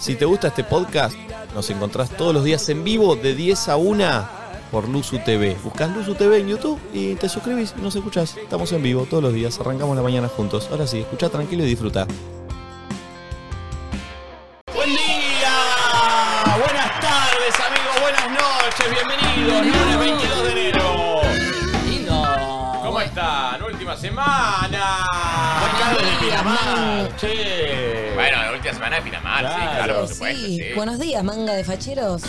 Si te gusta este podcast, nos encontrás todos los días en vivo de 10 a 1 por Luzu TV. Buscás Luzu TV en YouTube y te suscribís y nos escuchás. Estamos en vivo todos los días, arrancamos la mañana juntos. Ahora sí, escucha tranquilo y disfruta. Buen día, buenas tardes amigos, buenas noches, bienvenidos, lunes 22 de enero. ¿Cómo están? Última semana. Buenas tardes de Pinamar, che. Bueno, la última semana de Pinamar, sí, claro, por supuesto. Sí, Sí. buenos días, manga de facheros.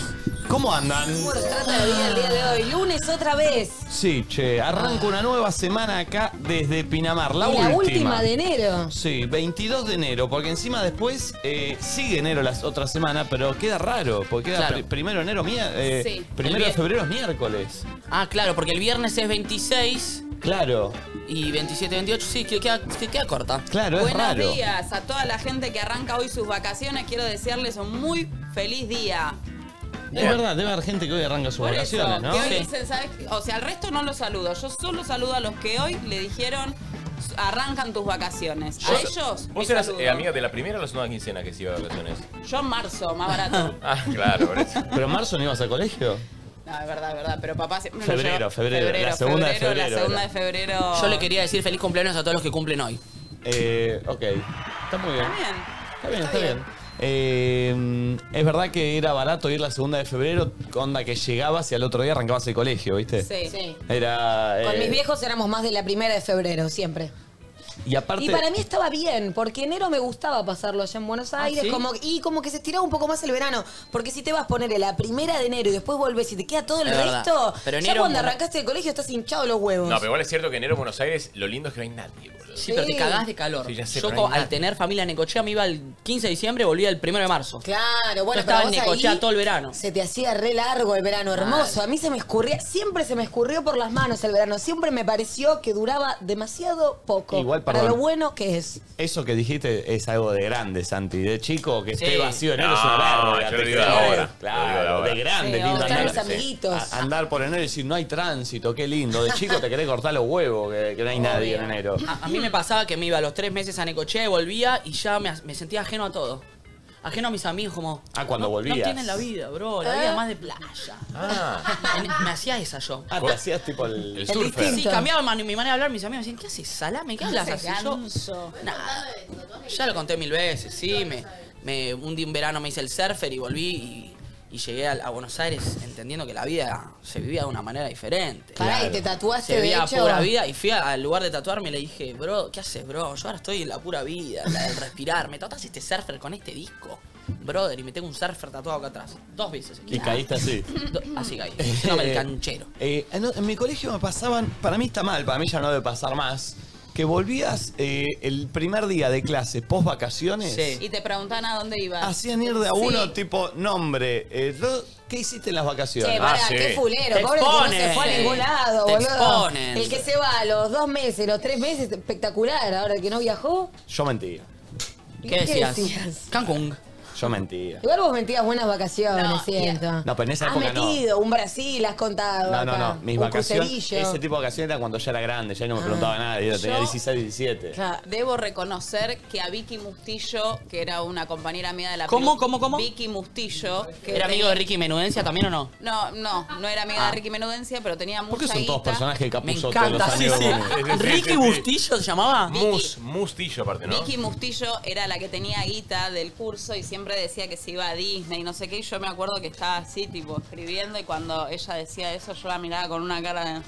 ¿Cómo andan? ¿Cómo nos trata la vida el día de hoy? Lunes otra vez. Sí, che, arranca una nueva semana acá desde Pinamar, la y última. la última de enero. Sí, 22 de enero, porque encima después eh, sigue enero las otra semana, pero queda raro, porque queda Claro. pri- primero de enero, mía- eh, Sí. primero El de vie- febrero es miércoles. Ah, claro, porque el viernes es 26 Claro, y 27, 28, sí, que queda, que queda corta. claro, es Buenos raro. días a toda la gente que arranca hoy sus vacaciones. Quiero desearles un muy feliz día. Es verdad, debe haber gente que hoy arranca sus Por vacaciones, eso, ¿no? que hoy Sí. dicen, ¿sabes qué? O sea, al resto no los saludo. Yo solo saludo a los que hoy le dijeron arrancan tus vacaciones. A ellos, mi Vos eras saludo. eh, amiga de la primera o la segunda quincena que se iba de vacaciones. Yo en marzo, más barato. Ah, claro, por eso. Pero en marzo no ibas a colegio. No, es verdad, es verdad. Pero papá siempre Febrero, nos lleva- febrero, la segunda de febrero La segunda era. de febrero. Yo le quería decir feliz cumpleaños a todos los que cumplen hoy. Eh, ok, está muy bien. Está bien. Está bien, está bien. Eh, es verdad que era barato ir la segunda de febrero, onda que llegabas y al otro día arrancabas el colegio, ¿viste? Sí. Sí. Era. Con eh, mis viejos éramos más de la primera de febrero, siempre. Y aparte. Y para mí estaba bien, porque enero me gustaba pasarlo allá en Buenos Aires, ¿sí? como, y como que se estiraba un poco más el verano, porque si te vas a poner la primera de enero y después volvés y te queda todo el Es verdad. resto, Pero ya enero cuando mola. arrancaste el colegio estás hinchado los huevos. No, pero igual es cierto que enero en Buenos Aires lo lindo es que no hay nadie, boludo. Sí, pero Sí. te cagás de calor. Sí, ya sé, Yo pero no hay co- al nada. tener familia en Necochea me iba el 15 de diciembre y volvía el 1 de marzo. Claro, bueno, Yo pero estaba en vos Necochea ahí todo el verano. Se te hacía re largo el verano, hermoso. A mí se me escurría, siempre se me escurrió por las manos el verano. Siempre me pareció que duraba demasiado poco. Igual, para perdón. lo bueno que es. Eso que dijiste es algo de grande, Santi. De chico, que Sí. esté vacío enero No, es una verga. yo lo te digo creo. ahora, yo lo digo Claro, ahora. de grande, Sí, lindo. ahora Andar, los amiguitos. a- andar por enero y decir, no hay tránsito, qué lindo. De chico te querés cortar los huevos, que, que no hay nadie en enero. Ah, A, a mí me pasaba que me iba a los tres meses a Necochea y volvía y ya me, me sentía ajeno a todo. Ajeno a mis amigos, como. Ah, cuando no, volvías. No tienen la vida, bro. La ¿Eh? vida es más de playa. Ah, En- me hacía esa yo. Ah, te hacías tipo el... el surfer. Sí, distinto. cambiaba mani- mi manera de hablar. Mis amigos me decían, ¿qué haces, salame? ¿Qué hablas así? Yo, Ganso. nada. Ya lo conté mil veces, sí. Me, me- un día un verano me hice el surfer y volví y, y llegué a, a Buenos Aires entendiendo que la vida se vivía de una manera diferente. Pará, y te Se tatuaste de vivía hecho. pura vida y fui al lugar de tatuarme y le dije, bro, ¿qué haces, bro? Yo ahora estoy en la pura vida, en la del respirar. ¿Me tatuas este surfer con este disco? Brother, y me tengo un surfer tatuado acá atrás. Dos veces. Y caíste así. Do- Así caí. No, el canchero. Eh, eh, no, en mi colegio me pasaban, para mí está mal, para mí ya no debe pasar más, que volvías eh, el primer día de clase, post vacaciones, Sí. Y te preguntan a dónde ibas. hacían ir de a uno Sí. tipo nombre. eh, ¿no? ¿Qué hiciste en las vacaciones? Che, Ah, pará, sí. qué fulero, Te pobre el que no se exponen. fue a ningún lado, Te boludo. exponen. El que se va a los dos meses, los tres meses, espectacular. Ahora el que no viajó, Yo mentía. ¿Qué, ¿qué decías? decías? Cancún. Yo mentía. igual vos mentías buenas vacaciones, No, siento. No, pero en esa Has época no. metido un Brasil, has contado. No, no, acá. no. Mis Un vacaciones. crucerillo. Ah, Ese tipo de vacaciones era cuando ya era grande, ya no me preguntaba nada. Yo tenía Yo- 16, 17. Claro. Debo reconocer que a Vicky Mustillo, que era una compañera mía de la ¿Cómo, pelu- cómo, cómo? Vicky Mustillo. Que ¿Era amigo tenía- de Ricky Menudencia también o no? No, no, no era amiga Ah. de Ricky Menudencia, pero tenía mucha ¿Por qué son todos guita. personajes Me capuzotes encanta, los sí, amigos sí. comunes? Sí, sí, sí, sí, Ricky sí. Bustillo se llamaba. Mus, mustillo aparte, ¿no? Vicky Mustillo era la que tenía guita del curso y siempre decía que se iba a Disney y no sé qué. Y yo me acuerdo que estaba así, tipo, escribiendo y cuando ella decía eso yo la miraba con una cara de...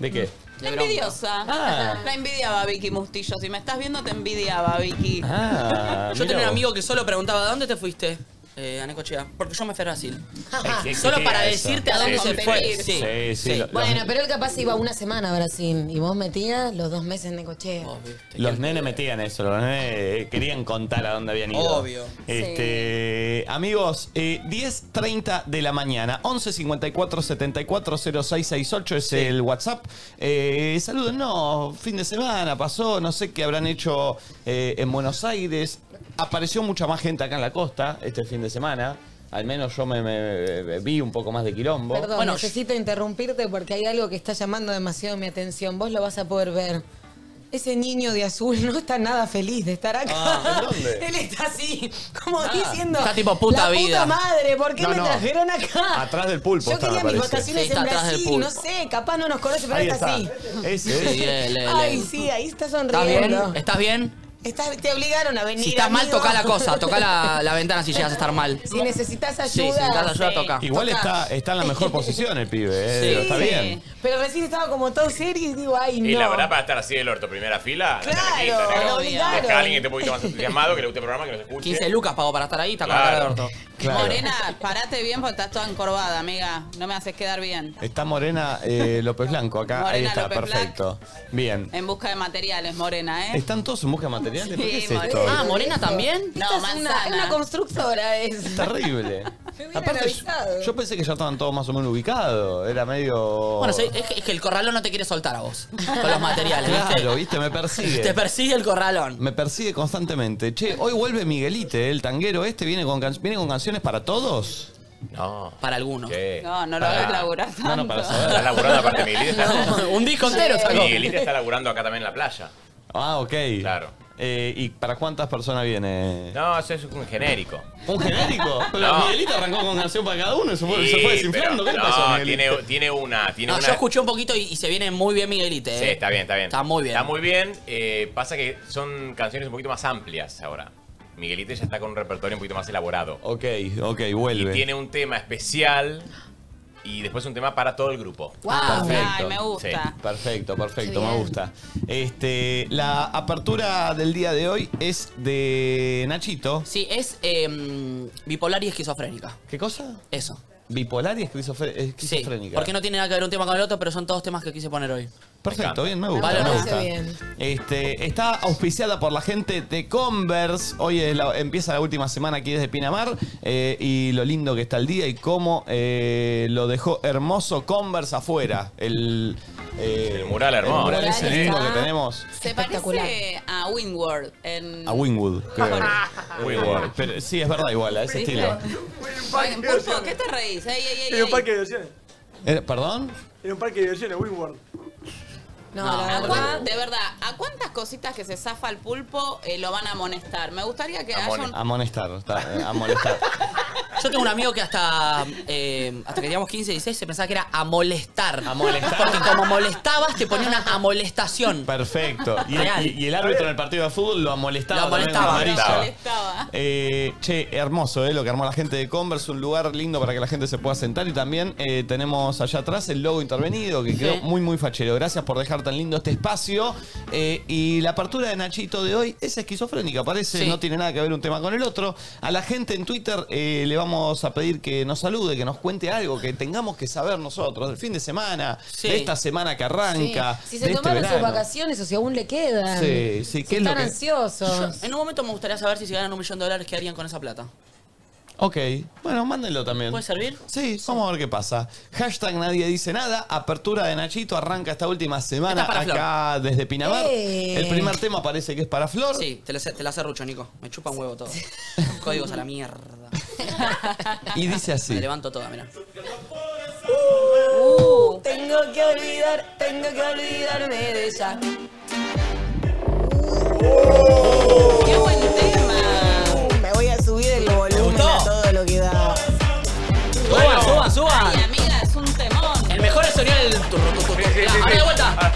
¿De qué? La envidiosa. Ah. La envidiaba Vicky Mustillo. Si me estás viendo, te envidiaba Vicky. Ah, Yo mira tenía un vos. amigo que solo preguntaba, ¿a dónde te fuiste? Eh, a Necochea. Porque yo me fui a Brasil. Exigía Solo para eso. decirte a dónde Sí, se sí, fue. sí. Sí, Sí, sí, lo- Bueno, pero él capaz iba una semana a Brasil y vos metías los dos meses en Necochea. Vos, viste, Los que- nenes metían eso, los nenes eh, querían contar a dónde habían ido. Obvio. Este, Amigos, eh, 10.30 de la mañana, 11 54 74 0668 es el WhatsApp. Eh, saluden, no, fin de semana pasó, no sé qué habrán hecho eh, en Buenos Aires. Apareció mucha más gente acá en la costa este fin de semana. Al menos yo me, me- me vi un poco más de quilombo. Perdón, Bueno, necesito interrumpirte porque hay algo que está llamando demasiado mi atención. Vos lo vas a poder ver. Ese niño de azul no está nada feliz de estar acá. Ah, ¿en dónde? Él está así, como Ah, diciendo. está tipo puta la vida". Puta madre, ¿por qué No, me no. trajeron acá? Atrás del pulpo Yo está, quería me mis parece. vacaciones Sí, está en atrás del Brasil, no pulpo. sé, capaz no nos conoce, pero Ahí ahora está así. está. Es- Sí, le- le- Ay, le- sí, ahí está ¿Estás bien? sonriendo. ¿Estás bien? Estás- te obligaron a venir. Si estás mal, amigo. toca la cosa, toca la, la ventana si llegas a estar mal. Si necesitas ayuda. Sí, si necesitas ayuda, sí. toca. Igual está, está en la mejor posición el pibe, eh, digo, está Sí. bien. Pero recién estaba como todo serio y digo, ay, no. Y la verdad, para estar así del orto, primera fila, la Claro, tarjetita, lo ¿no? obligaron. Busca a alguien que esté un poquito más entusiasmado, que le guste el programa, que nos escuche. 15 lucas pago para estar ahí, está con Claro. la cara de orto. Claro. Morena, parate bien porque estás toda encorvada, amiga. No me haces quedar bien. Está Morena eh, López Blanco acá, ahí Morena está, López perfecto. Bien. En busca de materiales, Morena, ¿eh? ¿Están todos en busca de materiales? ¿Por qué es Sí, esto? Morena. Ah, Morena también. No, Esta es una, manzana. una constructora es. Terrible. hubieran Aparte, yo, avisado. yo pensé que ya estaban todos más o menos ubicados. Era medio. Bueno, sí, es, que- es que el corralón no te quiere soltar a vos con los materiales, ¿viste? Claro, viste, me persigue. Te persigue el corralón. me persigue constantemente. Che, hoy vuelve Miguelite, el tanguero este, viene con, can- viene con canciones para todos. No. Para algunos. Che. No, no lo hagas laburar tanto. No, no, para saber. Está laburando aparte Miguelita. Está, Un disco entero sacó. Miguelita está laburando acá también en la playa. Ah, ok. Claro. Eh, ¿Y para cuántas personas viene? No, eso es un genérico. ¿Un genérico? Pero No. Miguelito arrancó con canción para cada uno y se fue, Sí, se fue pero- desinflando. ¿Qué le no, pasó, Miguelito? tiene, tiene una. Tiene No, una yo escuché un poquito y, y se viene muy bien Miguelite. Sí, ¿eh? está bien, está bien. Está muy bien. Está muy bien. eh, pasa que son canciones un poquito más amplias ahora. Miguelito ya está con un repertorio un poquito más elaborado. Ok, ok, Y vuelve. tiene un tema especial y después un tema para todo el grupo. Wow, Perfecto. ay, me gusta. Perfecto, perfecto, Qué me bien. gusta. Este, la apertura del día de hoy es de Nachito. Sí, es em, bipolar y esquizofrénica. ¿Qué cosa? Eso. Bipolar y esquizofre- Sí. esquizofrénica. Porque no tiene nada que ver un tema con el otro, pero son todos temas que quise poner hoy. Perfecto, Me bien, encanta. me gusta. Vale, me me gusta. parece bien. Este, está auspiciada por la gente de Converse. Hoy es la- empieza la última semana aquí desde Pinamar. eh, y lo lindo que está el día y cómo eh, lo dejó hermoso Converse afuera. El, eh, El mural hermoso. el mural El ese mural lindo está- que tenemos. Se Espectacular. parece a Windward en. A Wingwood, creo. Wynwood. Eh, pero sí, es verdad, igual, a ese ¿Viste? estilo. Oye, Pulpo, ¿qué te reís? Ey, ey, ey, Era un ey. parque de diversiones. Eh, ¿Perdón? Era un parque de diversiones, Windward. No, No, la ¿A verdad. cuán- de verdad, ¿a cuántas cositas que se zafa el pulpo eh, lo van a amonestar? Me gustaría que haya Amone- un... A molestar, está, eh, a molestar. Yo tengo un amigo que hasta, eh, hasta que teníamos 15, 16 se pensaba que era a molestar. A molestar. Porque como molestabas, te ponía una amolestación. Perfecto. Y Real. el, y- y el árbitro en el partido de fútbol lo molestaba. Lo también con molestaba. amarilla. Molestaba. Molestaba. Eh, che, hermoso, eh, lo que armó la gente de Converse, un lugar lindo para que la gente se pueda sentar y también eh, tenemos allá atrás el logo intervenido que quedó muy muy fachero. Gracias por dejar tan lindo este espacio Eh, y la apertura de Nachito de hoy es esquizofrénica, parece, Sí. no tiene nada que ver un tema con el otro. A la gente en Twitter eh, le vamos a pedir que nos salude, que nos cuente algo, que tengamos que saber nosotros del fin de semana, Sí. de esta semana Sí. que arranca. Si de se este tomaron sus verano. vacaciones o si aún le quedan. Sí, sí, ¿qué si es lo están que- ansiosos. En un momento me gustaría saber si se ganan un millón de dólares, ¿qué harían con esa plata? Ok, bueno, mándenlo también. ¿Puede servir? Sí, vamos a ver qué pasa. Hashtag nadie dice nada. Apertura de Nachito arranca esta última semana Esta es para acá desde Pinamar. Eh. El primer tema parece que es para Flor. Sí, te la, te la cerrucho, Nico. Me chupa un huevo todo. Códigos a la mierda. Y dice Me así. levanto toda, mira. Uh, tengo que olvidar, tengo que olvidarme de ella. ¡Qué buen tema! Uh, Me voy a subir el volumen gustó? a todo lo que da. ¡Suba, suba, suba! Ay, amiga, es un temón. El mejor es sonido del turro, turro, turro. Mirá, Ahora Ah, de vuelta.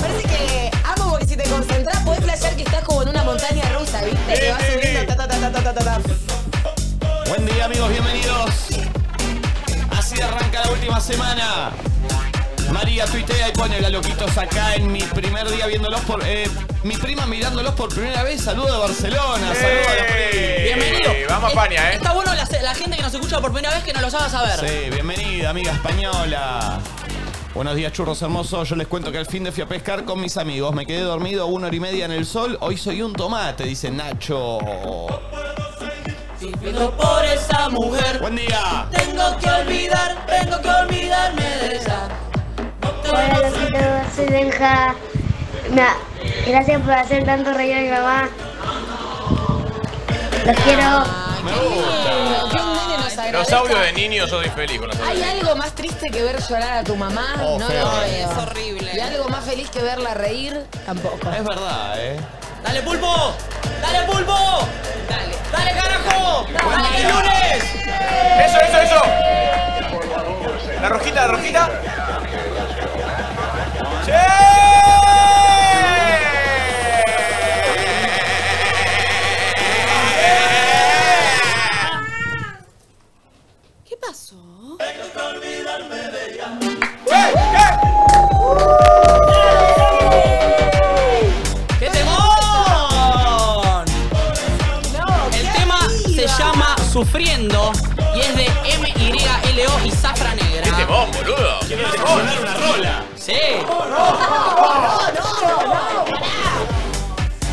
Parece que amo porque si te concentras podés flashear que estás como en una montaña rusa, ¿viste? Que vas subiendo ta ta ta ta ta ta ta. Buen día, amigos, bienvenidos. Así arranca la última semana. María tuitea y pone la loquitos acá en mi primer día viéndolos por. eh, mi prima mirándolos por primera vez. Saludos de Barcelona. Saludos a la prima. Bienvenido. Eh, vamos a España, Es- ¿eh? Está bueno la, la gente que nos escucha por primera vez que nos los haga saber. Sí, bienvenida, amiga española. Buenos días, churros hermosos. Yo les cuento que al fin de fui a pescar con mis amigos. Me quedé dormido una hora y media en el sol. Hoy soy un tomate, dice Nacho. Viviendo por esa mujer. Buen día. Tengo que olvidar, tengo que olvidarme de esa. No te voy a- Hola, loquitos, soy Benja. Mira, gracias por hacer tanto reír a mi mamá. Los quiero. Me gusta. Oh. Ah, Qué un nene nos Los agradezca. audios de niños, yo soy feliz con los audios. Hay algo más triste que ver llorar a tu mamá, Oh, no feo. lo Ay, veo. es horrible. Y algo más feliz que verla reír, tampoco. Es verdad, ¿eh? ¡Dale, pulpo! ¡Dale, pulpo! Dale. ¡Dale, carajo! ¡Dale, que es lunes! ¡Eso, eso, eso! La rojita, la rojita. ¡Sí! ¿Qué pasó? ¡Eh, eh! ¡Qué temón! El tema se llama Sufriendo y es de MYLO y Zafra ¿Qué Negra. temón, boludo? ¿Qué temón? Sí.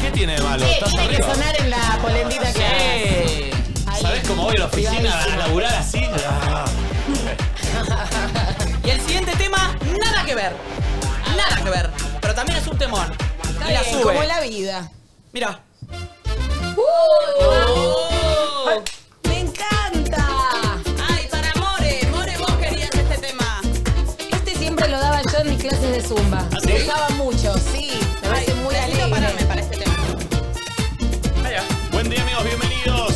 ¿Qué tiene de malo? Eh, ¿Estás tiene que arriba? sonar en la polendita que hagas. Sí. Ahí. ¿Sabés cómo voy a la oficina a laburar así? Ah. Y el siguiente tema, nada que ver. Nada que ver. Pero también es un temón. Está Y la bien, como sube. la Uh. vida. Mira. ¡Oh! ¡Me encanta! Ay, para More, More, vos querías este tema. Este siempre lo daba yo en mis clases de zumba. sí? Lo usaba mucho, sí. Me parece Ay, muy necesito alegre. pararme para este tema. Buen día, amigos, bienvenidos.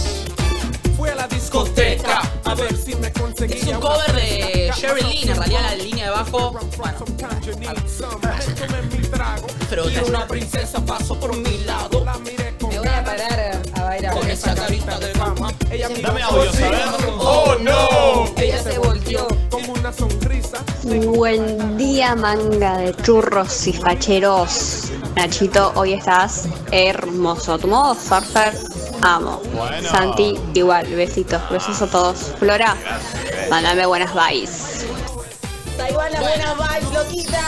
Fui a la discoteca a ver si me conseguía Es un cover de una Sherry Lynn, en realidad la línea de bajo. Sometimes you need some. Me tomé mi trago Pero y te- una princesa pasó por mi lado. La miré con Me voy a parar a bailar. Con esa carita cara de de fama. Ella Dame miró audio, así. ¿sabes? ¡Oh, no! Ella se volteó. Con una sonrisa. Buen día, manga de churros y facheros. Nachito, hoy estás hermoso. Tu modo surfer, amo. Bueno. Santi, igual. Besitos, besos a todos. Flora, mandame buenas vibes. Taiwana, buena vibes, loquita.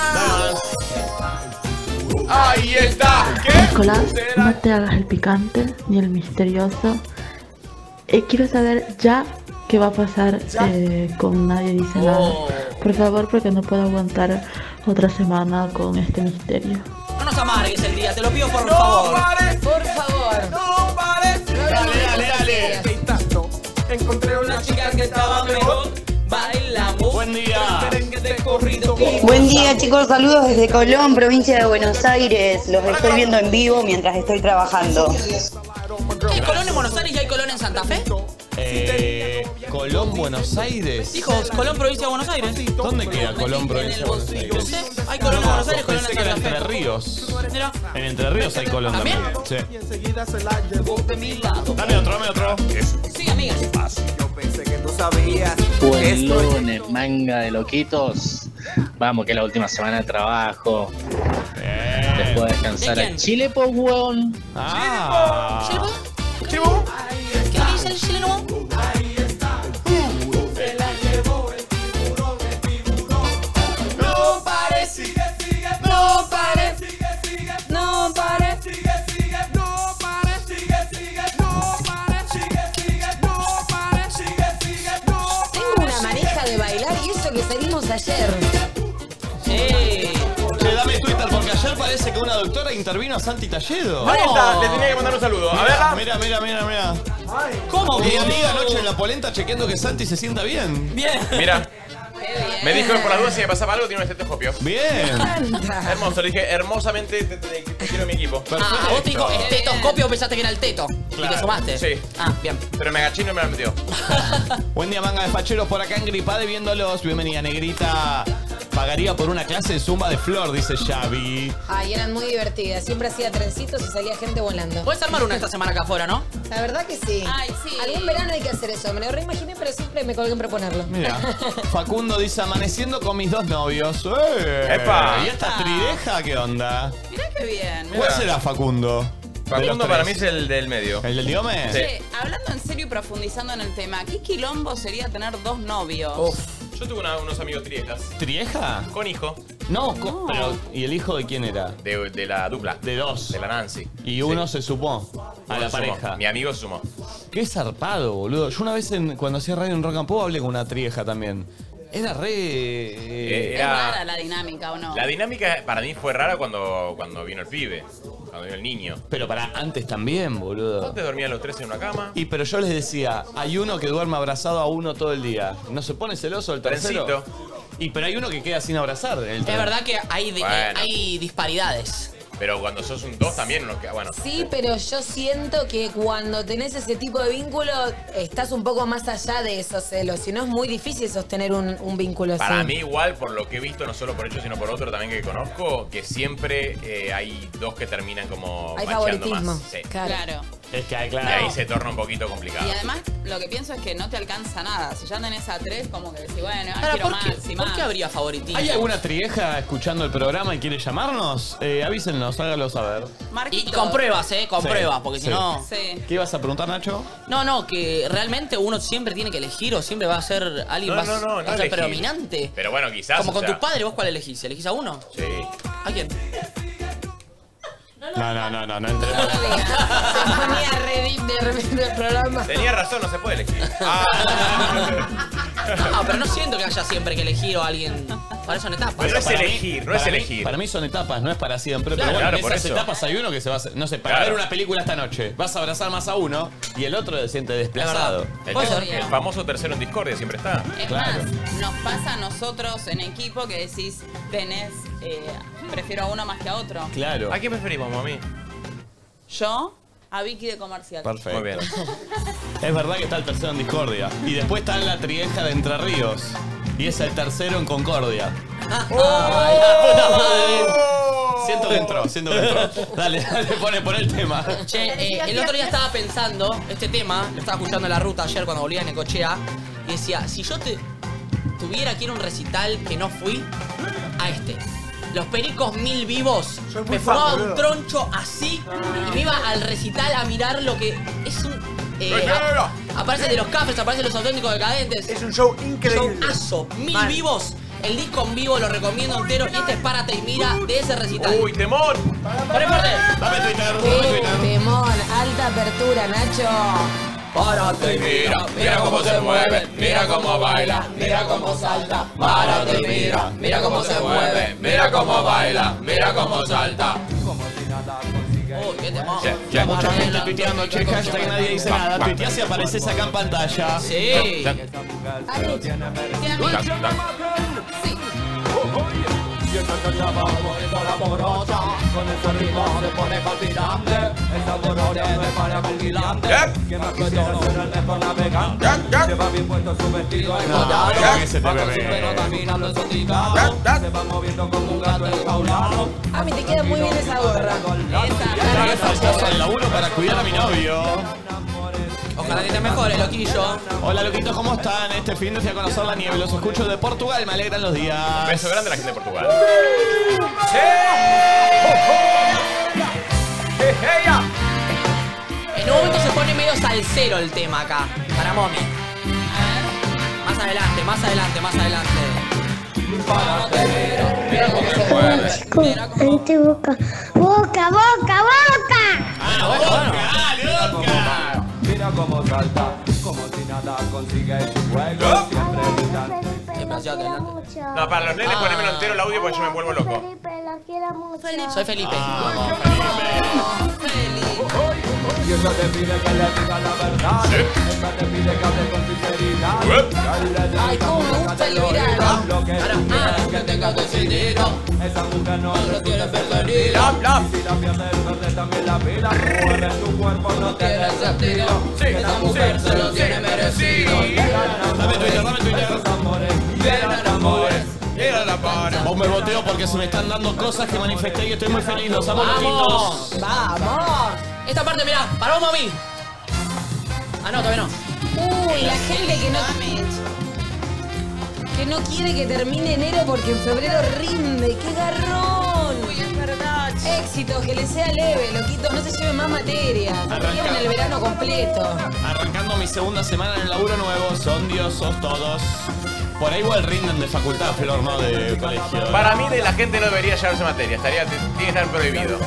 ¡Ahí está! ¿Qué? Nicolás, Será- no te hagas el picante ni el misterioso. Eh, quiero saber ya qué va a pasar eh, con Nadie Dice Nada. Por favor, porque no puedo aguantar otra semana con este misterio. No nos amargues el día, te lo pido por No favor. pares, Por favor. no pares. Dale, dale, dale. Y tanto, Encontré una chica que estaba mejor. Bailamos. Buen día. Merengue de corrido. Buen día, chicos. Saludos desde Colón, provincia de Buenos Aires. Los estoy viendo en vivo mientras estoy trabajando. ¿Hay Colón en Buenos Aires y hay Colón en Santa Fe? Eh, Colón, Buenos Aires. Hijos, Colón, provincia de Buenos Aires. ¿Dónde queda Colón, provincia de Buenos Aires? Hay Colón en Buenos Aires, Colón Pensé en que era Santa Entre Fe. Ríos. Mira. En Entre Ríos hay Colón también. ¿También? Sí. Y enseguida se la llevó de mi lado. Dame otro, dame otro. Sí, amigas. Yo pensé que tú sabías. Buen Esto es- lunes, manga de loquitos. Vamos, que es la última semana de trabajo. Después de descansar ¿De a quién? Chile, pues, huevón. Ah. ¿Chilebo? ¿Qué dice el chileno? No parece. No, para. Tengo una maneja de bailar y eso que salimos ayer. Sí. Che, dame Twitter porque ayer parece que una doctora intervino a Santi Talledo. Ahí está, le tenía que mandar un saludo. A verla. Mira, mira, mira, mira. ¿Cómo? Mi boludo? amiga anoche en la polenta chequeando que Santi se sienta bien. Bien. Mira. Me dijo que por las dudas si me pasaba algo tiene un este estetoscopio. Bien. Anda. Hermoso, le dije, hermosamente te, te- te quiero en mi equipo. Ah, vos te dijo estetoscopio, pensaste que era el teto. Y te Claro. sumaste. Sí. Ah, bien. Pero me agachí y no me la metió. Buen día, manga de facheros por acá en Gripade viéndolos. Bienvenida, negrita. Pagaría por una clase de zumba de flor, dice Xavi. Ay, eran muy divertidas. Siempre hacía trencitos y salía gente volando. Puedes armar una esta semana acá afuera, ¿no? La verdad que sí. Ay, sí. Algún verano hay que hacer eso. Me lo reimaginé, pero siempre me colgué en proponerlo. Mira, Facundo dice amaneciendo con mis dos novios. ¡Eh! ¡Epa! ¿Y esta trideja qué onda? Mirá qué bien. ¿Cuál será Facundo? De los Facundo tres. para mí es el del medio. ¿El del diome? Sí. Che, hablando en serio y profundizando en el tema, ¿qué quilombo sería tener dos novios? Yo tuve una- unos amigos trietas. ¿Trieja? Con hijo. No, co- pero ¿y el hijo de quién era? De, de la dupla. De dos. De la Nancy. Y uno Sí. se sumó a Uno la sumó. pareja. Mi amigo sumó. Qué zarpado, boludo. Yo una vez en- cuando hacía radio en Rock and Pop hablé con una trieja también. Era re. Eh, Es rara la dinámica, ¿o no? La dinámica para mí fue rara cuando, cuando vino el pibe, cuando vino el niño. Pero para antes también, boludo. ¿Vos te dormían los tres en una cama? Y pero yo les decía, hay uno que duerme abrazado a uno todo el día. ¿No se pone celoso el tercero? Y pero hay uno que queda sin abrazar. El Es verdad que hay, de- Bueno. hay disparidades. Pero cuando sos un dos también nos queda. Bueno. Sí, pero yo siento que cuando tenés ese tipo de vínculo, estás un poco más allá de esos celos. Si no, es muy difícil sostener un, un vínculo Para así. mí igual, por lo que he visto, no solo por ellos, sino por otro también que conozco, que siempre eh, hay dos que terminan como Hay macheando favoritismo, más. Sí. claro. Claro. Es que Y ahí se torna un poquito complicado. Y además, lo que pienso es que no te alcanza nada. Si ya tenés a tres, como que decís, bueno, ah, Ahora, quiero ¿por más qué- y por más. qué habría favoritismo? ¿Hay alguna trieja escuchando el programa y quiere llamarnos? Eh, avísenos, hágalo saber. Y, y con pruebas, ¿eh? Con Sí, pruebas, porque sí. si no... ¿Qué ibas a preguntar, Nacho? No, no, que realmente uno siempre tiene que elegir o siempre va a ser alguien va No, a no, ser- no, no va a ser elegir. predominante. Pero bueno, quizás. Como o con sea, tus padres, ¿vos cuál elegís? ¿Elegís a uno? Sí. ¿A quién? No, no, no, no, no entremos. Se ponía re deep de repente el programa. Tenía razón, no se puede elegir. Ah, No, pero no siento que haya siempre que elegir o alguien. Para eso en etapas. Para mí- para mí- para mí son etapas, no es para siempre. Claro, pero bueno, claro, en por esas eso. etapas hay uno que se va a... hacer- No sé, para Claro. ver una película esta noche, vas a abrazar más a uno y el otro se siente desplazado. El, el famoso tercero en discordia siempre está. Es Claro. más, nos pasa a nosotros en equipo que decís, tenés, eh, prefiero a uno más que a otro. Claro. ¿A quién preferimos, mami? Yo, a Vicky de comercial. Perfecto. Es verdad que está el tercero en discordia. Y después está la trieja de Entre Ríos. Y es el tercero en concordia. Oh. Ay, la puta madre. Siento que entró, siento que entró. Dale, dale, pone, pone el tema. Che, eh, el otro día estaba pensando este tema, lo estaba escuchando en la ruta ayer cuando volvía a Necochea, y decía, si yo te tuviera que ir a un recital que no fui, a este. Los pericos mil vivos. muy fan, Me fumaba un boludo. troncho así y me iba al recital a mirar lo que es un. eh, No, no, no, a- aparece de los cafés, aparece de los auténticos decadentes. Es un show increíble. Showazo, mil Mal. vivos. El disco en vivo lo recomiendo entero y este es Párate y Mira de ese recital. Eh, ¡Uy, temor! ¡Dame Twitter! ¡Qué temón! Alta apertura, Nacho. Párate y mira, mira cómo se mueve, mira cómo baila, mira cómo salta. Párate y mira, mira cómo se mueve, mira cómo baila, mira cómo salta. Ya, mucha gente tuiteando, che, hashtag nadie dice nada. Tuiteás y apareces acá en pantalla. Sí. Uh, Y entonces la vamos, esta la morocha, con ese ritmo se pone fascinante, esa dolores me para vigilante, que más que todo será el mejor navegante, lleva bien puesto su vestido engordado, va con su pelo caminando exoticado, se va moviendo como un gato enjaulado, A mí Ah, te queda muy bien esa gorra. Ahora faltas al laburo para cuidar a mi novio. Ojalá que te mejore, loquillo. Hola, loquitos, ¿cómo están? Este fin de fui a conocer la nieve. Los escucho de Portugal, me alegran los días. Un beso grande a la gente de Portugal. En un momento se pone medio salsero el tema acá, para Momi. Más adelante, más adelante, más adelante. Chico, ahí te boca. ¡Boca, boca, boca! mira cómo salta, como si nada consigue su juego, siempre brillante. No, para los nenes ponémelo entero el audio porque yo me vuelvo loco. Soy Felipe. Ah, Y ella te pide que le diga la verdad. Ella te pide que hable con sinceridad. Ay, cómo me gusta el verano. Lo que tú quieras que tengas decidido. Esa mujer no lo tiene perdonida. Y si la pierdes, pierdes también la vida. Mueve tu cuerpo, no te sentido. Esa mujer se lo tiene merecido. Dame Twitter, dame Twitter. Eran amores. Era la para. Vos me boteo porque se me están dando cosas que manifesté y estoy muy feliz. Los amo, loquitos. ¡Vamos! ¡Vamos! Esta parte, mirá, paró Momi. Ah, no, todavía no. Uy, la gente que no. Que no quiere que termine enero porque en febrero rinde. ¡Qué garrón! Uy, es verdad. Éxito, que le sea leve, loquito. No se lleven más materias. Arranca. Lleven el verano completo. Arrancando mi segunda semana en el laburo nuevo. Son diosos todos. Por ahí igual rinden de facultad, Flor, no de colegio. Para mí, de la gente no debería llevarse materia. Estaría, tiene que estar prohibido.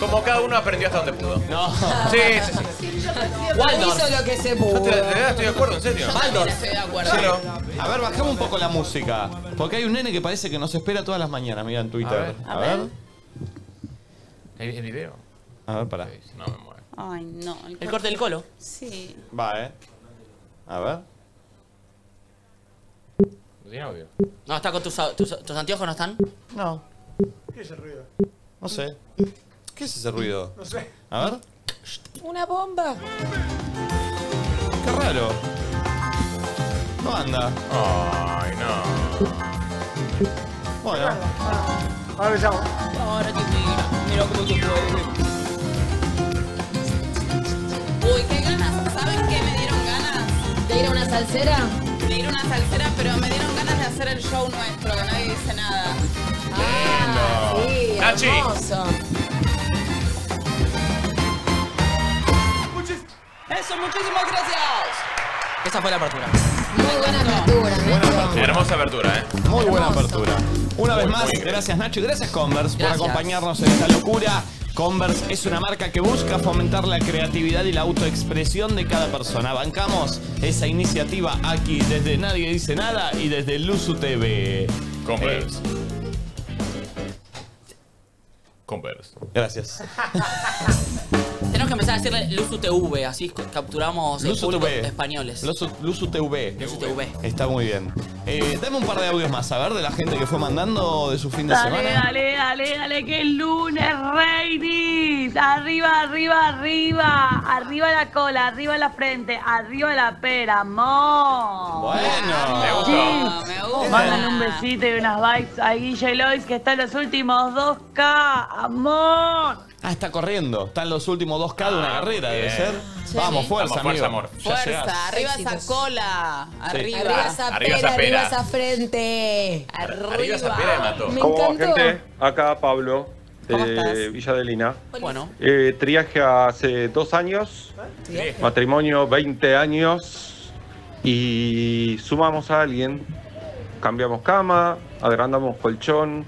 Como cada uno aprendió hasta donde pudo. No. Sí, sí, sí. Waldorf. Hizo lo que se Yo pudo. te- de verdad estoy de acuerdo, en serio. Baldor. Estoy de acuerdo. Claro. A ver, bajamos un poco la música. Porque hay un nene que parece que nos espera todas las mañanas, mira en Twitter. A ver. A ver, ¿El, el video? a ver, pará. No me mueve. Ay, no. El corte del colo. Sí. Va, eh. A ver. ¿No tiene audio? No, está con tus, au- tus, tus anteojos, ¿no están? No. ¿Qué es el ruido? No sé. ¿Qué es ese ruido? No sé. A ver. Una bomba. Qué raro. No anda. Ay, no. Bueno. Ahora empezamos. Ahora te mira, mira cómo te puede. Uy, qué ganas. ¿Saben qué me dieron ganas? ¿De ir a una salsera? De ir a una salsera, pero me dieron ganas de hacer el show nuestro, que nadie dice nada. Ah, Ah, Ah, Sí, Nachi. hermoso. Eso, muchísimas gracias. Esa fue la apertura. Muy buena apertura. me gustó. Hermosa apertura, ¿eh? Muy buena apertura. Una vez Muy, más, muy bien. gracias Nacho y gracias Converse Gracias. por acompañarnos en esta locura. Converse es una marca que busca fomentar la creatividad y la autoexpresión de cada persona. Bancamos esa iniciativa aquí desde Nadie Dice Nada y desde Luzu Eh. TV. Converse. Converse. Gracias. Tenemos que empezar a decirle Luzu TV, así capturamos el Luzu público TV. españoles. Luzu, Luzu TV. Luzu TV. Está muy bien. Eh, dame un par de audios más, a ver, de la gente que fue mandando de su fin de semana. dale, dale, dale, que es lunes, Reyes. Arriba, arriba, arriba. Arriba la cola, arriba la frente, arriba la pera, amor. Bueno. Me gustó. Sí. Mándale un besito y unas vibes a Guille Lois que está en los últimos 2K, amor. Ah, está corriendo. Están los últimos 2K de una Ah, carrera, bien. debe ser. Sí. Vamos, fuerza, Vamos, amigo. fuerza, amor. Ya llegás. Fuerza, arriba esa cola. Arriba. Arriba esa Arriba pera, esa pera. arriba esa frente. Arriba. Arriba esa pera de mató. Me ¿Cómo va, encantó. gente? Acá Pablo, ¿Cómo de estás? Villa de Lina. Bueno, Eh, triaje hace dos años, matrimonio 20 años y sumamos a alguien. Cambiamos cama, agrandamos colchón,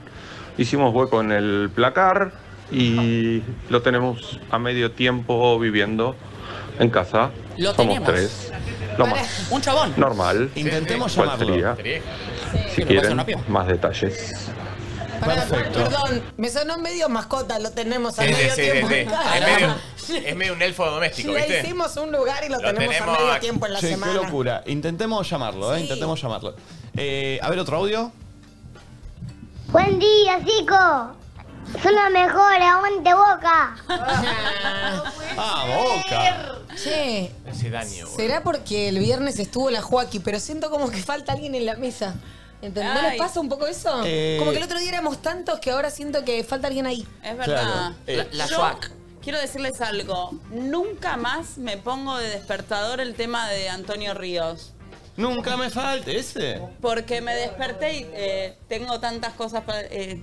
hicimos hueco en el placar y lo tenemos a medio tiempo viviendo en casa. Lo Somos tenemos. tres. Lo más un chabón. normal. Intentemos ¿Cuál sería? llamarlo. Si me parece quieren, una piola. más detalles. Perfecto. Perdón, me sonó medio mascota, lo tenemos a Sí, sí, medio sí, tiempo. sí, en sí. casa. Es medio, es medio un elfo doméstico, Le ¿viste? hicimos un lugar y lo, Lo tenemos, tenemos a medio a- tiempo en la Che, semana. qué locura. Intentemos llamarlo, ¿eh? Sí. Intentemos llamarlo. Eh, a ver, otro audio. Buen día, chicos. Son los mejores, aguante boca. ¡Ah, boca! Che, Ese daño, boludo. será porque el viernes estuvo la Joaquín, pero siento como que falta alguien en la mesa. ¿Entendés? ¿No les Ay. pasa un poco eso? Eh. Como que el otro día éramos tantos que ahora siento que falta alguien ahí. Es verdad. Eh, la Yo Schwack. Quiero decirles algo. Nunca más me pongo de despertador el tema de Antonio Ríos. Nunca me falte ese. Porque me desperté y eh, tengo tantas cosas para. eh,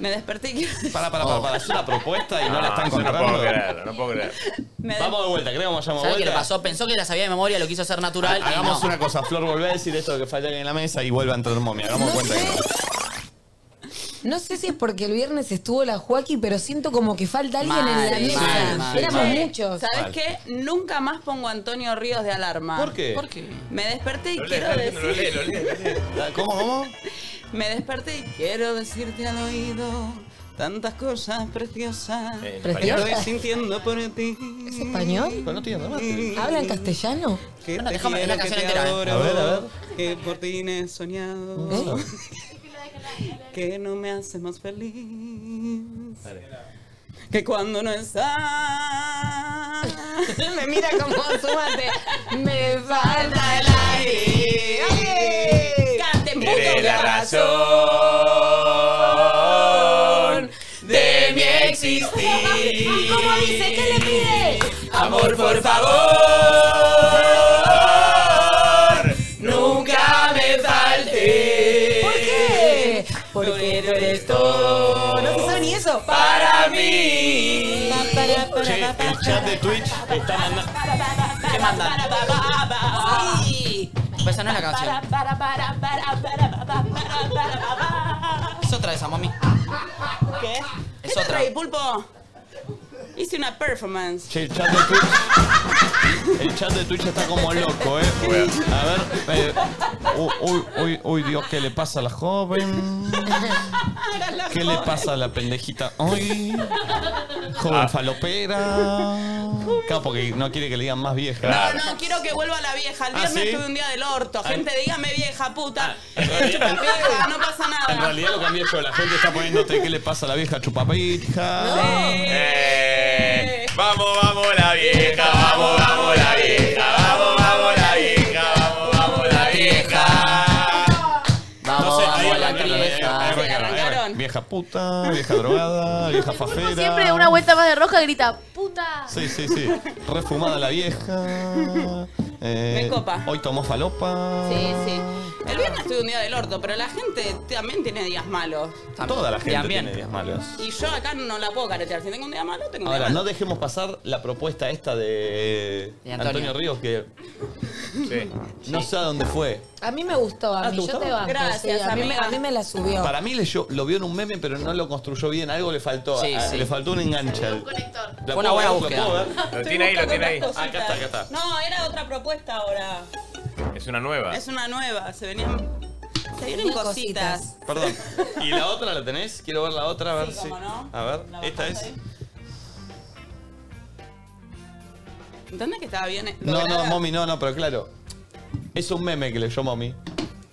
me desperté y quiero- Para, para, para, para. Es una propuesta y no, la están yo Ah, No encontrando. puedo creer, no puedo creer. me des- Vamos de vuelta, creo que vamos a llamar de ¿Sabes qué le vuelta. pasó? Pensó que la sabía de memoria, lo quiso hacer natural. y Hagamos no. una cosa, Flor, volvé a decir esto que falla en la mesa y vuelve a entrar momia. Hagamos cuenta que no. No sé si es porque el viernes estuvo la Joaquín, pero siento como que falta alguien en la Mal, mesa. mal, mal, éramos mal. muchos. Mal. ¿Sabes qué? Nunca más pongo a Antonio Ríos de alarma. ¿Por qué? ¿Por qué? Me desperté y Lo lee, quiero está leyendo, lo decir. lee, lo lee, lo lee. ¿Cómo, cómo? Me desperté y quiero decirte al oído tantas cosas preciosas. Eh, Pero que en Dios. español. Estoy sintiendo por ti. ¿Es español? Pero no tiene más. ¿Hablan castellano? Que Bueno, te déjame quiero, la que canción te entera, eh. adoro, A ver, a ver. Que por ti he soñado. ¿Eh? Que no me hace más feliz. Que cuando no estás. Me mira como súmate. Me falta el aire. ¡Ale! Canten, puto. Tiene la razón de mi existir. ¿Cómo dice? ¿Qué le pides? Amor, por favor, nunca me falte. ¿Por qué? Porque tú eres todo. No se sabe ni eso. Para mí. Che, el chat de Twitch está mandando. ¿Qué mandan? Pues esa no es la canción. Es otra esa, mami. ¿Qué? ¿Qué Es te otra. reí, pulpo? Hice una performance. Che, el chat de Twitch. El chat de Twitch está como loco, ¿eh? A ver. eh, uy, uy, uy, uy, Dios, ¿qué le pasa a la joven? ¿Qué le pasa a la pendejita hoy? Joven falopera. Claro, porque no quiere que le digan más vieja. No, no, quiero que vuelva la vieja. El ¿Ah, viernes sí? Ah, tuve un día del orto. Ay. Gente, dígame vieja puta. no pasa En nada. realidad lo cambié yo. La gente está poniéndote qué le pasa a la vieja chupapija. Eh, vamos, vamos la vieja, vamos, vamos la vieja, vamos, vamos la vieja, vamos, vamos la vieja. Vamos, vamos, la vieja. Se la vieja. Vieja puta, vieja drogada, vieja fafera. Siempre de una vuelta más de roja grita, puta. Sí, sí, sí. Refumada la vieja. Eh, Me copa. Hoy tomó falopa. Sí, sí. El viernes tuve un día del orto, pero la gente también tiene días malos. Toda la gente También. tiene días malos. Y yo acá no la puedo caretear. Si tengo un día malo, tengo un día Ahora, malo. no dejemos pasar la propuesta esta de, De Antonio. Antonio. Ríos que no sé a dónde fue. A mí me gustó, a Ah, mí. ¿te Yo gustó? te banco. Gracias, sí, a, mí me, amiga. a mí me la subió. Para mí leyó- lo vio en un meme, pero no lo construyó bien. Algo le faltó. Sí, a- sí. Le faltó un enganche. al- ¿La Fue una puedo buena ver? ¿La puedo búsqueda. ver? Lo tiene ahí, lo tiene ahí. Ah, Acá está, acá está. Ah. No, era otra propuesta ahora. Es una nueva. Es una nueva. Se venían. Se vienen cositas. Perdón. ¿Y la otra la tenés? Quiero ver la otra, a ver si. A ver, esta es. ¿Entendés que estaba bien? No, no, lograda? mommy, no, no, pero claro. Es un meme que leyó mommy.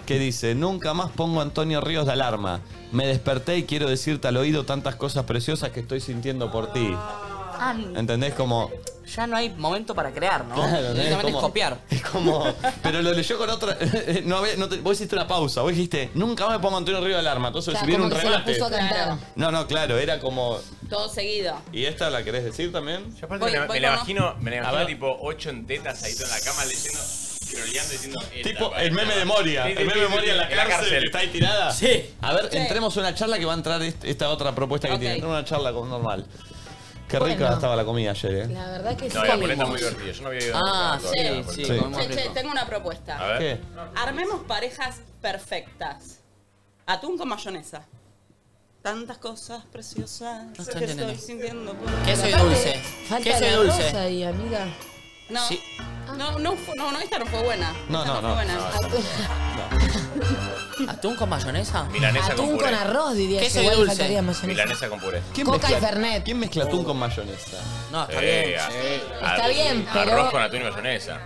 Que dice, nunca más pongo a Antonio Ríos de alarma. Me desperté y quiero decirte al oído tantas cosas preciosas que estoy sintiendo por ti. Ah, ¿Entendés? Como... ya no hay momento para crear, ¿no? Claro, ¿no? Directamente Como- es copiar. Es como... Pero lo leyó con otra... No, había- no te- vos hiciste una pausa. Vos dijiste, nunca más pongo a Antonio Ríos de alarma. Entonces Claro, si viene como un que se la remate. puso a cantar. No, no, claro. Era como... Todo seguido. ¿Y esta la querés decir también? Yo aparte me, me la imagino, me la A imagino ver. tipo 8 en tetas ahí en la cama leyendo, scrolleando diciendo. "Esta, Tipo pa, el esta". meme de Moria. Sí, sí, El meme sí, de sí, Moria en la cárcel. que Está ahí tirada. Sí. A ver, Sí. entremos a una charla que va a entrar est- esta otra propuesta que Ok. tiene. Entremos a una charla con normal. Qué Bueno. rica estaba la comida ayer, ¿eh? La verdad que sí. No, la polenta es muy divertida. Yo no había ido Ah, nunca todavía, sí, la polenta. sí, Sí. comemos Che, che, tengo una propuesta. A ver. ¿Qué? Armemos parejas perfectas. Atún con mayonesa. Tantas cosas preciosas estoy que entendiendo. estoy sintiendo. por- Queso y Aparte, dulce. Falta Queso y la dulce. rosa ahí, amiga. No, no, no, fu- no, no, esta no fue buena. No, no, Fue no. buena. ¿Atún con mayonesa? Milanesa Atún con con, puré. arroz, diría Queso yo. y igual dulce. faltaría mayonesa. Milanesa con puré. ¿Quién Coca mezcla- y Fernet. ¿Quién mezcla atún con mayonesa? No, está bien. Está bien, pero- Arroz con atún y mayonesa.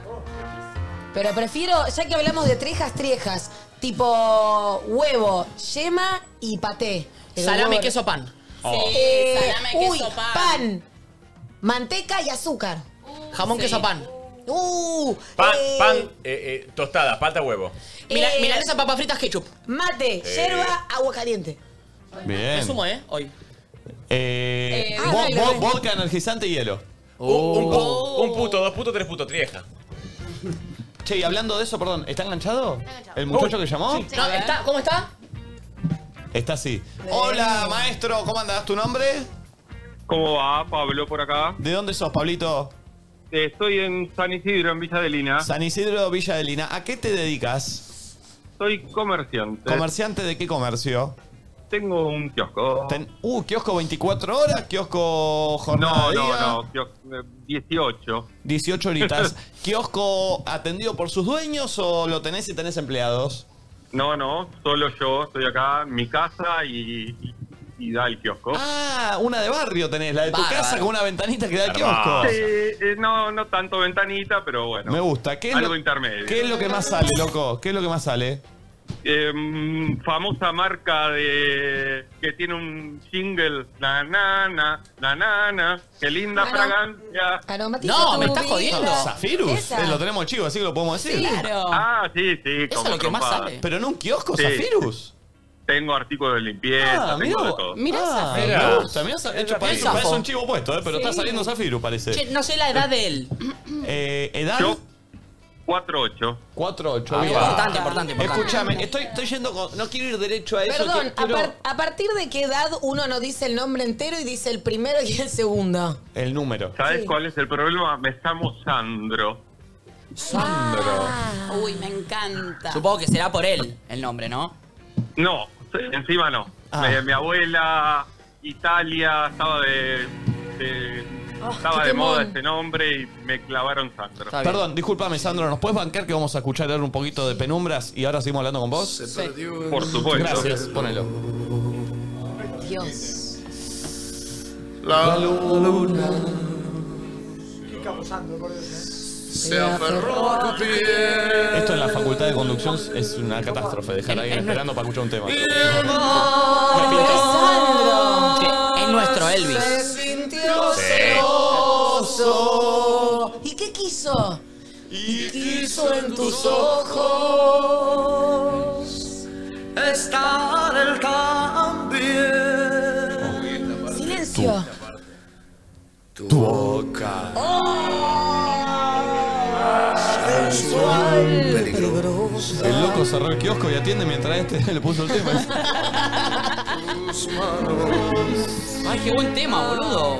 Pero prefiero, ya que hablamos de trejas, trejas, tipo huevo, yema y paté. El Salame, huevo- queso, pan. Oh. Sí, Eh, salame, queso, pan. manteca y azúcar. Jamón, Sí. queso, pan. Uh, Pan, eh, pan, eh, eh, tostada, pata, huevo. Mila- Eh. milanesa, papas fritas, ketchup. mate, Sí. yerba, agua caliente. Eh. Bien. Me sumo, ¿eh? Hoy. Eh, Eh, vo- ah, vo- dale, vodka, energizante y hielo. Oh. Un, un pu- un puto, dos putos, tres putos, trieja. Che, y hablando de eso, perdón, ¿está enganchado? ¿El muchacho que llamó? No, está- ¿Cómo está? Está así. Hola, maestro, ¿cómo andás? ¿Tu nombre? ¿Cómo va, Pablo, por acá? ¿De dónde sos, Pablito? Estoy en San Isidro, en Villa de Lina. San Isidro Villa de Lina. ¿A qué te dedicas? Soy comerciante. ¿Comerciante de qué comercio? Tengo un kiosco. Ten- uh, kiosco 24 horas, kiosco jornada No, de no, día. no, kios- eh, 18. 18 horitas. ¿Kiosco atendido por sus dueños o lo tenés y tenés empleados? No, no, solo yo estoy acá en mi casa y, y- y da el kiosco. Ah, una de barrio tenés, la de tu Bárbaro. casa con una ventanita que da al kiosco. Hermoso. Sí, eh, no, no tanto ventanita, pero bueno. Me gusta. ¿Qué es, Algo lo, intermedio. ¿Qué es lo que más sale, loco? ¿Qué es lo que más sale? Em, famosa marca de que tiene un jingle na na na na na na qué linda Bueno. fragancia Aromatiza No, tu me estás vida. jodiendo. ¿Zafirus? Esa. Eh, lo tenemos chivo, así que lo podemos decir. ah sí sí como trompada. Pero en un kiosco, Sí. Zafirus. tengo artículos de limpieza Ah, tengo mirá de vos. todo Mirá Ah, Zafirus. mirá, me gusta, mirá, Es de hecho, zafo. parece, parece un chivo puesto, eh, pero Sí. está saliendo Zafirus, parece. Che, no sé la edad de él. Eh, ¿Edad? 4-8. Ah, 4-8. bien. importante, importante, importante. Escúchame, estoy, estoy yendo con. No quiero ir derecho a eso. Perdón, que- a, quiero- par- a partir de qué edad uno no dice el nombre entero y dice el primero y el segundo? El número. ¿Sabes Sí. cuál es el problema? Me llamo Sandro. Sandro. Uy, me encanta. Ah. Supongo que será por él el nombre, ¿no? No, encima no. Ah. Eh, mi abuela, Italia, estaba de, de Estaba Ah, qué de temón. moda ese nombre y me clavaron Sandro. Perdón, discúlpame, Sandro, ¿nos puedes bancar que vamos a escuchar ahora un poquito de penumbras y ahora seguimos hablando con vos? Por supuesto. Gracias, ponelo. Dios. La luna Qué caposando, por Dios. se aferró a tu piel. Esto en la facultad de conducción es una catástrofe, dejar a alguien esperando para escuchar un tema. es nuestro Elvis. Se sintió Sí. celoso. ¿Y qué quiso? Y quiso en tus ojos estar el también. Silencio. Tu boca. Sensual, peligrosa. El loco cerró el kiosco y atiende mientras este le puso el tema. Ay, qué buen tema, boludo.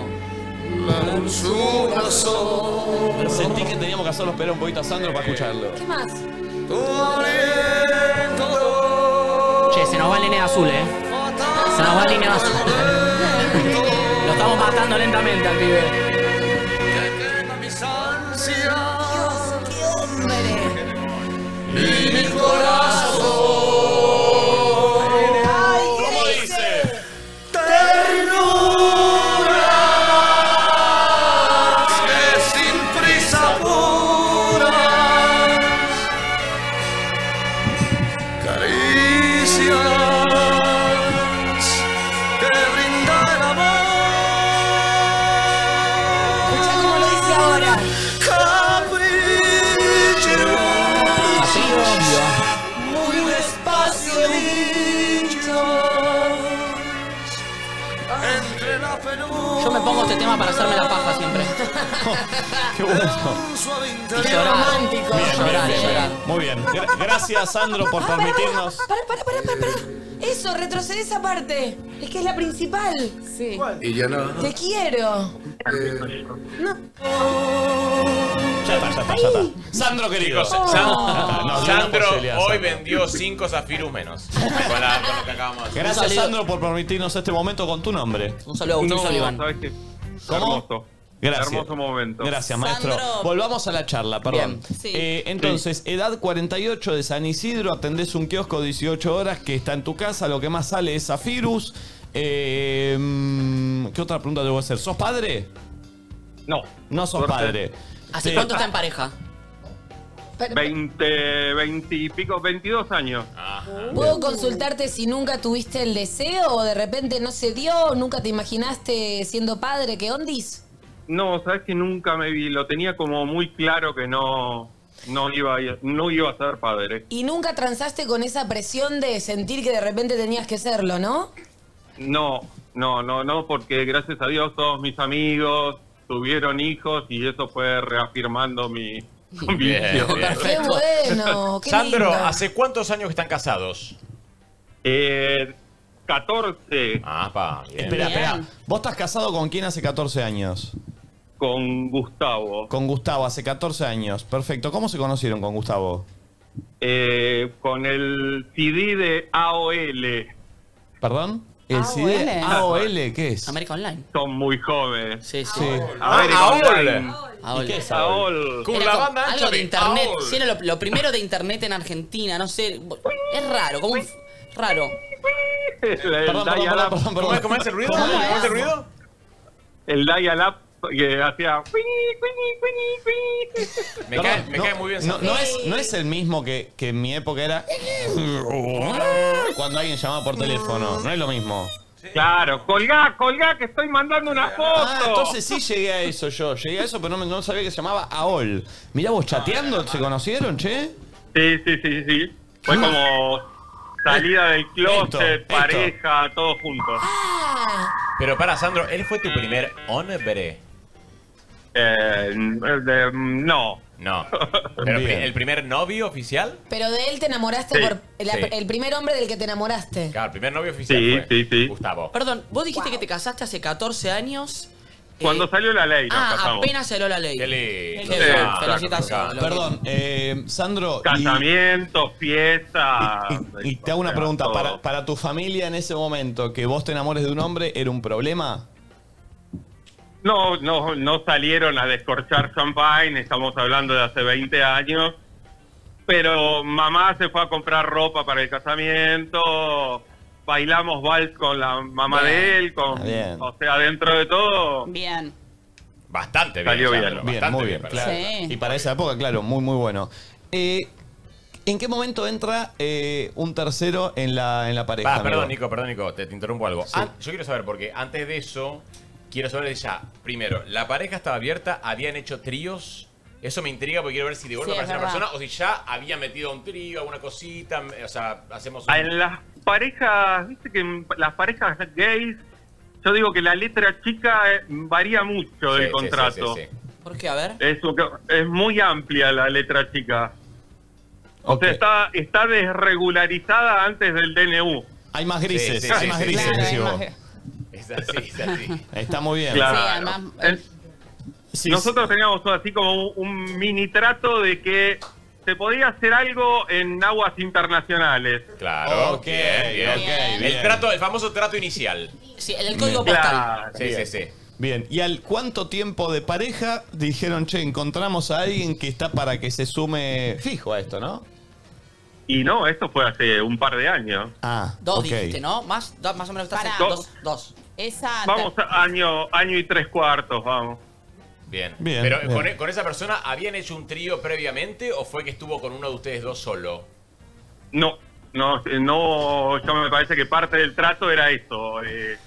Sentí que teníamos que hacerlo esperar un poquito a Sandro para escucharlo. ¿Qué más? Che, se nos va línea azul, eh. Se nos va línea azul. Lo estamos matando lentamente al pibe. Y mi corazón. ¿Cómo dice? Ternuras que sin prisa puras. Caricias que brinda el amor. Escucha cómo lo dice ahora. Caprichos. Muy despacio dichos. Entre la penumbra. Yo me pongo este tema para hacerme la paja siempre. Qué bueno. Y llorar. romántico. Bien, bien, Llorar, bien, bien. llorar. Muy bien. Gra- gracias, Sandro, Ah, por permitirnos. Pará, pará, pará, pará, pará. Eso, retrocede esa parte. Es que es la principal. Sí. Y ya no. Eh, Te quiero. Ya está, ya está, ya está. Sandro, querido. Chicos, San- Ya está, nos dio una Sandro posibilidad, hoy Sandro. vendió 5 zafirus menos. Con, la- con lo que acabamos de hacer. Gracias, Sandro, por permitirnos este momento con tu nombre. Un saludo a Agustín No, Sullivan. ¿sabes qué? ¿Cómo? Hermoso. Gracias. Hermoso momento. Gracias, maestro. Sandro. Volvamos a la charla, perdón. Eh, entonces, edad 48 de San Isidro, atendés un kiosco 18 horas que está en tu casa, lo que más sale es Zafirus. Eh, mm, ¿Qué otra pregunta debo hacer? ¿Sos padre? No. No sos Suerte. padre. ¿Hace Te- cuánto está en pareja? 20, 20 y pico, 22 años. ¿Puedo consultarte si nunca tuviste el deseo o de repente no se dio? ¿Nunca te imaginaste siendo padre? ¿Qué ondis? No, sabes que nunca me vi. Lo tenía como muy claro que no, no, iba, a, no iba a ser padre. Y nunca transaste con esa presión de sentir que de repente tenías que serlo, ¿no? No, no, no, no, porque gracias a Dios todos mis amigos tuvieron hijos y eso fue reafirmando mi convicción. Qué bueno, qué Sandro, lindo. ¿hace cuántos años que están casados? Eh, 14. Ah, pa, bien. Espera, espera. ¿Vos estás casado con quién hace 14 años? Con Gustavo. Con Gustavo, hace 14 años. Perfecto. ¿Cómo se conocieron con Gustavo? Eh, con el CD de AOL. ¿Perdón? ¿El CD AOL? ¿Qué es? América Online. Son muy jóvenes. Sí, sí. Ah, AOL. AOL. qué es AOL? Era como algo de internet. Sí, era lo, lo primero de internet en Argentina, no sé. Es raro, como un f- raro. Perdón, perdón, perdón, perdón, perdón. ¿Cómo es el ruido? ¿Cómo ¿Cómo es? es el ruido? El dial-up que hacía... Me cae, me cae muy bien. No, Sandro. no es, no es el mismo que, que en mi época era. Cuando alguien llamaba por teléfono. No es lo mismo. Claro, colgá, colgá, que estoy mandando una foto. Ah, entonces sí llegué a eso yo. Llegué a eso, pero no, me- no sabía que se llamaba AOL. Mirá vos chateando, ¿se conocieron, che? Sí, sí, sí, sí. Fue como salida del closet, esto. pareja, todos juntos. Eh, Pero para, Sandro, ¿él fue tu primer hombre? Eh, no. No. ¿Pero Bien. el primer novio oficial? Pero de él te enamoraste Sí, por el, sí. el primer hombre del que te enamoraste. Claro, el primer novio oficial Sí, fue Gustavo. Perdón, vos dijiste que te casaste hace 14 años. Cuando salió la ley, ah, apenas salió la ley. lindo. Qué bien, Exacto. felicitaciones, loco. Perdón, eh, Sandro. y- Casamientos, fiestas. Y te hago una pregunta, todo. para, para tu familia en ese momento, que vos te enamores de un hombre, ¿era un problema? No, no, no salieron a descorchar champagne, estamos hablando de hace 20 años. Pero mamá se fue a comprar ropa para el casamiento, bailamos vals con la mamá de él, con, bien. o sea, dentro de todo. Bien. Bastante bien. Salió bien. Sandro, Bien, bastante muy bien, para claro. Sandro. Y para esa época, claro, muy, muy bueno. Eh, ¿En qué momento entra eh, un tercero en la, en la pareja? Ah, amigo? perdón, Nico, perdón, Nico, te, te interrumpo algo. Ah, An- yo quiero saber, porque antes de eso, quiero saber de ya. Primero, ¿la pareja estaba abierta? ¿Habían hecho tríos? Eso me intriga porque quiero ver si de golpe Sí, es aparece una verdad. persona o si ya había metido un trío, alguna cosita. O sea, hacemos un. En las parejas, viste que en las parejas gays, yo digo que la letra chica eh, varía mucho Sí, del sí, contrato. sí, sí, ¿Por qué? A ver. Es, lo que- es muy amplia la letra chica. O sea, está, está desregularizada antes del DNU. Hay más grises, hay más grises, decís vos. Es así, es así. Está muy bien. Claro. eh. además- En- Nosotros teníamos así como un, un mini trato de que se podía hacer algo en aguas internacionales. Claro, ok, bien, El, trato, el famoso trato inicial. Sí, el, código postal. Mm. Sí, sí, Bien. sí. Bien, ¿y al cuánto tiempo de pareja dijeron, che, encontramos a alguien que está para que se sume fijo a esto, ¿no? Y no, esto fue hace un par de años. Ah, Dos ok. dijiste, ¿no? Más, do- más o menos estás en Dos. dos, dos. Ah, Esa. Vamos, a- año, año y tres cuartos, vamos. Bien. Bien, Pero bien. Con, e- con esa persona, ¿habían hecho un trío previamente o fue que estuvo con uno de ustedes dos solo? No, no, eh, no, yo me parece que parte del trato era eso. eh,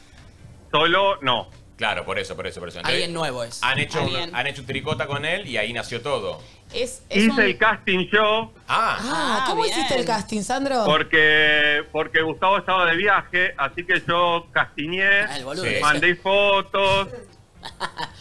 solo, no. Claro, por eso, por eso, por eso. Entonces, Alguien nuevo es. Han hecho, un- Alguien. han hecho un tricota con él y ahí nació todo. Es, es Hice un- el casting yo Ah, Ah, ¿cómo bien. hiciste el casting, Oh. Sandro? porque porque Gustavo estaba de viaje, así que yo castiñé, el boludo sí, ese. mandé fotos.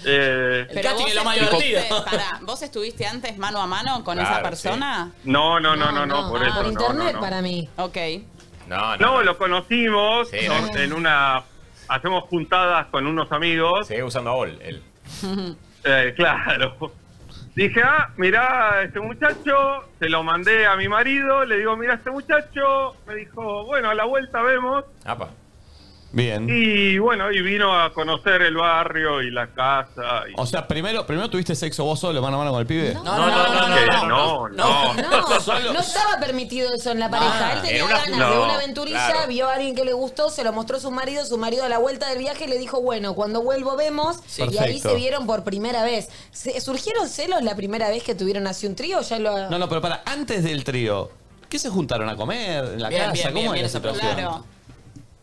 eh, Pero casting vos es lo más estuviste- divertido. pará, ¿Vos estuviste antes mano a mano con esa Claro, persona? no, no, no, no, no, Ah, por eso. no, no, no. mí. Ok. Eh, No, lo conocimos no, en una. Hacemos juntadas con unos amigos. Sigue usando AOL, él. Eh, claro. Dije, ah, mirá, este muchacho, se lo mandé a mi marido, le digo, mirá, este muchacho, me dijo, bueno, a la vuelta vemos. Apa. Bien. Y bueno, y vino a conocer el barrio y la casa. y- O sea, primero, primero tuviste sexo vos solo, mano a mano con el pibe. No, no, no, no, no, no, no, no. No, no estaba permitido eso en la pareja. Él tenía Era una- ganas de No, una aventurilla, claro. vio a alguien que le gustó, se lo mostró a su marido, su marido a la vuelta del viaje le dijo, bueno, cuando vuelvo vemos. Sí. Y ahí Perfecto. se vieron por primera vez. ¿Se- ¿Surgieron celos la primera vez que tuvieron así un trío? Ya lo... No, no, pero para, antes del trío, ¿qué se juntaron a comer? ¿En la Bien, casa? bien, ¿Cómo bien, era bien la esa situación? Claro.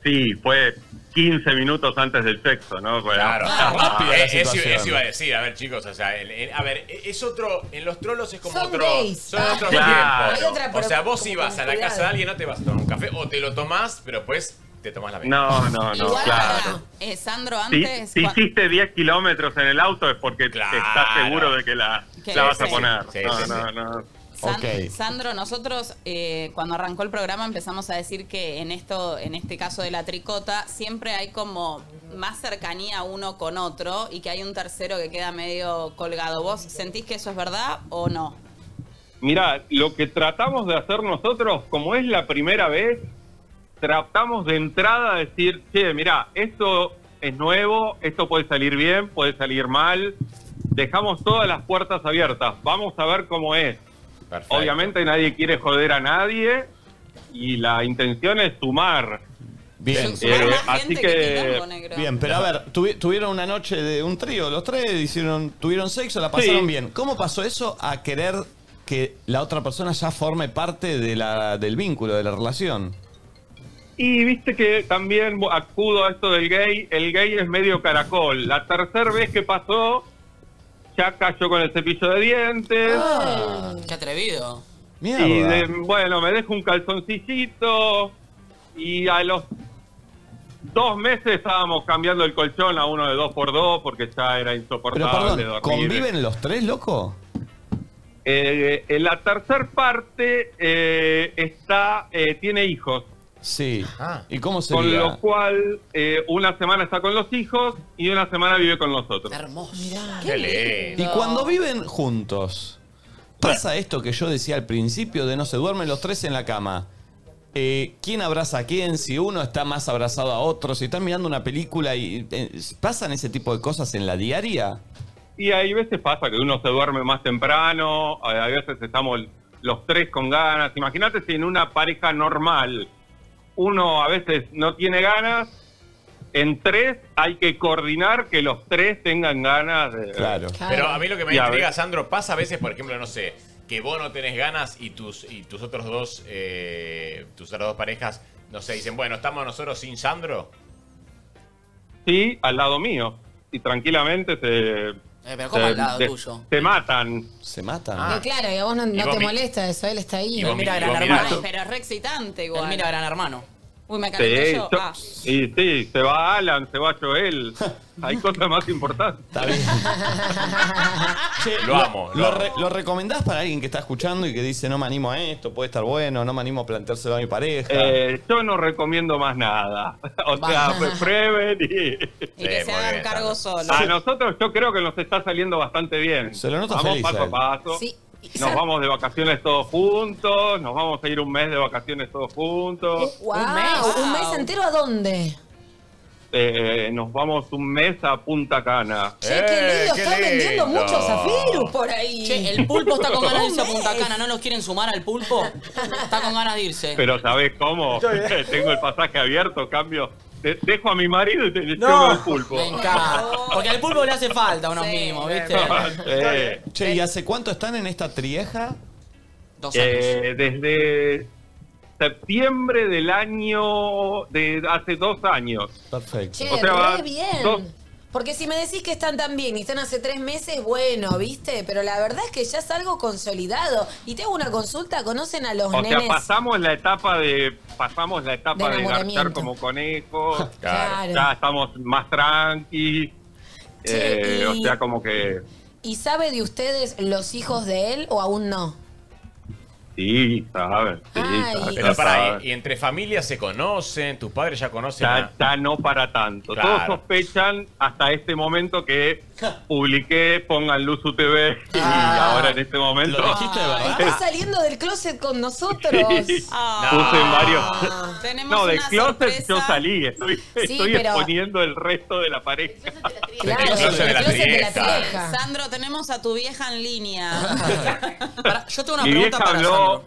Sí, fue 15 minutos antes del sexo, ¿no? Bueno. Claro, Ah, Eh, eh, eso, eso- eso eso iba iba a decir, a ver chicos, o sea, el- el- a ver, e, es otro, en los trolos es como Son otro, gays. son Ah. otros Claro. tiempos. Hay otra, o pero sea, vos como ibas a la cuidado. casa de alguien, no te vas a tomar un café, o te lo tomás, pero pues te tomás la a- mesa. No, no, no, Igual, claro. Eh, Sandro, Si, antes. si cua- hiciste 10 kilómetros en el auto es porque estás seguro de que la, Que- la vas a sí. poner. Sí, no, sí, sí. no, no. San- Sandro, nosotros eh, cuando arrancó el programa empezamos a decir que en esto, en este caso de la tricota, siempre hay como más cercanía uno con otro y que hay un tercero que queda medio colgado. ¿Vos sentís que eso es verdad o no? Mirá, lo que tratamos de hacer nosotros, como es la primera vez, tratamos de entrada de decir, che, mirá, esto es nuevo, esto puede salir bien, puede salir mal. Dejamos todas las puertas abiertas, vamos a ver cómo es. Obviamente nadie quiere joder a nadie y la intención es sumar. Bien, Eh, así que... Bien, pero a ver, tuvi- tuvieron una noche de un trío, los tres hicieron, tuvieron sexo, la pasaron Sí. bien. ¿Cómo pasó eso a querer que la otra persona ya forme parte de la, del vínculo, de la relación? Y viste que también acudo a esto del gay, el gay es medio caracol. La tercera vez que pasó, ya cayó con el cepillo de dientes. Ah. Qué atrevido. y de- bueno, me dejo un calzoncillito. Y a los dos meses estábamos cambiando el colchón a uno de dos por dos porque ya era Pero insoportable dormir. perdón, ¿conviven los tres, loco? Eh, en la tercera parte eh, está eh, tiene hijos. Sí. ¿Y cómo Con sería? lo cual, eh, una semana está con los hijos y una semana vive con nosotros. Hermoso. Qué lindo. Y cuando viven juntos, pasa esto que yo decía al principio de no se duermen los tres en la cama. eh, quién abraza a quién, si uno está más abrazado a otro, si están mirando una película y eh, pasan ese tipo de cosas en la diaria. Y hay veces pasa que uno se duerme más temprano, a a veces estamos los tres con ganas. Imagínate si en una pareja normal uno a veces no tiene ganas, en tres hay que coordinar que los tres tengan ganas de... Claro. Pero a mí lo que me Y a intriga, ver- Sandro, pasa a veces, por ejemplo, no sé, que vos no tenés ganas y tus, y tus otros dos, eh, tus otras dos parejas, no sé, dicen, bueno, estamos nosotros sin Sandro. Sí, al lado mío. Y tranquilamente se... Eh, pero ¿cómo se- al lado se- tuyo? Ah. Se matan. Se matan. Y claro, y a vos no, no vos te mi- molesta eso, él está ahí. y vos mi- y vos Ay, mirá tú. pero es re excitante igual. Él mira a Gran Hermano. Uy, me calentó Sí, yo. yo- Ah. y sí, se va Alan, se va Joel. Hay cosas más importantes. Lo amo, lo ¿Lo, amo. re- lo recomendás para alguien que está escuchando y que dice, no me animo a esto, puede estar bueno, no me animo a planteárselo a mi pareja? Eh, yo no recomiendo más nada. O sea, Va. pues, prueben y... Y que se hagan cargo solo. A nosotros yo creo que nos está saliendo bastante bien. Se lo nota Vamos feliz paso a a él. paso. Sí. Nos vamos de vacaciones todos juntos, nos vamos a ir un mes de vacaciones todos juntos, Wow, Un un mes. mes, entero a dónde? eh, nos vamos un mes a Punta Cana. Che, qué lindo, están vendiendo muchos zafirus por ahí. Che, el pulpo está con ganas de irse a Punta Cana. ¿No nos quieren sumar al pulpo? Está con ganas de irse. Pero ¿sabés cómo? Tengo el pasaje abierto, cambio. De- dejo a mi marido y te llevo No. el pulpo. Me encanta. Porque al pulpo le hace falta unos mimos, ¿viste? Eh, Che, ¿y hace cuánto están en esta trieja? eh, desde septiembre del año de hace dos años. Perfecto. Che, O sea, va re bien. dos- Porque si me decís que están tan bien y están hace tres meses, bueno, ¿viste? Pero la verdad es que ya es algo consolidado. Y te hago una consulta, ¿conocen a los O sea, nenes? pasamos la etapa de pasamos la etapa De de, enamoramiento. garchar como conejos. Claro. Ya estamos más tranqui. Che, Eh, y- O sea, como que ¿Y sabe de ustedes los hijos de él o aún no? sí, sabes. Sí, sabe, Pero para, sabe. y, y entre familias se conocen, tus padres ya conocen. Ya, ya no para tanto. Todos Claro. sospechan hasta este momento que publiqué Pongan Luz UTV y ahora en este momento Ah. Está saliendo del closet con nosotros. Ah. puse en varios Tenemos No, de una closet sorpresa. yo salí. Estoy, estoy pero- exponiendo el resto de la pareja. Claro, El closet de la closet Este de la trieja. trieja. Sandro, tenemos a tu vieja en línea. Yo tengo Mi vieja habló,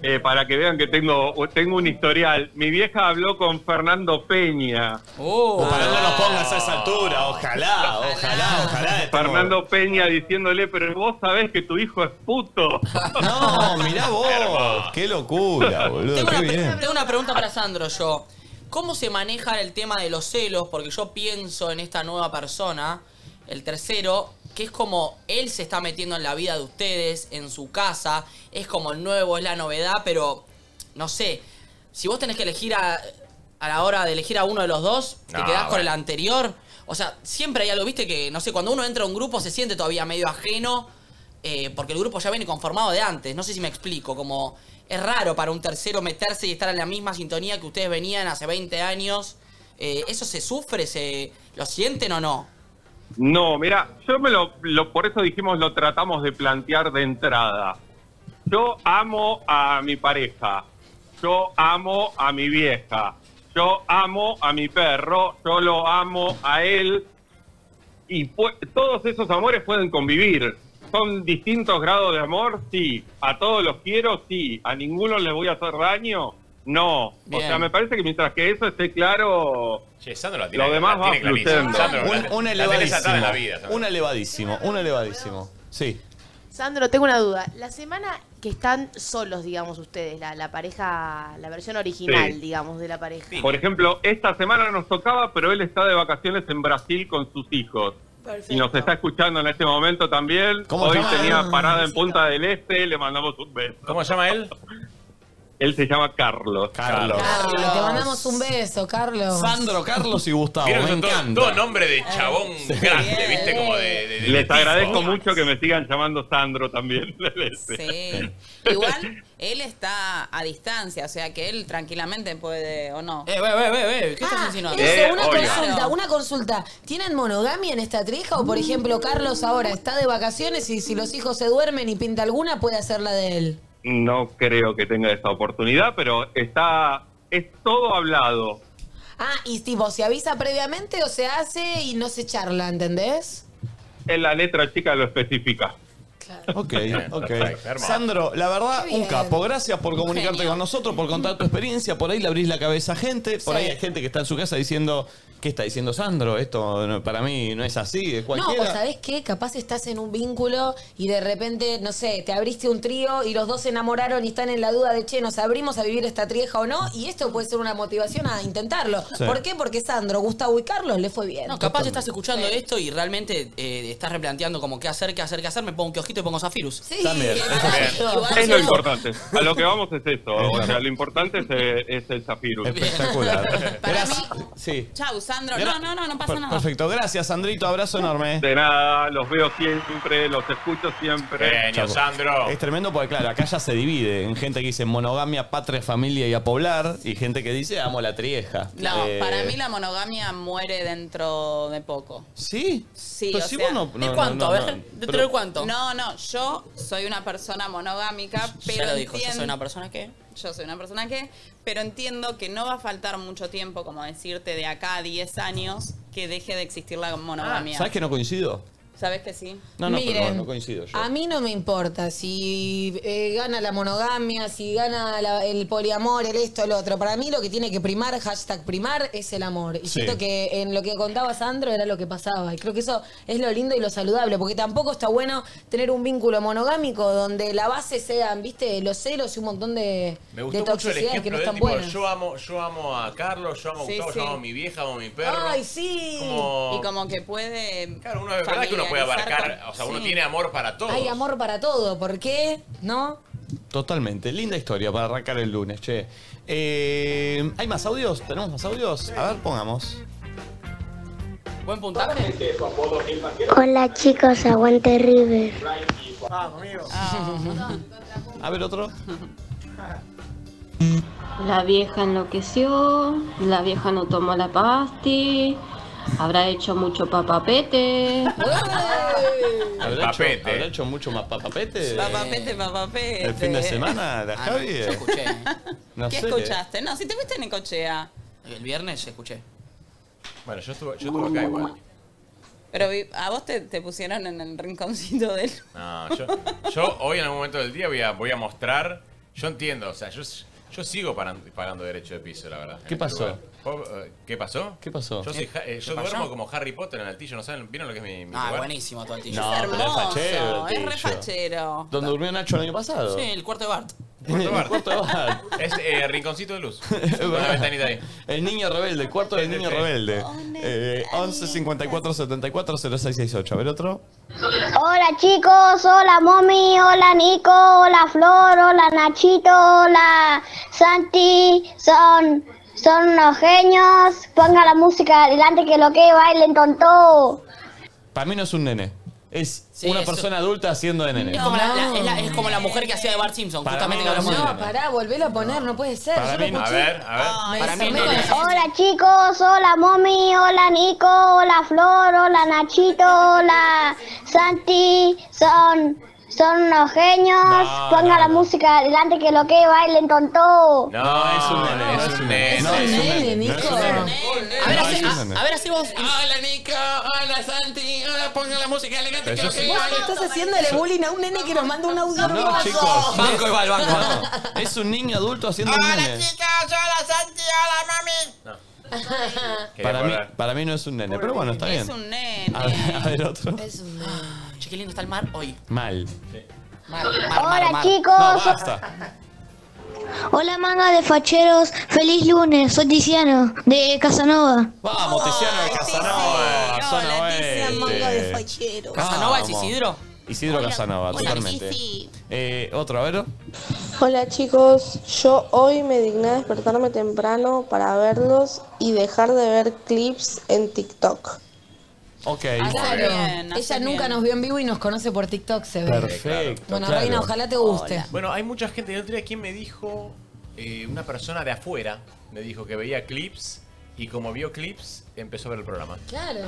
eh, para que vean que tengo, tengo un historial, mi vieja habló con Fernando Peña. Uh. Ojalá no Ah. nos pongas a esa altura, ojalá, ojalá, ojalá. Fernando Peña diciéndole, pero vos sabés que tu hijo es puto. No, mirá vos, qué locura, boludo, Tengo qué una, bien. tengo una pregunta para Sandro yo. ¿Cómo se maneja el tema de los celos? Porque yo pienso en esta nueva persona, el tercero, que es como él se está metiendo en la vida de ustedes, en su casa, es como el nuevo, es la novedad, pero no sé, si vos tenés que elegir a, a la hora de elegir a uno de los dos, te No, quedás con bueno. el anterior. O sea, siempre hay algo, viste, que no sé, cuando uno entra a un grupo se siente todavía medio ajeno. Eh, porque el grupo ya viene conformado de antes. No sé si me explico, como es raro para un tercero meterse y estar en la misma sintonía que ustedes venían hace 20 años. Eh, ¿Eso se sufre? ¿Se lo sienten o no? No, mira, yo me lo, lo- por eso dijimos lo tratamos de plantear de entrada. Yo amo a mi pareja, yo amo a mi vieja, yo amo a mi perro, yo lo amo a él y pu- todos esos amores pueden convivir. Son distintos grados de amor, sí. A todos los quiero, sí. A ninguno les voy a hacer daño, no. Bien. O sea, me parece que mientras que eso esté claro, Che, Sandro la tiene, lo demás la va tiene clarísima. fluyendo. Sandro, la- Un, un la tenés elevadísimo, atada en la vida. Sandro. un elevadísimo, un elevadísimo, sí. Sandro, tengo una duda. La semana que están solos, digamos, ustedes, la, la pareja, la versión original, Sí. digamos, de la pareja. Por ejemplo, esta semana nos tocaba, pero él está de vacaciones en Brasil con sus hijos. Perfecto. Y nos está escuchando en este momento también. ¿Cómo Hoy se llama? tenía Ah, parada en Punta del Este, le mandamos un beso. ¿Cómo se llama él? él se llama Carlos. Carlos. Carlos, te Ah, mandamos un beso, Carlos. Sandro, Carlos y Gustavo, Vieron que me son todos- encanta. todos nombres de chabón grande, ¿viste? Como de. de- de- de Les tipo. agradezco mucho que me sigan llamando Sandro también del Este. Sí. Igual él está a distancia, o sea que él tranquilamente puede o no. Ah, Eh, ve, ve, ve, ve, ¿qué estás Eso, insinuando? una consulta, una consulta. ¿Tienen monogamia en esta trija o, por ejemplo, Carlos ahora está de vacaciones y si los hijos se duermen y pinta alguna, puede hacer la de él? no creo que tenga esa oportunidad, pero está es todo hablado. Ah, y tipo, ¿se avisa previamente o se hace y no se charla, ¿entendés? En la letra chica lo especifica. Ok, ok. perfecto, hermano. Sandro, la verdad, Qué un bien. capo. Gracias por comunicarte con nosotros, por contar tu experiencia. Por ahí le abrís la cabeza a gente. Por Sí. ahí hay gente que está en su casa diciendo, ¿qué está diciendo Sandro? Esto no- para mí no es así, es No, o cualquiera. sabés qué, capaz estás en un vínculo y de repente, no sé, te abriste un trío y los dos se enamoraron y están en la duda de, che, nos abrimos a vivir esta trieja o no, y esto puede ser una motivación a intentarlo. Sí. ¿Por qué? Porque Sandro, Gustavo y Carlos le fue bien. No, capaz estás escuchando esto y realmente eh, estás replanteando como qué hacer, qué hacer, qué hacer. Me pongo un kiosquito y pongo Zafirus. Sí, También. Es lo importante. A lo que vamos es eso. O sea, lo importante es, eh, es el Zafirus. Espectacular. Gracias. Sí. Chau, Sandro. Gra- No, no, no, no pasa nada. Perfecto, gracias Sandrito, abrazo enorme. De nada, los veo siempre, los escucho siempre. Chapo. Es tremendo porque, claro, acá ya se divide en gente que dice monogamia, patria, familia y a poblar, y gente que dice amo la trieja. No, Eh, para mí la monogamia muere dentro de poco. ¿Sí? Sí, Pero o si sea, vos no- no- no- no- no, pero- No, no, yo soy una persona monogámica, pero Ya lo dijo, yo entien- soy una persona que... yo soy una persona que, pero entiendo que no va a faltar mucho tiempo, como decirte de acá a 10 años, que deje de existir la Ah, monogamia. Ah, ¿Sabes que no coincido? ¿Sabes que sí? No, no, Miren, perdón, no coincido yo. A mí no me importa si eh, gana la monogamia, si gana la- el poliamor, el esto, el otro. Para mí lo que tiene que primar, hashtag primar, es el amor. Y Sí. siento que en lo que contaba Sandro era lo que pasaba. Y creo que eso es lo lindo y lo saludable, porque tampoco está bueno tener un vínculo monogámico donde la base sean, viste, los celos y un montón de, Me de gustó mucho el toxicidad que no ejemplo de están tipo, buenas. yo amo, yo amo a Carlos, yo amo a Sí, Gustavo, sí. yo amo a mi vieja, amo a mi perro. Ay, sí. Como- Y como que puede. Claro, uno es verdad que uno puede abarcar, o sea, uno tiene amor para todo. Hay amor para todo, ¿por qué? ¿No? Totalmente. Linda historia para arrancar el lunes, che. Eh, ¿Hay más audios? ¿Tenemos más audios? A ver, pongamos. Buen puntaje. Hola chicos, aguante River. A ver, otro. La vieja enloqueció, la vieja no tomó la pasti, habrá hecho mucho papapete. ¿Habrá hecho, ¿habrá hecho mucho más papapete? Papapete, papapete. ¿El fin de semana de Ah, Javi? eh. no, yo escuché. No ¿Qué sé. escuchaste? No, si te fuiste en ah. cochea. El viernes escuché. Bueno, yo estuve, yo estuve acá igual. Pero vi- a vos te, te pusieron en el rinconcito del. No, yo, yo hoy en algún momento del día voy a, voy a mostrar. Yo entiendo, o sea, yo, yo sigo paran- pagando derecho de piso, la verdad. ¿Qué pasó? Po- eh, ¿Qué pasó? ¿Qué pasó? Yo, soy Ja- eh, yo ¿Qué pasó? duermo como Harry Potter en el altillo, ¿no saben? ¿Vieron lo que es mi, mi Ah, lugar? buenísimo tu altillo. No, Es pero es hermoso, fachero. el es re techo. fachero. ¿Dónde durmió Nacho el año pasado? Sí, el cuarto de Bart. El cuarto de bar. Es eh, rinconcito de luz. Con la ventanita ahí. El niño rebelde, el cuarto del niño rebelde. Eh, 11 54 74 0668. A ver otro. Hola chicos, hola mami, hola Nico, hola Flor, hola Nachito, hola Santi, son, son unos genios. Ponga la música adelante que lo que bailen tonto. Para mí no es un nene. Es una persona adulta haciendo de nene. Es, como la, la- es la- es como la mujer que hacía de Bart Simpson, Para justamente mí que hablamos no. de No, pará, Ah, volvelo a poner, no puede ser. Para yo lo mí no. escuché. A ver, a ver. Me Para mí desarmé no. con eso. Hola chicos, hola mami, hola Nico, hola Flor, hola Nachito, hola Santi, son, son unos genios. No, Ponga no, la música adelante que lo que bailen tonto. No, es un nene. No es un nene. No, es un nene, No es Nico. un nene. A ver, No, hace- es un nene. a, a ver, hace vos. Hola Nico, hola Santi, hola pongan la música elegante Eso que lo sí. que Vos le estás haciéndole bullying a un nene que nos manda un audio hermoso. chicos. Banco y va al banco. No, es un niño adulto haciendo de nene. hola Santi, hola mami. Para mí, para mí no es un nene, pero bueno, está bien. Es un nene. A ver, a ver otro. Es un. Che, qué lindo está el mar hoy. Mal. Mar, mar, mar, Hola mar. chicos. No, basta. Hola manga de facheros, feliz lunes, soy Tiziano de Casanova. Vamos, Tiziano de Casanova. Zona oeste. fachero. ¿Casanova es Vamos. Isidro? Isidro Casanova, totalmente. Eh, otro, a ver. Hola chicos, yo hoy me digné a despertarme temprano para verlos y dejar de ver clips en TikTok. Ok. Ah, Claro, ella nunca nos vio en vivo y nos conoce por TikTok, se ve. Perfecto. Bueno, claro. Reina, ojalá te guste. Bueno, hay mucha gente. El otro día, ¿quién me dijo? Eh, una persona de afuera me dijo que veía clips y como vio clips, empezó a ver el programa. Claro.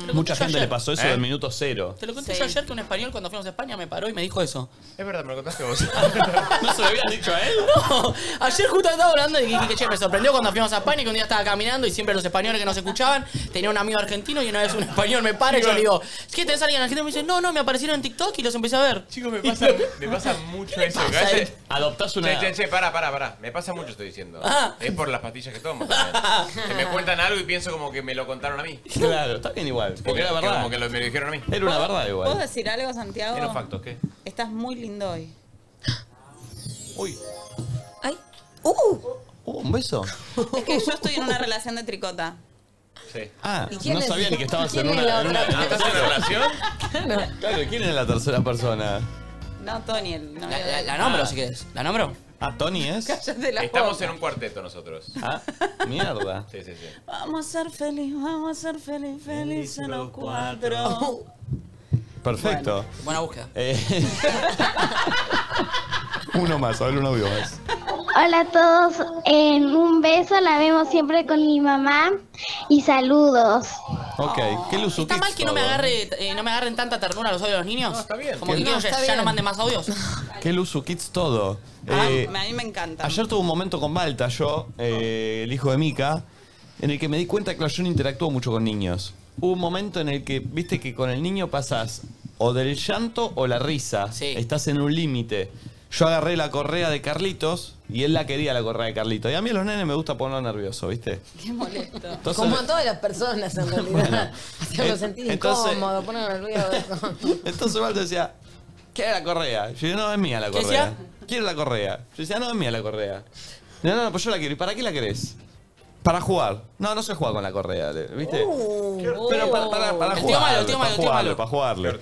Te lo conté Mucha yo gente ayer. le pasó eso ¿Eh? del minuto cero. Te lo conté yo ayer que un español cuando fuimos a España me paró y me dijo eso. Es verdad, me lo contaste vos. ¿No se lo habían dicho a él? No. Ayer justo estaba hablando y que che, me sorprendió cuando fuimos a España que un día estaba caminando y siempre los españoles que nos escuchaban tenía un amigo argentino y una vez un español me para y yo le digo, ¿qué tenés alguien argentino? Me dice, no, no, me aparecieron en TikTok y los empecé a ver. Chicos, me pasa, me pasa mucho eso. pasa que a veces- Adoptás Che, che, che, para, para, para. Me pasa mucho, estoy diciendo. Ah. Es por las pastillas que tomo. también. que me cuentan algo y pienso como que me lo contaron a mí. Claro, está bien igual. Porque era verdad. Como que lo- me lo dijeron a mí. Era una verdad ¿Puedo igual. decir algo, Santiago? Menos factos, ¿qué? Estás muy lindo hoy. Uy. Ay. Uh. ¿Hubo un beso? Es que yo estoy en una relación de tricota. Sí. Ah, ¿Y quién no es- sabía ni que estabas quién en es una, la en una- otra? en una- ¿Estás en una relación? Claro, ¿quién es la tercera persona? No, Tony, el novio de- nombro si quieres. ¿La nombro? Ah, Tony es. Cállate la Estamos boca. en un cuarteto nosotros. Ah, mierda. Sí, sí, sí. Vamos a ser feliz, vamos a ser feliz, feliz en los cuatro. Perfecto. Buena búsqueda. Eh, uno más, a ver, un audio más. Hola a todos, en un beso la vemos siempre con mi mamá y saludos. Ok, ¿qué luz ¿Está mal que no me, agarre, eh, no me agarren tanta ternura los audios de los niños? No, está bien. Como que No, quiero está ya, ya bien. no mande más audios. Qué Luzu Kids todo. Ah, Eh, me- a mí me encanta. ayer tuve un momento con Balta, yo, eh, el hijo de Mika, en el que me di cuenta que yo no interactúo mucho con niños. Hubo un momento en el que, viste, que con el niño pasas o del llanto o la risa. Estás en un límite. Yo agarré la correa de Carlitos y él la quería, la correa de Carlitos. Y a mí a los nenes me gusta ponerlo nervioso, viste. Qué molesto. Entonces- Como a todas las personas en realidad. Hacerlo Eh, sentir entonces- incómodo, ponerme nervioso. Entonces Balta decía, ¿qué es la correa? Yo decía, no, es mía la ¿Qué correa. Quiero la correa. Yo decía, no, es mía la correa. No, no, no, pues yo la quiero. ¿Y para qué la querés? Para jugar. No, no se juega con la correa, le- ¿viste? Uh, Pero para, para, para El tío jugarlo, malo, el tío malo, para el tío jugarlo, malo. para jugarlo.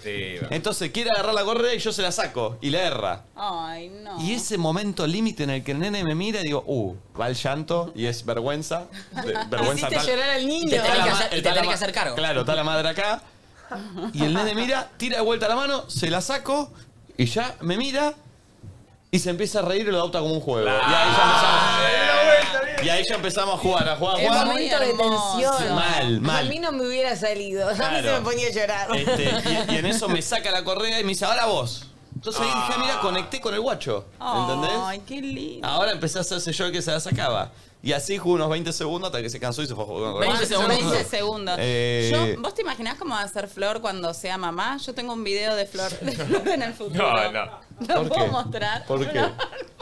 Entonces quiere agarrar la correa y yo se la saco y la erra. Ay, no. Y ese momento límite en el que el nene me mira y digo, uh, va el llanto y es vergüenza. de- vergüenza Hiciste llorar al niño. que está Y te la tenés ma- que hacer- y te está la tenés que ma- hacer cargo. Claro, está la madre acá. Y el nene mira, tira de vuelta la mano, se la saco y ya me mira y se empieza a reír y lo adopta como un juego. Y ahí ya empezamos, y ahí ya empezamos a jugar, a jugar, a El jugar. momento de tensión. Mal, mal. A mí no me hubiera salido. A mí se Claro. me ponía a llorar. Este, y, y en eso me saca la correa y me dice, ahora vos. Entonces ahí dije, "Ah, mira, conecté con el guacho. ¿Entendés? Ay, qué lindo. Ahora empecé a hacerse yo el que se la sacaba. Y así jugó unos 20 segundos hasta que se cansó y se fue a jugar. con el 20 guacho. segundos. 20 segundos. Eh, Yo- ¿Vos te imaginás cómo va a ser Flor cuando sea mamá? Yo tengo un video de Flor, de Flor en el futuro. No, no. ¿Lo ¿Por puedo qué? mostrar? ¿Por qué?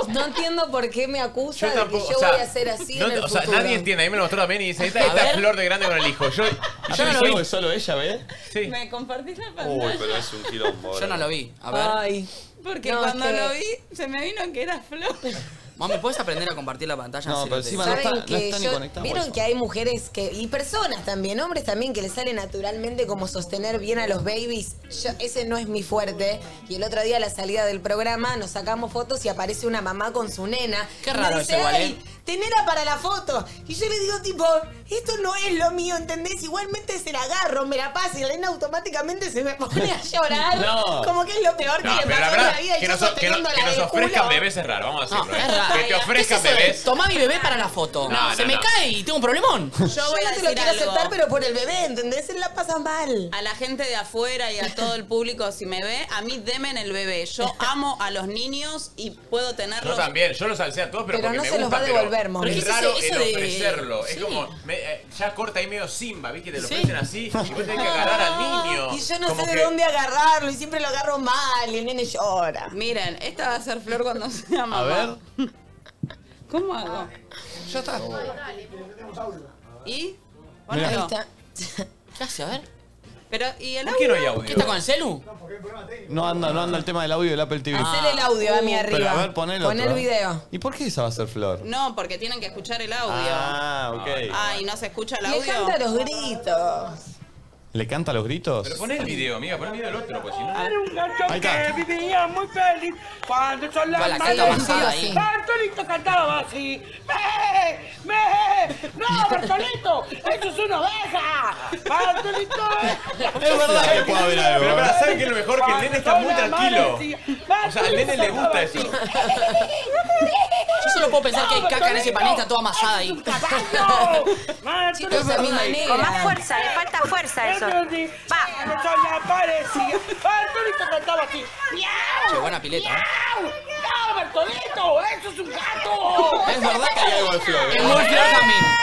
No entiendo por qué me acusa Yo de tampoco, que yo o sea, voy a ser así no, en el o sea, futuro. nadie entiende. A mí me lo mostró también y dice, esta, esta flor de grande con el hijo. Yo, y yo yo no lo digo vi. que solo ella, ¿ves? Sí. ¿Me compartís la pantalla? Uy, pero es un quilombo. Yo no lo vi. A ver. Ay. Porque No, es cuando que- lo vi, se me vino que era Flor. Mami, ¿puedes aprender a compartir la pantalla? No, En serio, te pero encima digo. no está- no está ni yo- conectado a Vieron Wi-Fi. que hay mujeres que y personas también, hombres también que les sale naturalmente como sostener bien a los babies. Yo- ese no es mi fuerte. Y el otro día a la salida del programa nos sacamos fotos y aparece una mamá con su nena. Qué Y me raro dice, eso igual, "Ay, ¿eh?" Tenela para la foto. Y yo le digo, tipo, esto no es lo mío, ¿entendés? Igualmente se la agarro, me la paso y la nena automáticamente se me pone a llorar. No. Como que es lo peor que No, le pero pasó la en la verdad, vida. Y que yo nos, que sosteniendo nos- la que nos del ofrezcan culo. bebés es raro, vamos a decirlo. No, ¿eh? es raro. Que te ofrezcan ¿Qué es eso de, bebés. Tomá mi bebé para la foto. No, no, Se me no. cae y tengo un problemón. Yo voy Yo a no te te lo lo quiero quiero aceptar, pero por el bebé, ¿entendés? Él la pasa mal. A la gente de afuera y a todo el público, si me ve, a mí demen el bebé. Yo amo a los niños y puedo Yo tenerlos. también, yo los alcé a todos, pero, Pero porque no me se los gusta, va a pero- devolver, pero Moni. Es Pero raro ese- el ese de- ofrecerlo. Es sí. como, me- eh, ya corta ahí medio Simba, ¿viste? Te lo Sí. ofrecen así y vos tenés que agarrar al niño. Y yo no Como sé de que- dónde agarrarlo y siempre lo agarro mal y el nene llora. Miren, esta va a ser Flor cuando sea mamá. A ver. ¿Cómo hago? Ya está. ¿Y? Mirá. Bueno, ¿Qué hace? A ver. Pero, ¿y el ¿Por qué no hay audio? ¿Qué está con el celu? No anda, no anda el tema del audio del Apple TV. Ah. Hacele el audio, a Ami, arriba. Ah. Uh, Pero a ver, ponelo. Pon el video. ¿Y por qué esa va a ser Flor? No, porque tienen que escuchar el audio. Ah, ok. Ay, no se escucha el Le audio. canta los gritos. ¿Le canta los gritos? Pero pon el video, amiga, pon el video del otro, pues si no. Era un gato Ahí está. que vivía muy feliz cuando son las Con la mañanas. canta avanzada ahí. Bartolito cantaba así. ¡Me! ¡Me! ¡No, Bartolito! ¡Eso es una oveja! ¡Bartolito! eh! Es verdad que puede haber algo. ¿eh? Pero, pero, ¿saben qué es lo mejor? Que el nene está muy Cuando son las tranquilo. mañanas, sí. O sea, al nene le gusta eso. Yo solo puedo pensar que hay caca en ese panita toda amasada ahí. Chicos, a mi manera. Con más fuerza, le falta fuerza a eso. Va. Aparecía. Arturito cantaba aquí. Che, buena pileta. ¿eh? ¡Miau, Bertolito! ¡Eso es un gato! Es verdad que hay algo al feo. Es muy feo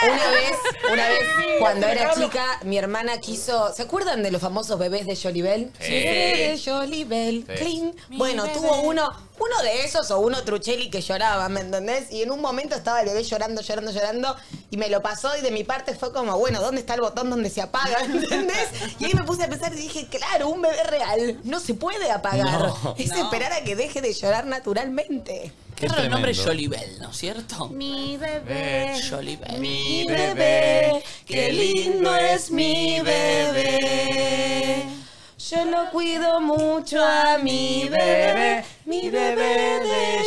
Una vez, una vez, cuando era chica, mi hermana quiso. ¿Se acuerdan de los famosos bebés de Jolibel? Sí. Bebé de Jolibel, Sí. clean. Mi Bueno, bebé. tuvo uno, uno de esos o uno Truchelli que lloraba, ¿me entendés? Y en un momento estaba el bebé llorando, llorando, llorando, y me lo pasó y de mi parte fue como, bueno, ¿dónde está el botón donde se apaga? ¿Entendés? Y ahí me puse a pensar y dije, claro, un bebé real no se puede apagar. No. es esperar a que deje de llorar naturalmente. Qué raro el tremendo. nombre Jolibel, ¿no es cierto? Mi Jolibel. Mi bebé, qué lindo es mi bebé. Yo lo cuido mucho a mi bebé, mi bebé de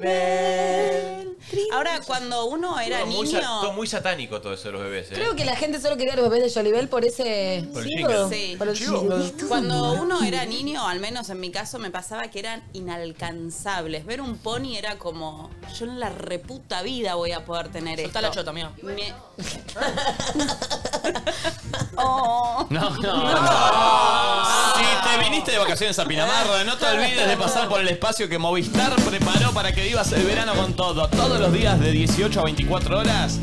Jolibel. Ahora, cuando uno era Todo muy, sa- todo niño. muy satánico todo eso de los bebés. ¿eh? Creo que la gente solo quería los bebés de Jolibel por ese... Por el jingle. Sí. Por el jingle. Cuando uno era niño, al menos en mi caso, me pasaba que eran inalcanzables. Ver un pony era como, yo en la reputa vida voy a poder tener esto. Soltá la chota, mía. Me- Oh. No, no, Si te viniste de vacaciones a Pinamarra, no te olvides de pasar por el espacio que Movistar preparó para que vivas el verano con todo. Todos los días de 18 a 24 horas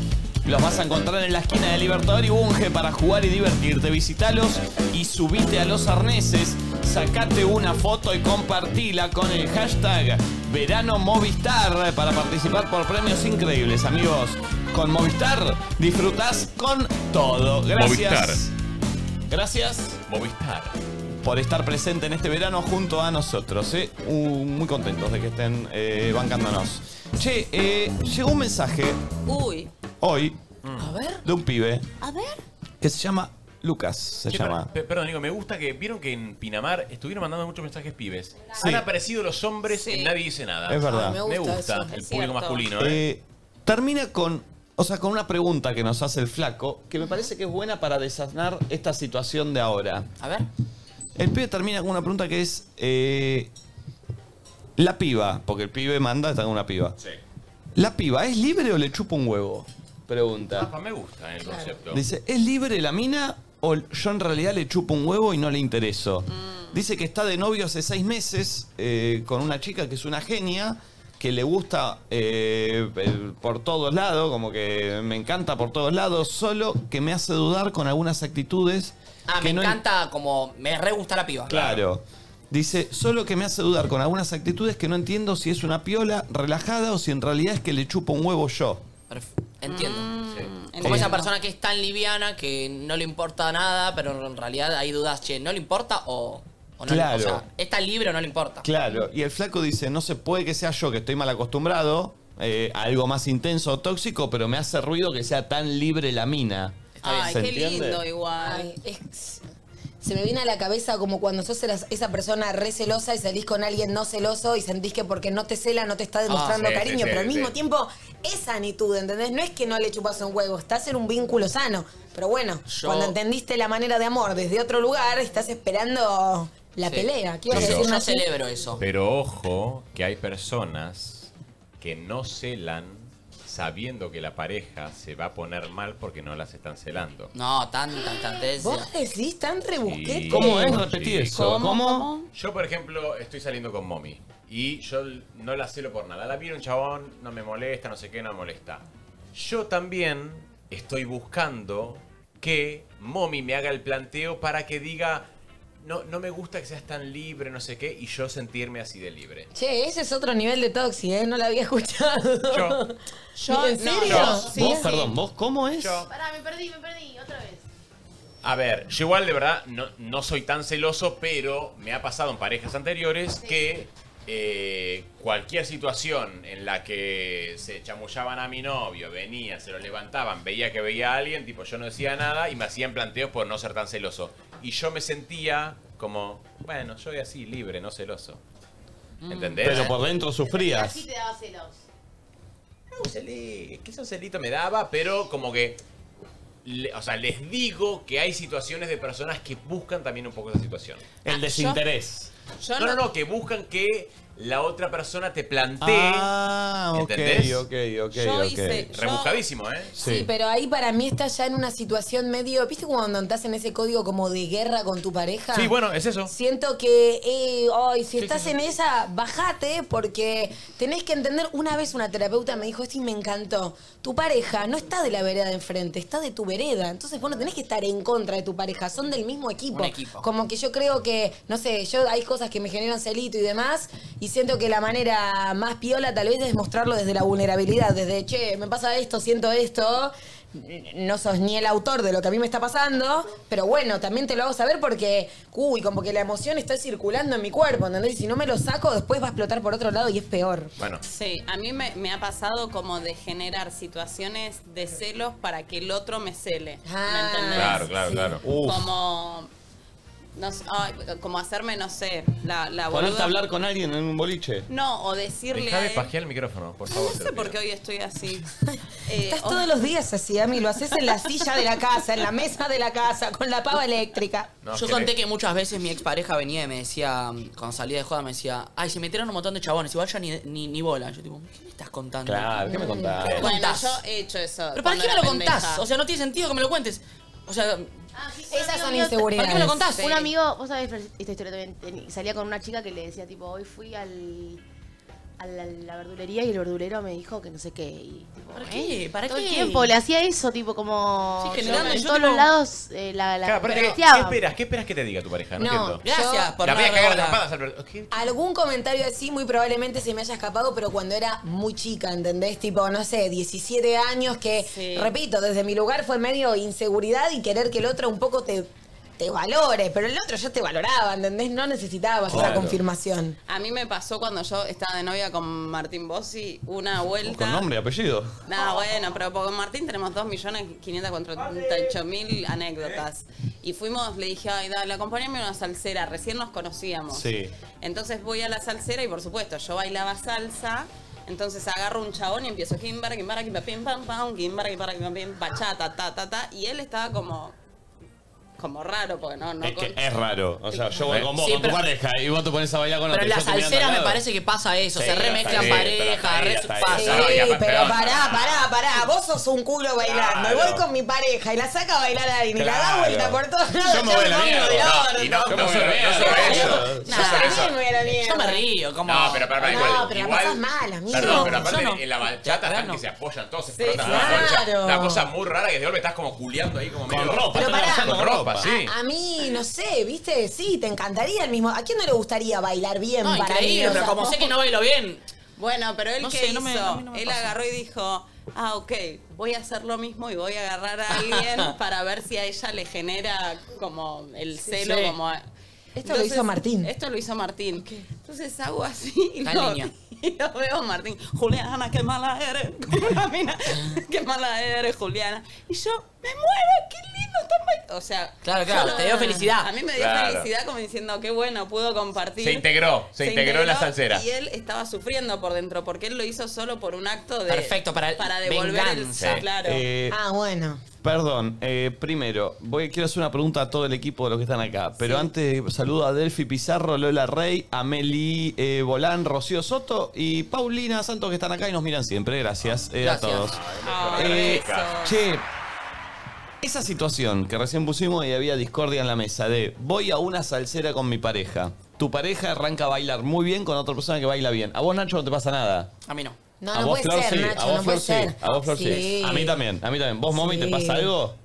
los vas a encontrar en la esquina de Libertador y Bunge para jugar y divertirte. Visitalos y subite a los arneses, sacate una foto y compartila con el hashtag Verano Movistar para participar por premios increíbles, amigos. Con Movistar disfrutás con todo. Gracias. Movistar. Gracias. Movistar. Por estar presente en este verano junto a nosotros. ¿eh? Uh, muy contentos de que estén eh, bancándonos. Che, eh, llegó un mensaje Uy. hoy A ver. de un pibe A ver. que se llama Lucas. Se Che, llama. per- per- perdón, Nico, me gusta que vieron que en Pinamar estuvieron mandando muchos mensajes pibes. Sí. Han aparecido los hombres en Nadie Dice Nada. Es verdad. Ay, me Ah, me gusta, gusta eso. el Es público cierto. masculino. ¿eh? Eh, termina con, o sea, con una pregunta que nos hace el flaco, que me parece que es buena para desanar esta situación de ahora. A ver. El pibe termina con una pregunta que es. eh, la piba, porque el pibe manda, está con una piba. ¿La piba es libre o le chupa un huevo? Pregunta. Apa, me gusta el concepto. Dice, ¿es libre la mina o yo en realidad le chupo un huevo y no le intereso? Mm. Dice que está de novio hace seis meses eh, con una chica que es una genia, que le gusta eh, el- por todos lados, como que me encanta por todos lados, solo que me hace dudar con algunas actitudes. Ah, que me no en- encanta como. Me re gusta la piba. Claro. Dice, solo que me hace dudar con algunas actitudes que no entiendo si es una piola relajada o si en realidad es que le chupo un huevo yo. Entiendo. Como entiendo. esa persona que es tan liviana que no le importa nada, pero en realidad hay dudas, che, ¿no le importa o, o no Claro. le importa? O sea, ¿es tan libre o no le importa? Claro, y el flaco dice, no se puede que sea yo que estoy mal acostumbrado eh, a algo más intenso o tóxico, pero me hace ruido que sea tan libre la mina. Ay, ¿Se qué entiende? lindo igual. Ay, es- se me viene a la cabeza como cuando sos eras- esa persona re celosa y salís con alguien no celoso y sentís que porque no te cela no te está demostrando sí, sí, cariño, sí, pero al sí. mismo tiempo esa anitud, ¿entendés? No es que no le chupas un huevo, estás en un vínculo sano. Pero bueno, Yo- cuando entendiste la manera de amor desde otro lugar, estás esperando la Sí. pelea. ¿Qué ibas a Yo- decir, yo Nachi? celebro eso. Pero ojo que hay personas que no celan sabiendo que la pareja se va a poner mal porque no las están celando. No, tan, tan, tan. te decía. Vos decís tan rebusquete. Yo, por ejemplo, estoy saliendo con mommy y yo no la celo por nada. La vi en un chabón, no me molesta, no sé qué, no me molesta. Yo también estoy buscando que mommy me haga el planteo para que diga, no, no me gusta que seas tan libre, no sé qué, y yo sentirme así de libre. Che, ese es otro nivel de toxi, ¿eh? No la había escuchado. Yo. Yo, ¿En no, serio? yo. Sí, vos, sí. perdón, vos, ¿cómo es? Pará, me perdí, me perdí, otra vez. A ver, yo igual de verdad no, no soy tan celoso, pero me ha pasado en parejas anteriores que eh, cualquier situación en la que se chamullaban a mi novio, venía, se lo levantaban, veía que veía a alguien, tipo yo no decía nada y me hacían planteos por no ser tan celoso. Y yo me sentía como, bueno, yo soy así, libre, no celoso. ¿Entendés? Pero por dentro sufrías. te daba celos. Un celi- es que ese celito me daba, pero como que. le- o sea, les digo que hay situaciones de Ah, personas que buscan también un poco esa situación. El desinterés. No, no, no, que buscan que la otra persona te plantee. Ah, ok, ¿Entendés? ok, ok. Yo ok. hice- yo- Rebuscadísimo, ¿eh? Sí, pero ahí para mí está ya en una situación medio. ¿Viste cuando andás en ese código como de guerra con tu pareja? Sí, bueno, es eso. Siento que, eh, ay, si estás en esa, bajate, porque tenés que entender. Una vez una terapeuta me dijo esto y me encantó. Tu pareja no está de la vereda de enfrente, está de tu vereda. Entonces vos no tenés que estar en contra de tu pareja, son del mismo equipo. Un equipo. Como que yo creo que, no sé, yo hay cosas que me generan celito y demás, y siento que la manera más piola tal vez es mostrarlo desde la vulnerabilidad, desde, che, me pasa esto, siento esto. No sos ni el autor de lo que a mí me está pasando, pero bueno, también te lo hago saber porque, uy, como que la emoción está circulando en mi cuerpo, ¿entendés? Y si no me lo saco, después va a explotar por otro lado y es peor. Bueno. Sí, a mí me, me ha pasado como de generar situaciones de celos para que el otro me cele. Ah. ¿Me entendés? Claro, claro, claro. Como, no sé, ay, como hacerme, no sé, la, la Ponerte boluda. a hablar con alguien en un boliche. No, o decirle Deja a de él, pajear el micrófono, por favor. No sé por qué hoy estoy así. Eh, Estás todos los días así, Ami, lo haces en la silla de la casa, en la mesa de la casa, con la pava eléctrica. Yo conté que muchas veces mi expareja venía y me decía, mm, cuando salía de joda, me decía, ay, se metieron un montón de chabones, igual yo ni, ni, ni bola. Yo tipo, ¿qué me estás contando? Claro, ¿qué me contás? ¿Qué me Bueno, contás? Yo he hecho eso. ¿Pero para cuando qué me era lo contás? pendeja. O sea, no tiene sentido que me lo cuentes. O sea, Esas son inseguridades. ¿Por qué me lo contás? Un amigo, vos sabés, Fer, esta historia también, ten- salía con una chica que le decía, tipo, hoy fui al, a la, la verdulería y el verdulero me dijo que no sé qué. Y, tipo, ¿Para qué? ¿Para todo qué? el tiempo le hacía eso, tipo, como... Sí, generando, en yo todos tipo- los lados eh, la, la Claro, aparte, Ah, ¿qué, piroteaba. esperas? ¿Qué esperas que te diga tu pareja? No, No, entiendo. gracias La por voy a no cagar a hablar. trompadas, Alberto. ¿Qué? Algún comentario así muy probablemente se me haya escapado, pero cuando era muy chica, ¿entendés? Tipo, no sé, 17 años que, repito, desde mi lugar fue medio inseguridad y querer que el otro un poco te, te valore, pero el otro ya te valoraba, ¿entendés? No necesitabas esa Claro. confirmación. A mí me pasó cuando yo estaba de novia con Martín Bossi una vuelta. Con nombre, apellido. No, bueno, pero con Martín tenemos 2.548.000 anécdotas. Y fuimos, le dije, ay, dale, acompáñame a una salsera. Recién nos conocíamos. Sí. Entonces voy a la salsera y, por supuesto, yo bailaba salsa. Entonces agarro un chabón y empiezo quimbara, quimbara, quimbara, pim, pam, pam, quimbara, quimbara, quimbara, pim, bachata, ta, ta, ta. Y él estaba como... Como raro, porque no... Eh, no Es que con- es raro. O sea, yo voy con vos, Sí, con tu pero- pareja, y vos te pones a bailar con Pero en otra. la salsera me parece que pasa eso, se remezclan parejas, re- pasa. Sí, pero pará, pará, pará. Vos sos un culo bailando. Claro. Y voy con mi pareja y la saca a bailar a alguien y la da Claro. vuelta por todos lados. Yo me voy a la no mierda. de No, orto. y no- No solo no solo eso. Yo también me voy a la mierda. Yo me río, como. No, pero para, para, No, igual. pero la igual pasás mal, amigo. Perdón, pero Yo aparte no. en la bachata están que se apoyan todos, se frotan claro. la concha. Una cosa muy rara que de golpe estás como culeando ahí como medio. ropa, Pero están pará. abrazando Con ropa, sí. A mí, no sé, viste, sí, te encantaría el mismo. ¿A quién no le gustaría bailar bien? No, para mí? increíble, O sea, pero como sé que no bailo bien. Bueno, pero él No qué sé, hizo, no me- a mí Eh, no me él pasa. agarró y dijo, ah, ok, voy a hacer lo mismo y voy a agarrar a alguien para ver si a ella le genera como el Sí. celo, Sí. como... a- Esto lo hizo Martín. Esto lo hizo Martín. Entonces hago así y Está en lo, línea. y lo veo a Martín. Juliana, qué mala eres. Como una mina, qué mala eres, Juliana. Y yo, me muero, qué lindo están bailando. O sea... Claro, claro, yo- te dio felicidad. A mí me dio Claro. felicidad como diciendo, qué bueno, puedo compartir. Se integró, se integró en la salsera. Y él estaba sufriendo por dentro, porque él lo hizo solo por un acto de. Perfecto, para- devolver venganza. el. Claro. Eh, ah, bueno. Perdón, eh, primero, voy, quiero hacer una pregunta a todo el equipo de los que están acá. Pero antes saludo a Delphi Pizarro, Lola Rey, Ameli eh, Bolán, Rocío Soto y Paulina Santos que están acá y nos miran siempre. Gracias, eh, a Gracias. todos. Ay, Eh, besos. che, esa situación que recién pusimos y había discordia en la mesa de voy a una salsera con mi pareja. Tu pareja arranca a bailar muy bien con otra persona que baila bien. A vos, Nacho, no te pasa nada. A mí no. No, a no vos, puede Flor, ser, sí. Nacho, a vos, no Flor, puede sí. ser. A vos, Flor, sí. Sí. A mí también, a mí también. ¿Vos, Momi, te Sí. pasa algo?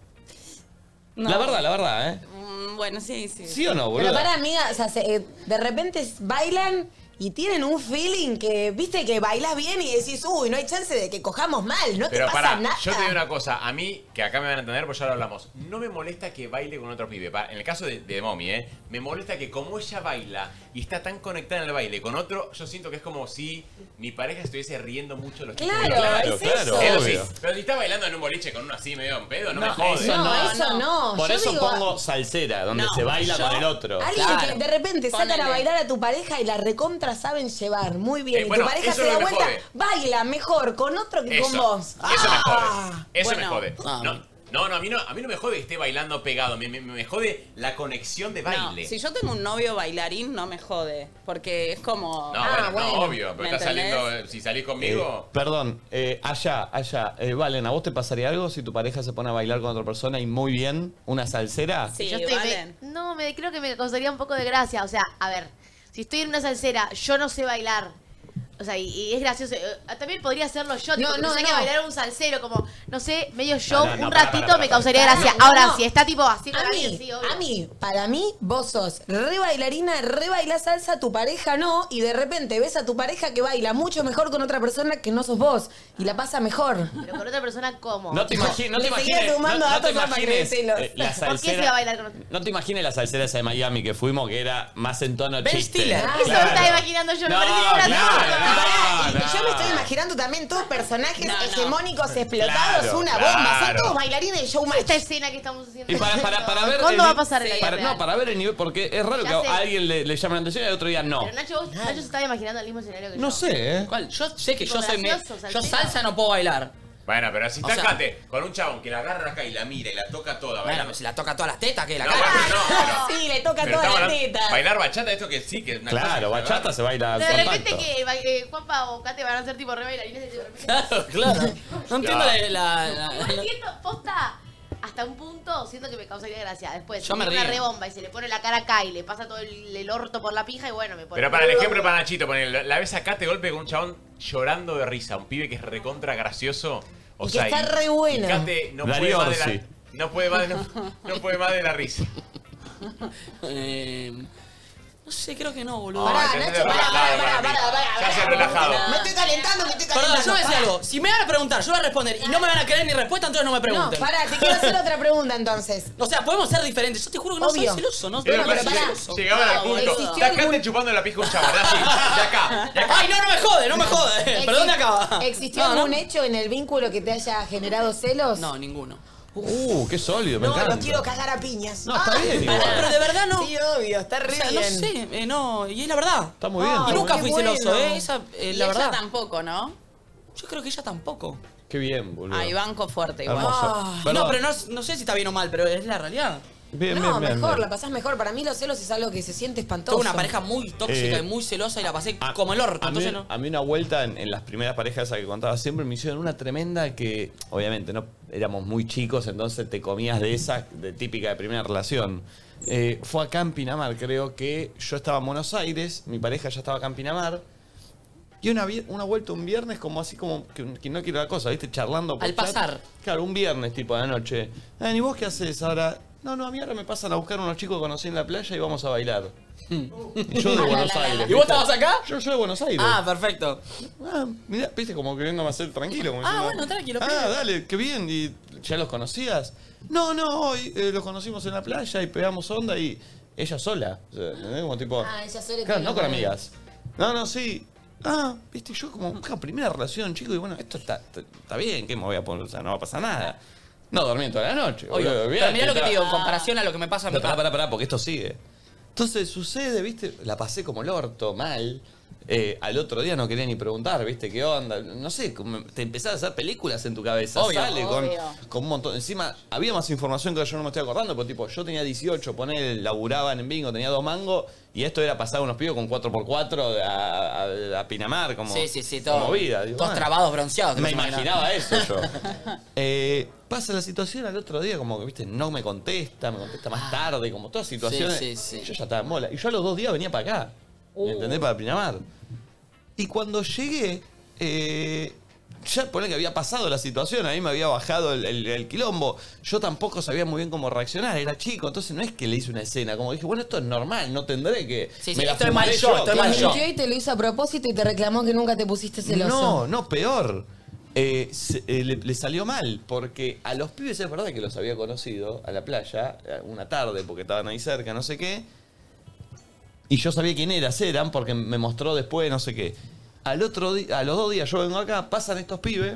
No. La verdad, la verdad, ¿eh? Mm, Bueno, sí, sí. ¿Sí o no, Pero boludo? para amiga, o sea, se- eh, de repente bailan y tienen un feeling que, viste, que bailas bien y decís, uy, no hay chance de que cojamos mal, no Pero te pasa pará, nada. yo te digo una cosa, a mí, que acá me van a entender, pues ya lo hablamos, no me molesta que baile con otro pibe. Pa- En el caso de, de Momi, ¿eh? me molesta que como ella baila y está tan conectada en el baile con otro, yo siento que es como si mi pareja estuviese riendo mucho de los chicos. Claro, es claro, Eso sí, obvio. pero si está bailando en un boliche con uno así medio en pedo, no, me jodes. eso no. No, eso no. Por Yo eso digo- pongo salsera, donde No, se baila yo- con el otro. Alguien que de repente sacan a Ponele. bailar a tu pareja y la recontra saben llevar. Muy bien. Eh, y bueno, tu pareja eso se es da lo que me vuelta, jode. baila mejor con otro que Eso, con vos. eso me Ah. jode. Eso me Bueno. Ah. jode. No, No, no, a mí no, a mí no me jode que esté bailando pegado, me, me- me jode la conexión de No, baile. si yo tengo un novio bailarín, no me jode. Porque es como. No, Ah, bueno, no, obvio, pero Ah, ¿me estás entendés? saliendo, eh, si salís conmigo, Perdón, eh, allá, allá. Eh, Valen, ¿a vos te pasaría algo si tu pareja se pone a bailar con otra persona y muy bien? ¿Una salsera? Yo estoy- me- no, me, creo que me causaría un poco de gracia. O sea, a ver, si estoy en una salsera, yo no sé bailar. O sea, y, y es gracioso. eh, También podría hacerlo yo. Tipo, No, que no, me saque no. a bailar un salsero, como, no sé, medio show, no, un para, ratito para, para, me causaría para. gracia. No, no, Ahora, no. si está tipo así, A mí, a mí, para mí, vos sos re bailarina, re baila salsa, tu pareja no, y de repente ves a tu pareja que baila mucho mejor con otra persona que no sos vos, y la pasa mejor. pero con otra persona, ¿cómo? No te imagines, no te Le seguía imagines. No, sumando no te datos a imagines Magnesilos. eh, ¿Por qué la se va a salsera. bailar con otra? No te imagines la salsera esa de Miami que fuimos que era más en tono Ben chiste. Stiller. Claro. Eso estaba imaginando yo, me No, parece bien gracioso. claro, no, Y no. yo me estoy imaginando también todos personajes hegemónicos explotados, Claro, una claro. bomba, son todos bailarines de showmatch. Esta escena que estamos haciendo. Y para, para, para ver. ¿Cuándo el- va a pasar en la vida para- real? No, para ver el nivel, porque es raro Ya que sé. a alguien le, le llamen la atención y al otro día no. Pero Nacho, vos, Nacho se estaba imaginando el mismo escenario que yo. No sé, ¿eh? ¿Cuál? Yo sé que Tipo yo soy. me- gracioso, yo salsero. salsa no puedo bailar. Bueno, pero así Eh. O está sea- Cate, con un chabón que la agarra acá y la mira y la toca toda. Bueno, bailando. pero si la toca todas las tetas, que la No, cara. Sí, le toca Pero toda estamos la hablando- teta. Bailar bachata, esto que sí, que es una Claro, cosa que se bachata se baila. De con repente tacto. que ba- eh, Juanpa o Kate van a ser tipo re bailarines y de repente. Claro, claro. No entiendo Claro. la. la- Igual la- siento, posta, hasta un punto siento que me causaría gracia. Después, Yo me tiene una río. rebomba y se le pone la cara acá y le pasa todo el, el orto por la pija y bueno, me pone. Pero para el ejemplo para Nachito, ponele, la ves acá te golpe con un chabón llorando de risa, un pibe que es recontra gracioso. O Y que sea, está re y bueno. Cate no Darío puede más de la, Orsi. no puede más de, no, no puede más de la risa. Eh, no sé, creo que no, boludo. Pará, Ay, Nacho, pará, pará, pará, pará, pará, Ya se ha relajado. Me estoy calentando, me estoy calentando. Perdón, yo voy a decir pará. algo. Si me van a preguntar, yo voy a responder y no me van a creer mi respuesta, entonces no me No, pregunten. pará, te quiero hacer otra pregunta entonces. O sea, podemos ser diferentes. Yo te juro que no Obvio. soy celoso, no Era no soy más- celoso. Llegaban al No, boludo. punto. Está acá te chupando la pija un chabón, así, de acá. Ay, no, no me jode, no me jode. Exi- ¿Pero dónde acaba? ¿Existió No, no. algún hecho en el vínculo que te haya generado celos? No, ninguno. Uh, qué sólido, me No, encanta. los quiero cagar a piñas. No, está bien igual. Pero de verdad no. Sí, obvio, está O re sea, no bien. sé, eh, no, y es la verdad. Está muy bien. Y está nunca muy fui bien. celoso, ¿eh? Esa, eh, Y la ella verdad. tampoco, ¿no? Yo creo que ella tampoco. Ah, Qué bien, boludo. Ahí banco fuerte igual. Hermoso. Perdón. No, pero no, no sé si está bien o mal, pero es la realidad. Bien, No, bien, bien, mejor, bien. la pasás mejor. Para mí los celos es algo que se siente espantoso. Tuve una pareja muy tóxica Eh, y muy celosa y la pasé como el orto, A mí, entonces no. a mí una vuelta en, en las primeras parejas esas que contaba siempre me hicieron una tremenda que, obviamente, no éramos muy chicos, entonces te comías de esa, de típica de primera relación. Eh, fue acá en Pinamar, creo que yo estaba en Buenos Aires, mi pareja ya estaba acá en Pinamar. Y una, vi- una vuelta un viernes, como así como que, que no quiero la cosa, ¿viste? Charlando por Al chat. pasar. Claro, un viernes, tipo, de la noche. "Ah, ¿Y vos qué haces ahora? No, no, a mí ahora me pasan a buscar unos chicos que conocí en la playa y vamos a bailar. Hmm. Y yo de Buenos Aires. ¿Y vos ¿viste? estabas acá? Yo, yo de Buenos Aires. Ah, perfecto. Ah, mirá, viste, como que vengo a hacer tranquilo. como Ah, diciendo, bueno, tranquilo, Ah, pibe". dale, qué bien. ¿Y ya los conocías? No, no, hoy eh, los conocimos en la playa y pegamos onda y ella sola. O sea, ¿entendés? Como tipo. Ah, ella sola y Claro, te no con enamorás. amigas. No, no, sí. Ah, viste, yo como ja, primera relación, chico, y bueno, esto está, está, está bien, ¿qué me voy a poner? O sea, no va a pasar nada. No dormí toda la noche. Obvio. boludo, Pero mirá olvidate, lo que te digo, en está. comparación a lo que me pasa a mí. No, pará, pará, pará, porque esto sigue. Entonces sucede, viste, la pasé como el orto, mal. Eh, al otro día no quería ni preguntar, viste, qué onda. No sé, como- te empezás a hacer películas en tu cabeza. Obvio. sale con, Obvio. con un montón. Encima, había más información que yo no me estoy acordando, pero tipo, yo tenía 18, poné, laburaban en bingo, tenía dos mangos, y esto era pasar unos pibos con 4x4 a, a- a Pinamar, como. Sí, sí, sí, todo. como vida. Digo, todos bueno. trabados, bronceados. te Me vas a imaginar. imaginaba eso yo. Eh, pasa la situación al otro día, como que, viste, no me contesta, me contesta más tarde, como todas situaciones. Ah. Sí, sí, Uh. sí. Yo ya estaba en bola. Y yo a los dos días venía para acá. ¿Me entendés? Para Pinamar. Y cuando llegué, eh, ya poné que había pasado la situación, a mí me había bajado el, el- el quilombo. Yo tampoco sabía muy bien cómo reaccionar, era chico, entonces no es que le hice una escena. Como dije, bueno, esto es normal, no tendré que. Sí, sí, me la estoy fumaré mal yo, estoy claro. mal yo. mintió y te lo hizo a propósito y te reclamó que nunca te pusiste celoso. No, no, peor. Eh, se- eh, le, le salió mal, porque a los pibes es verdad que los había conocido a la playa, eh, una tarde, porque estaban ahí cerca, no sé qué. Y yo sabía quién eras, eran, porque me mostró después, no sé qué. Al otro di- a los dos días yo vengo acá, pasan estos pibes,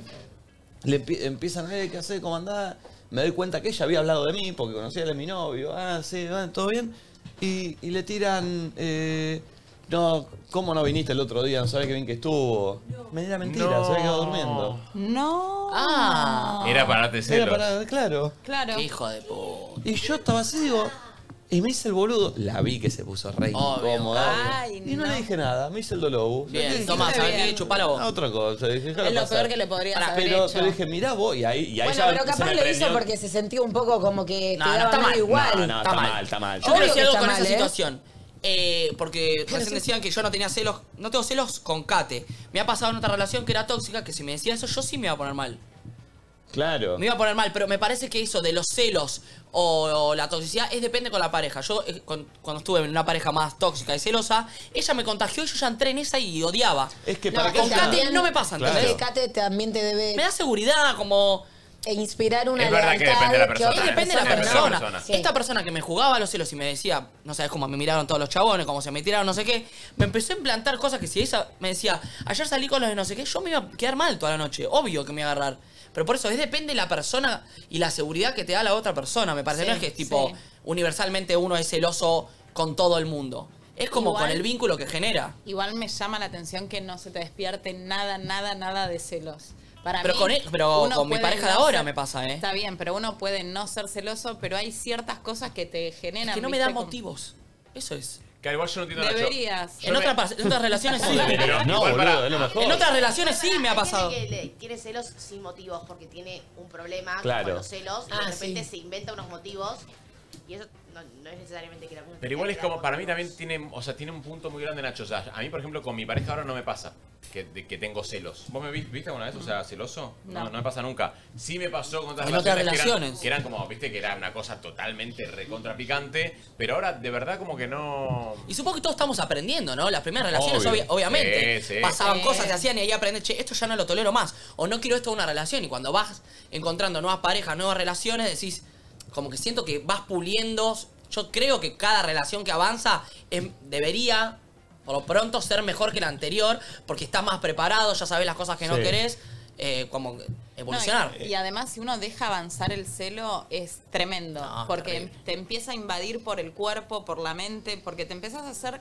le empie- empiezan a ver qué hacer, cómo andaba. Me doy cuenta que ella había hablado de mí, porque conocía a mi novio, ah, sí, ah, todo bien. Y, y le tiran, eh, No, ¿cómo no viniste el otro día? No sabés qué bien que estuvo. Me era mentira, No. se había quedado durmiendo. No. Ah. Era para darte celos. Era para, claro. Claro. Qué hijo de puta. Y yo estaba así, digo. Y me hice el boludo. La vi que se puso re Obvio. incómoda. Ay, y no, le dije nada, me hice el dolobu. Bien, Le dije, tomá, "Está ¿sabés bien". Ah, qué? Chupala vos. Otra cosa, dije, "Déjalo Es lo pasar". peor que le podrías Pará, haber pero, hecho. pero dije, mirá vos, y ahí, y ahí Bueno, ya pero se capaz me lo prendió. hizo porque se sentía un poco como que No, te no, daba está mal. medio igual. No, no, está mal, está mal. Yo quiero decir algo con Está esa mal, ¿eh? situación. Eh, porque recién decían que yo no tenía celos, no tengo celos con Kate. Me ha pasado en otra relación que era tóxica, que si me decía eso yo sí me iba a poner mal. Claro. Me iba a poner mal, pero me parece que eso de los celos o, o la toxicidad es depende con la pareja. Yo eh, con- cuando estuve en una pareja más tóxica y celosa, ella me contagió y yo ya entré en esa y odiaba. Es que para con que Kate también- no me pasa, ¿entendés? Que Kate también te debe. Me da seguridad, como. E inspirar una Es verdad que lealtad depende de la que persona, otra eh. Depende de la persona no. persona. Esta persona que me jugaba a los celos y me decía, no sabes cómo me miraron todos los chabones, cómo se me tiraron, no sé qué, me empezó a implantar cosas que si ella me decía, ayer salí con los de no sé qué, yo me iba a quedar mal toda la noche. Obvio que me iba a agarrar. Pero por eso es depende de la persona y la seguridad que te da la otra persona. Me parece Sí, no es que es tipo, sí. universalmente uno es celoso con todo el mundo. Es como Igual. con el vínculo que genera. Igual me llama la atención que no se te despierte nada, nada, nada de celos. Para Pero mí, con él- pero uno con mi puede pareja de no ahora ser- me pasa, ¿eh? Está bien, pero uno puede no ser celoso, pero hay ciertas cosas que te generan. Es que no me da ¿viste? Como- motivos. Eso es. Que igual yo no entiendo Nacho. Deberías. Yo En, otra pa- en otras relaciones sí. Pero No, igual boludo, pará. es lo mejor. En otras relaciones sí me ha pasado. Hay gente que le- tiene celos sin motivos porque tiene un problema Claro. con los celos y Ah, de repente se inventa unos motivos y eso no, no es necesariamente que la Pero igual es como, para mí también tiene, o sea, tiene un punto muy grande Nacho. O sea, a mí, por ejemplo, con mi pareja ahora no me pasa que, de- que tengo celos. ¿Vos me vi- viste alguna vez, o sea, celoso? No. No. no, me pasa nunca. Sí me pasó con otras En otras relaciones, que eran- relaciones. Que, eran, como, viste, que era una cosa totalmente recontrapicante, pero ahora de verdad como que no... Y supongo que todos estamos aprendiendo, ¿no? Las primeras relaciones, Obvio. obvia- obviamente, Sí, sí. pasaban Sí. cosas, se hacían y ahí aprendes, che, esto ya no lo tolero más. O no quiero esto de una relación. Y cuando vas encontrando nuevas parejas, nuevas relaciones, decís, como que siento que vas puliendo. Yo creo que cada relación que avanza em, debería, por lo pronto, ser mejor que la anterior, porque estás más preparado, ya sabes las cosas que no Sí. querés, eh, como No, evolucionar. y, y además, si uno deja avanzar el celo, es tremendo. No, porque terrible. te empieza a invadir por el cuerpo, por la mente, porque te empiezas a hacer,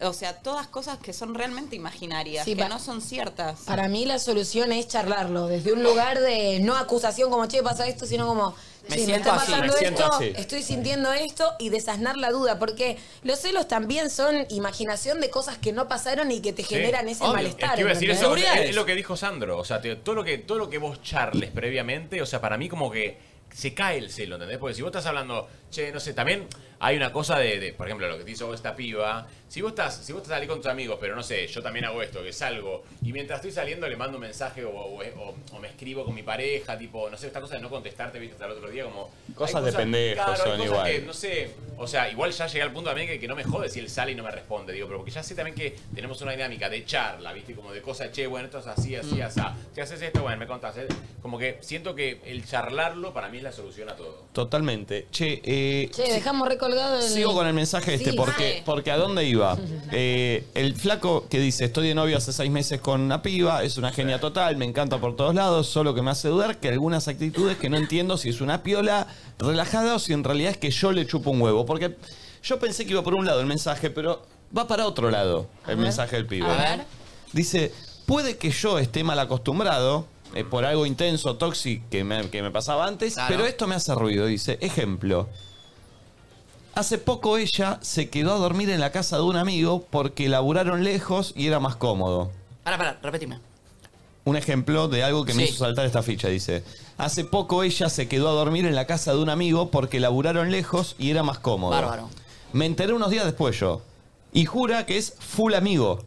o sea, todas cosas que son realmente imaginarias, Sí, que pa- no son ciertas. Para mí la solución es charlarlo desde un lugar de no acusación como, che, pasa esto, sino como, Me "Che, siento está así, pasando me siento esto, así". estoy sintiendo esto y desasnar la duda, porque los celos también son imaginación de cosas que no pasaron y que te generan ese Obvio. malestar. Es que iba a decir eso, ¿entendés? es, es lo que dijo Sandro. O sea, te- todo, lo que, todo lo que vos charles previamente, o sea, para mí como que se cae el celo, ¿entendés? Porque si vos estás hablando, che, no sé, también hay una cosa de, de, por ejemplo, lo que te hizo esta piba. Si vos estás, si vos estás saliendo con tus amigos, pero no sé, yo también hago esto, que salgo, y mientras estoy saliendo le mando un mensaje o, o- o- o me escribo con mi pareja, tipo, no sé, esta cosa de no contestarte, viste, hasta el otro día, como... Cosas hay de pendejos claro, hay son cosas igual. que, no sé, o sea, igual ya llegué al punto también que, que no me jode si él sale y no me responde, digo, pero porque ya sé también que tenemos una dinámica de charla, ¿viste? Como de cosas, che, bueno, esto es así, así, así. Te haces esto, bueno, me contás. eh. Como que siento que el charlarlo para mí es la solución a todo. Totalmente. Che, eh, Che, dejamos recolgado el... Sigo con el mensaje este, Sí, porque, dale. porque ¿a dónde iba? Eh, el flaco que dice, estoy de novio hace seis meses con una piba, es una genia total, me encanta por todos lados, solo que me hace dudar que algunas actitudes que no entiendo si es una piola relajada o si en realidad es que yo le chupo un huevo. Porque yo pensé que iba por un lado el mensaje, pero va para otro lado el mensaje del pibe. A ver. Dice, puede que yo esté mal acostumbrado eh, por algo intenso, tóxico que me, que me pasaba antes, Claro. pero esto me hace ruido. Dice, ejemplo. Hace poco ella se quedó a dormir en la casa de un amigo porque laburaron lejos y era más cómodo. Pará, pará, repetime. Un ejemplo de algo que me Sí. hizo saltar esta ficha, dice. Hace poco ella se quedó a dormir en la casa de un amigo porque laburaron lejos y era más cómodo. Bárbaro. Me enteré unos días después yo. Y jura que es full amigo.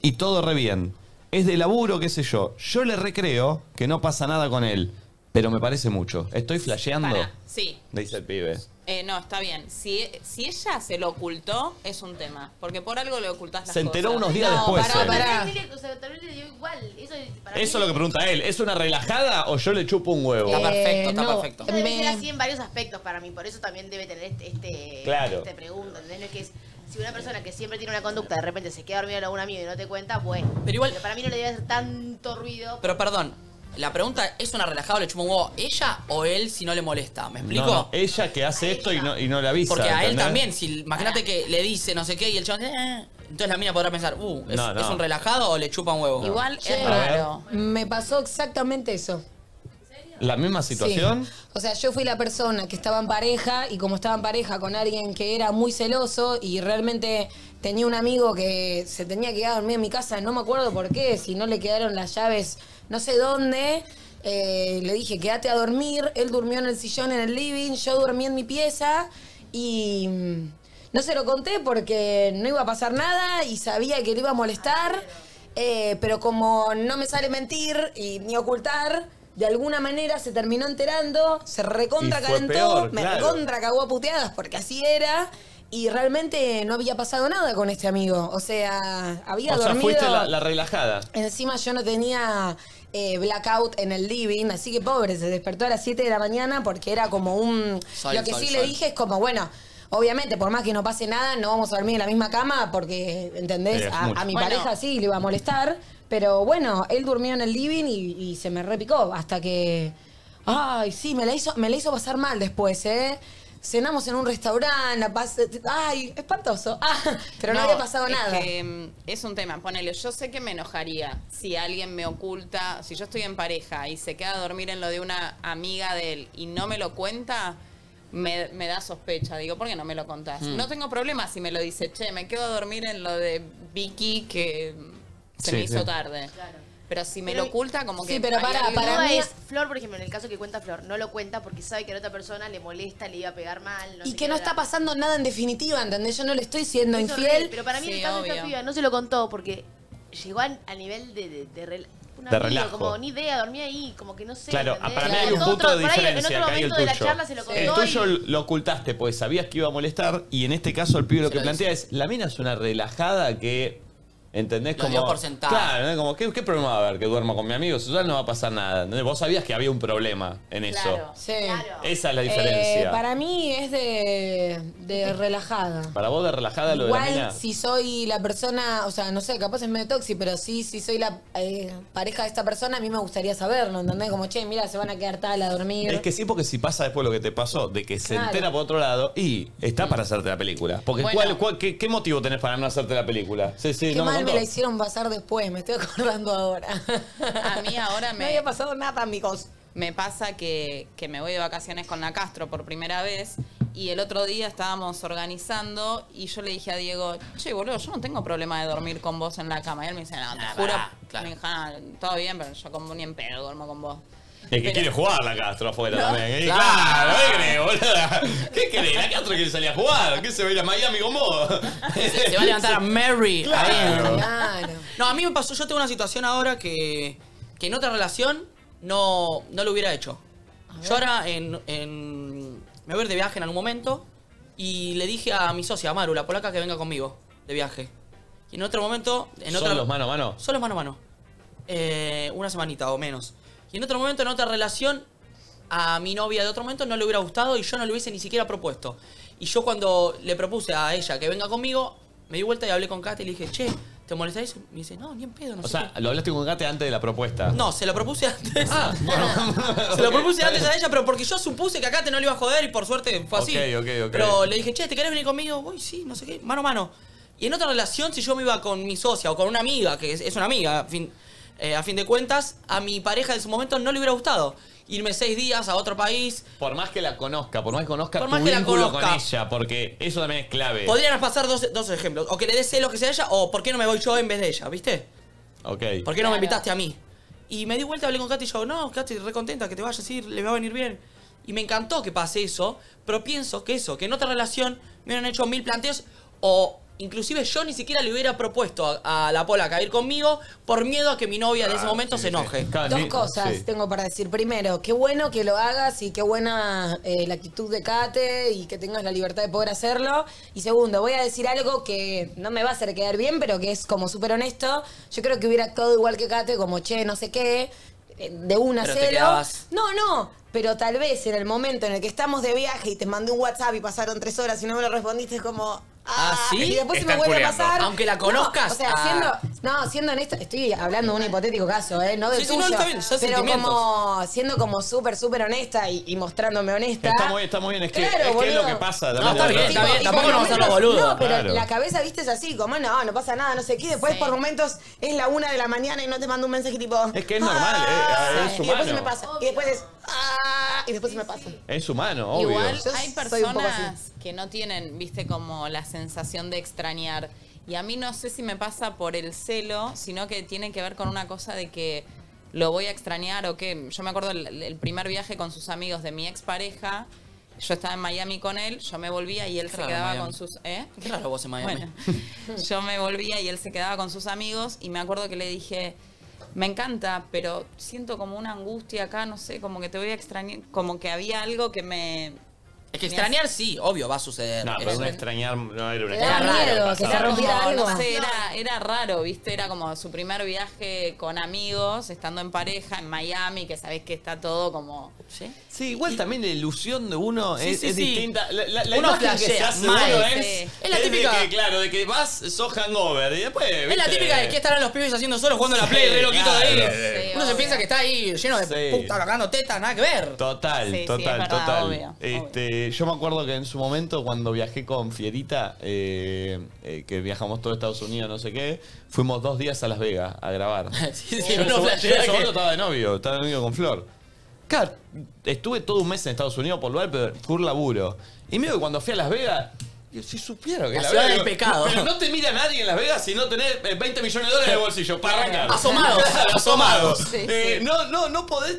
Y todo re bien. Es de laburo, qué sé yo. Yo le recreo que no pasa nada con él. Pero me parece mucho. Estoy flasheando. Pará, sí. Dice el pibe. Eh, no, está bien. Si, si ella se lo ocultó, es un tema. Porque por algo le ocultás las Se enteró cosas. unos días después, eh. Tal vez le- o sea, tal vez le dio igual. Eso, para Eso es mí lo que pregunta él. ¿Es una relajada o yo le chupo un huevo? Está perfecto, está no, perfecto. Debe ser así en varios aspectos para mí, por eso también debe tener este, este, Claro. este pregunta, ¿entendés? No es que es- si una persona que siempre tiene una conducta de repente se queda dormida con un amigo y no te cuenta, bueno. Pero igual- para mí no le debe hacer tanto ruido. Pero perdón, la pregunta es una relajada, o le chupa un huevo ella o él si no le molesta. ¿Me explico? No, no, ella que hace esto y no, y no la avisa. Porque a él ¿entendés? también, si imagínate que le dice no sé qué y el chabón eh, entonces la mina podrá pensar, uh, ¿es, No, no. es un relajado o le chupa un huevo? Igual Sí. es A ver. raro. Me pasó exactamente eso. La misma situación. Sí. O sea, yo fui la persona que estaba en pareja y como estaba en pareja con alguien que era muy celoso y realmente tenía un amigo que se tenía que quedar a dormir en mi casa, no me acuerdo por qué, si no le quedaron las llaves no sé dónde. eh, le dije, quédate a dormir. Él durmió en el sillón en el living, yo dormí en mi pieza y mm, no se lo conté porque no iba a pasar nada y sabía que le iba a molestar. Eh, pero como no me sale mentir y ni ocultar, de alguna manera se terminó enterando, se recontra Y fue calentó, peor, me claro. recontra cagó a puteadas porque así era. Y realmente no había pasado nada con este amigo. O sea, había o sea, dormido. fuiste la, la relajada. Encima yo no tenía eh, blackout en el living, así que pobre, se despertó a las 7 de la mañana porque era como un... Sol, Lo que sol, sí sol. le dije es como, bueno, obviamente por más que no pase nada, no vamos a dormir en la misma cama porque, ¿entendés? Sí, es A, mucho. a mi Bueno. pareja sí le iba a molestar, pero bueno, él durmió en el living y, y se me repicó hasta que... Ay, sí, me la hizo, me la hizo pasar mal después, ¿eh? Cenamos en un restaurante, la pasé- ay, espantoso. Ah, pero no, había pasado es nada. que, mm, es un tema, ponele, yo sé que me enojaría si alguien me oculta, si yo estoy en pareja y se queda a dormir en lo de una amiga de él y no me lo cuenta, me, me da sospecha. Digo, ¿por qué no me lo contás? Mm. No tengo problema si me lo dice, che, me quedo a dormir en lo de Vicky que mm, se Sí, me hizo sí. tarde. Pero si me Pero- lo oculta, como que... Sí, pero hay para, algo- para mí es Flor, por ejemplo, en el caso que cuenta Flor, no lo cuenta porque sabe que a la otra persona le molesta, le iba a pegar mal. y que no está pasando nada en definitiva, ¿entendés? Yo no le estoy siendo Es infiel. horrible, pero para mí en el caso de esta obvio. piba no se lo contó porque llegó al, al nivel de, de, de rela- un De amigo, relajo. como ni idea, dormía ahí, como que no sé. Claro, ¿entendés? para mí hay En un otro- punto de por ahí, diferencia. En otro acá hay el momento de la charla se lo tuyo. El contó. tuyo lo ocultaste, pues sabías que iba a molestar. Y en este caso, el pibe lo que plantea es: la mina es una relajada que. ¿Entendés? Lo como. dio por sentada. Claro, ¿no? como, ¿qué, qué problema va a haber que duermo con mi amigo? Susana no va a pasar nada. ¿entendés? Vos sabías que había un problema en eso. Sí. Esa es la Eh, diferencia. para... para mí es de, de relajada. vos, de relajada, lo de la mina. Igual si soy la persona, o sea, no sé, capaz es medio toxi, pero sí, si soy la eh, pareja de esta persona, a mí me gustaría saberlo, ¿entendés? Como, che, mira, se van a quedar tal a dormir. Es que sí, porque si pasa después lo que te pasó, de que se Claro. entera por otro lado y está para hacerte la película. Porque Bueno. ¿cuál, cuál- qué, qué motivo tenés para no hacerte la película? Sí, sí, Qué no me mal me contó. la hicieron pasar después, me estoy acordando ahora. A mí ahora me. No había pasado nada, amigos. Me pasa que, que me voy de vacaciones con la Castro por primera vez y el otro día estábamos organizando y yo le dije a Diego, che, boludo, yo no tengo problema de dormir con vos en la cama. Y él me dice, no, te Ah, juro. pará, claro. Me dijo, "Ah, todo bien, pero yo como ni en pedo duermo con vos. Es que quiere jugar la Castro afuera No. también. Y Claro. claro, ¿qué crees, boluda? ¿Qué crees? La Castro quiere salir a jugar. ¿Qué se va a ir a Miami con vos? Se, se va a levantar a Mary. Claro. No, a mí me pasó, yo tengo una situación ahora que, que en otra relación no, no lo hubiera hecho. Yo ahora en, en- me voy a ir de viaje en algún momento y le dije a mi socia, a Maru, la polaca, que venga conmigo de viaje. Y en otro momento... En ¿Son otra, los mano a mano? Solo mano a mano. Eh, una semanita o menos. Y en otro momento, en otra relación, a mi novia de otro momento no le hubiera gustado y yo no le hubiese ni siquiera propuesto. Y yo cuando le propuse a ella que venga conmigo, me di vuelta y hablé con Kate y le dije, che, ¿te molesta eso? Me dice, no, ni en pedo, no O sé sea, lo hablaste con Gate antes de la propuesta. qué". No, se lo propuse antes. Ah, se lo propuse antes a ella, pero porque yo supuse que a Kate no le iba a joder y por suerte fue así. Ok, ok, ok. Pero le dije, che, ¿te querés venir conmigo? Uy, sí, no sé qué, mano a mano. Y en otra relación, si yo me iba con mi socia o con una amiga, que es, es una amiga, a fin, eh, a fin de cuentas, a mi pareja en su momento no le hubiera gustado. Irme seis días a otro país. Por más que la conozca, por más que conozca Por tu más que la vínculo con conozca. ella, porque eso también es clave. Podrían pasar dos, dos ejemplos. O que le dé celos que sea ella, o por qué no me voy yo en vez de ella, ¿viste? Ok. ¿Por qué no me invitaste a mí? Y me di vuelta, hablé con Katy y yo, no, Katy, re contenta que te vayas, sí, le va a venir bien. Y me encantó que pase eso, pero pienso que eso, que en otra relación me hubieran hecho mil planteos o inclusive yo ni siquiera le hubiera propuesto a, a la polaca ir conmigo por miedo a que mi novia de ese momento se enoje. Dos cosas tengo para decir. Primero, qué bueno que lo hagas y qué buena eh, la actitud de Kate y que tengas la libertad de poder hacerlo. Y segundo, voy a decir algo que no me va a hacer quedar bien, pero que es como súper honesto. Yo creo que hubiera actuado igual que Kate, como che, no sé qué, eh, de una Pero te cero. quedabas. No, no, pero tal vez en el momento en el que estamos de viaje y te mandé un WhatsApp y pasaron tres horas y no me lo respondiste, es como. ¿Ah, sí? Y después se me vuelve a pasar. Aunque la No, conozcas. o sea, ah, siendo. No, siendo honesta, estoy hablando de un hipotético caso, ¿eh? No de Sí, sí, no, está bien, son pero sentimientos. como siendo como súper, súper honesta y, y mostrándome honesta. Está muy, está muy bien, es que, Claro, es, que es boludo. lo que pasa. No, también. está bien, está bien, tampoco nos vamos a hacer los boludos. No, pero Claro. la cabeza, viste, es así, como no, no pasa nada, no sé qué. Después, por momentos, es la una de la mañana y no te mando un mensaje tipo. "Ah, Es que es normal, eh, es Y después se me humano. pasa. Y después es. "Ah", y después se me pasa. Es humano, obvio. Igual hay soy un poco así. personas que no tienen, viste, como la sensación de extrañar. Y a mí no sé si me pasa por el celo, sino que tiene que ver con una cosa de que lo voy a extrañar o qué. Yo me acuerdo el, el primer viaje con sus amigos de mi expareja. Yo estaba en Miami con él, yo me volvía y él Qué se raro quedaba Miami. con sus... ¿eh? Qué raro vos en Miami. Bueno. Mm. Yo me volvía y él se quedaba con sus amigos y me acuerdo que le dije, me encanta, pero siento como una angustia acá, no sé, como que te voy a extrañar, como que había algo que me... Es que extrañar sí, obvio, va a suceder. No, pero un extrañar no era un Te da extrañar. miedo, pasaba. que se rompiera Como, algo. no sé, era, era raro, ¿viste? Era como su primer viaje con amigos, estando en pareja, en Miami, que sabés que está todo como... ¿Sí? Sí, igual también la ilusión de uno Sí, es, sí, es sí. distinta. La, la, la Uno imagen que se flashea, hace mal, de uno sí. es, Es la de típica- que, claro, de que vas, sos hangover y después. Es la viste, típica de que estarán los pibes haciendo solo jugando a la play, Sí, re loquito de ahí. claro. Sí, Uno se obvio. piensa que está ahí lleno de Sí. puta, cagando tetas, nada que ver. Total, Sí, sí, total, es verdad, total. obvio, este, Yo me acuerdo que en su momento, cuando viajé con Fierita, eh, eh, que viajamos todo Estados Unidos, no sé qué, fuimos dos días a Las Vegas a grabar. Sí, sí, yo en uno su- yo en flashea su que- momento estaba de novio, estaba de novio con Flor. Claro, estuve todo un mes en Estados Unidos por lugar, pero por laburo. Y medio que cuando fui a Las Vegas, yo si supiera que La ciudad Vegas- del pecado. Pero no te mira nadie en Las Vegas si no tenés eh, 20 millones de dólares en el bolsillo, para arrancar. Asomados. Claro, asomados. Sí, sí. Eh, no, no, no podés.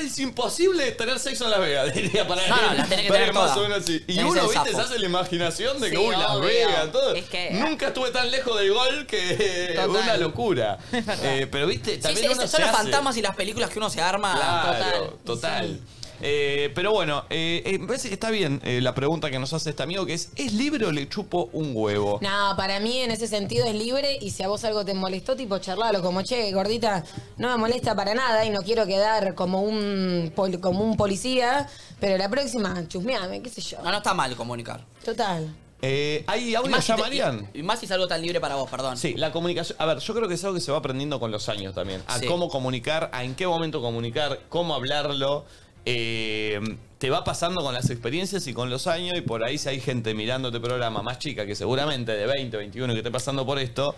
Es imposible tener sexo en Las Vegas, diría para No, no, las tenés que para tener más todas. o menos así. Y Tenés uno, el viste, sapo. se hace la imaginación de que, Sí, uy, Las obvio. Vegas, todo. Es que- eh. Nunca estuve tan lejos del gol que Total. una locura. Eh, pero viste, Sí, también sí, uno son se los hace- fantasmas y las películas que uno se arma. Claro, total. Eh, pero bueno, eh, eh, me parece que está bien eh, la pregunta que nos hace este amigo, que es, ¿es libre o le chupo un huevo? No, para mí en ese sentido es libre y si a vos algo te molestó, tipo charlalo, como che, gordita, no me molesta para nada y no quiero quedar como un pol- como un policía, pero la próxima, chusmeame, qué sé yo. No, no está mal comunicar. Total. Eh, ¿Hay Y audio más si ya, te- Marian? Y más si es algo tan libre para vos, perdón. Sí, la comunicación. A ver, yo creo que es algo que se va aprendiendo con los años también. A Sí. cómo comunicar, a en qué momento comunicar, cómo hablarlo. Eh, te va pasando con las experiencias y con los años, y por ahí si hay gente mirando este programa más chica, que seguramente de 20, 21, que esté pasando por esto,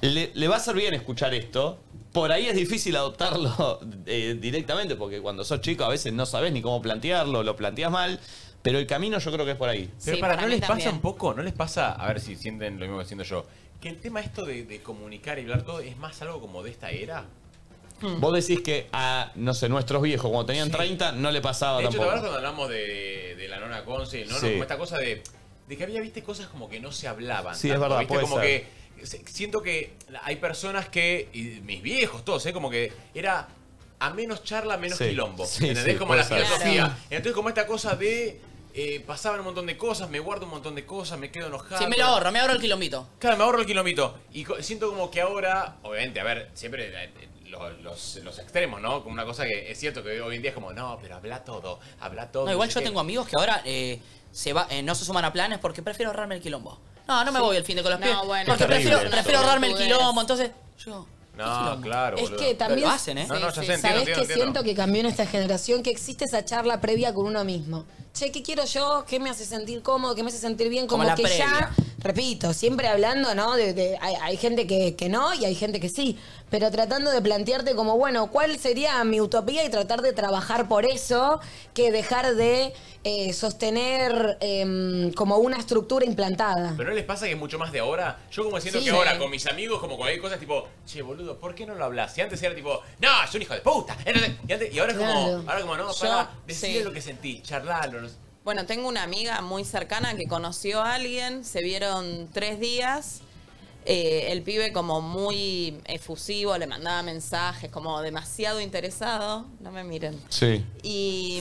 le, le va a ser bien escuchar esto. Por ahí es difícil adoptarlo eh, directamente, porque cuando sos chico a veces no sabes ni cómo plantearlo, lo planteas mal, pero el camino yo creo que es por ahí. Pero para, ¿no les pasa un poco? ¿No les pasa, a ver si sienten lo mismo que siento yo, que el tema esto de, de comunicar y hablar todo es más algo como de esta era? Vos decís que a, no sé, nuestros viejos, cuando tenían 30, no le pasaba De hecho, ¿te acuerdas tampoco. cuando hablamos de, de la nona Conce y el nono? Sí. Como esta cosa de, de que había, viste, cosas como que no se hablaban. Sí, es tanto, verdad, ¿viste? puede como ser. que se- siento que hay personas que, y mis viejos todos, ¿eh? como que era a menos charla, menos Sí. quilombo. Sí, ¿Entendés? sí, como la puede ser. filosofía. Claro. Entonces, como esta cosa de... eh, pasaban un montón de cosas, me guardo un montón de cosas, me quedo enojado. Sí, me lo ahorro, me ahorro el quilombito. Claro, me ahorro el kilomito. Y co- siento como que ahora, obviamente, a ver, siempre eh, los, los- los extremos, ¿no? Como una cosa que es cierto que hoy en día es como, no, pero habla todo, habla todo. No, igual yo sé tengo qué. amigos que ahora eh, se va, eh, no se suman a planes porque prefiero ahorrarme el quilombo. Ah, No, no me Sí. voy el fin de con los No, pies. bueno. porque Es terrible prefiero, eso. prefiero ahorrarme el Boludez. quilombo. Entonces, yo. No, claro. Es boludo. que también. Lo hacen, ¿eh? No, no, Sí, ya sé, sí. entiendo, ¿Sabés entiendo, que entiendo. siento que cambió en esta generación? Que existe esa charla previa con uno mismo. Che, ¿qué quiero yo? ¿Qué me hace sentir cómodo? ¿Qué me hace sentir bien? Como Como, la que previa. ya, repito, siempre hablando, ¿no? De, de- hay, hay gente que, que no y hay gente que sí. Pero tratando de plantearte como, bueno, ¿cuál sería mi utopía? Y tratar de trabajar por eso, que dejar de eh, sostener em, como una estructura implantada. Pero no les pasa que es mucho más de ahora. Yo como siento Sí. que ahora Sí. con mis amigos, como cuando hay cosas tipo, che, boludo, ¿por qué no lo hablas? Y antes era tipo, no, es un hijo de puta. eh, no sé". Y, antes- y ahora es Claro. como, ahora como, no, Yo, pará, decirle sí. lo que sentís, charlarlo. no sé. Bueno, tengo una amiga muy cercana que conoció a alguien, se vieron tres días. eh, el pibe como muy efusivo, le mandaba mensajes, como demasiado interesado. No me miren. Sí. Y,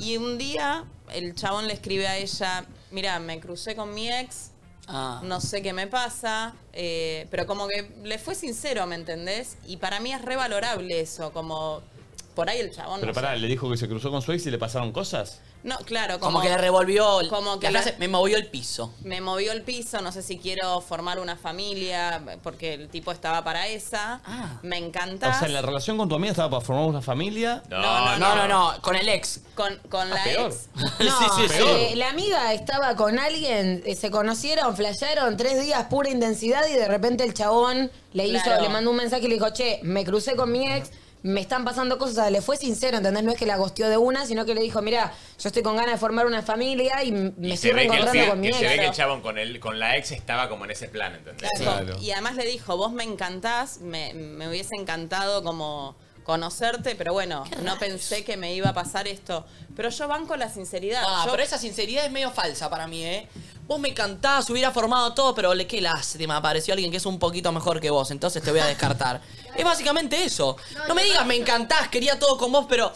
y un día el chabón le escribe a ella, mira, me crucé con mi ex, Ah. no sé qué me pasa, eh, pero como que le fue sincero, ¿me entendés? Y para mí es revalorable eso, como por ahí el chabón... Pero no sé. pará, le dijo que se cruzó con su ex y le pasaron cosas. No, claro, Como, que le revolvió. Como que la la- frase, me movió el piso. me movió el piso, no sé si quiero formar una familia, porque el tipo estaba para esa. Ah. Me encanta. O sea, en la relación con tu amiga estaba para formar una familia. No, no, no, no, con el ex. Ah, Con, con la peor. ex. No, sí, sí, eh, sí. la amiga estaba con alguien, eh, se conocieron, flashearon tres días pura intensidad y de repente el chabón le hizo, Claro. le mandó un mensaje y le dijo, che, me crucé con mi ex, me están pasando cosas, O sea, le fue sincero, ¿entendés? No es que la gosteó de una, sino que le dijo, mira, yo estoy con ganas de formar una familia y m- me Y estoy se ve que, reencontrando el- con mi que ex. se ve que el chabón con, el, con la ex estaba como en ese plan, ¿entendés? Claro. Y además le dijo, vos me encantás, me, me hubiese encantado como conocerte, pero bueno, no pensé que me iba a pasar esto. Pero yo banco la sinceridad. Ah, Yo- pero esa sinceridad es medio falsa para mí, ¿eh? Vos me cantás, hubiera formado todo, pero le- qué lástima, apareció alguien que es un poquito mejor que vos, entonces te voy a descartar. es básicamente eso. No, me digas, me encantás, quería todo con vos, pero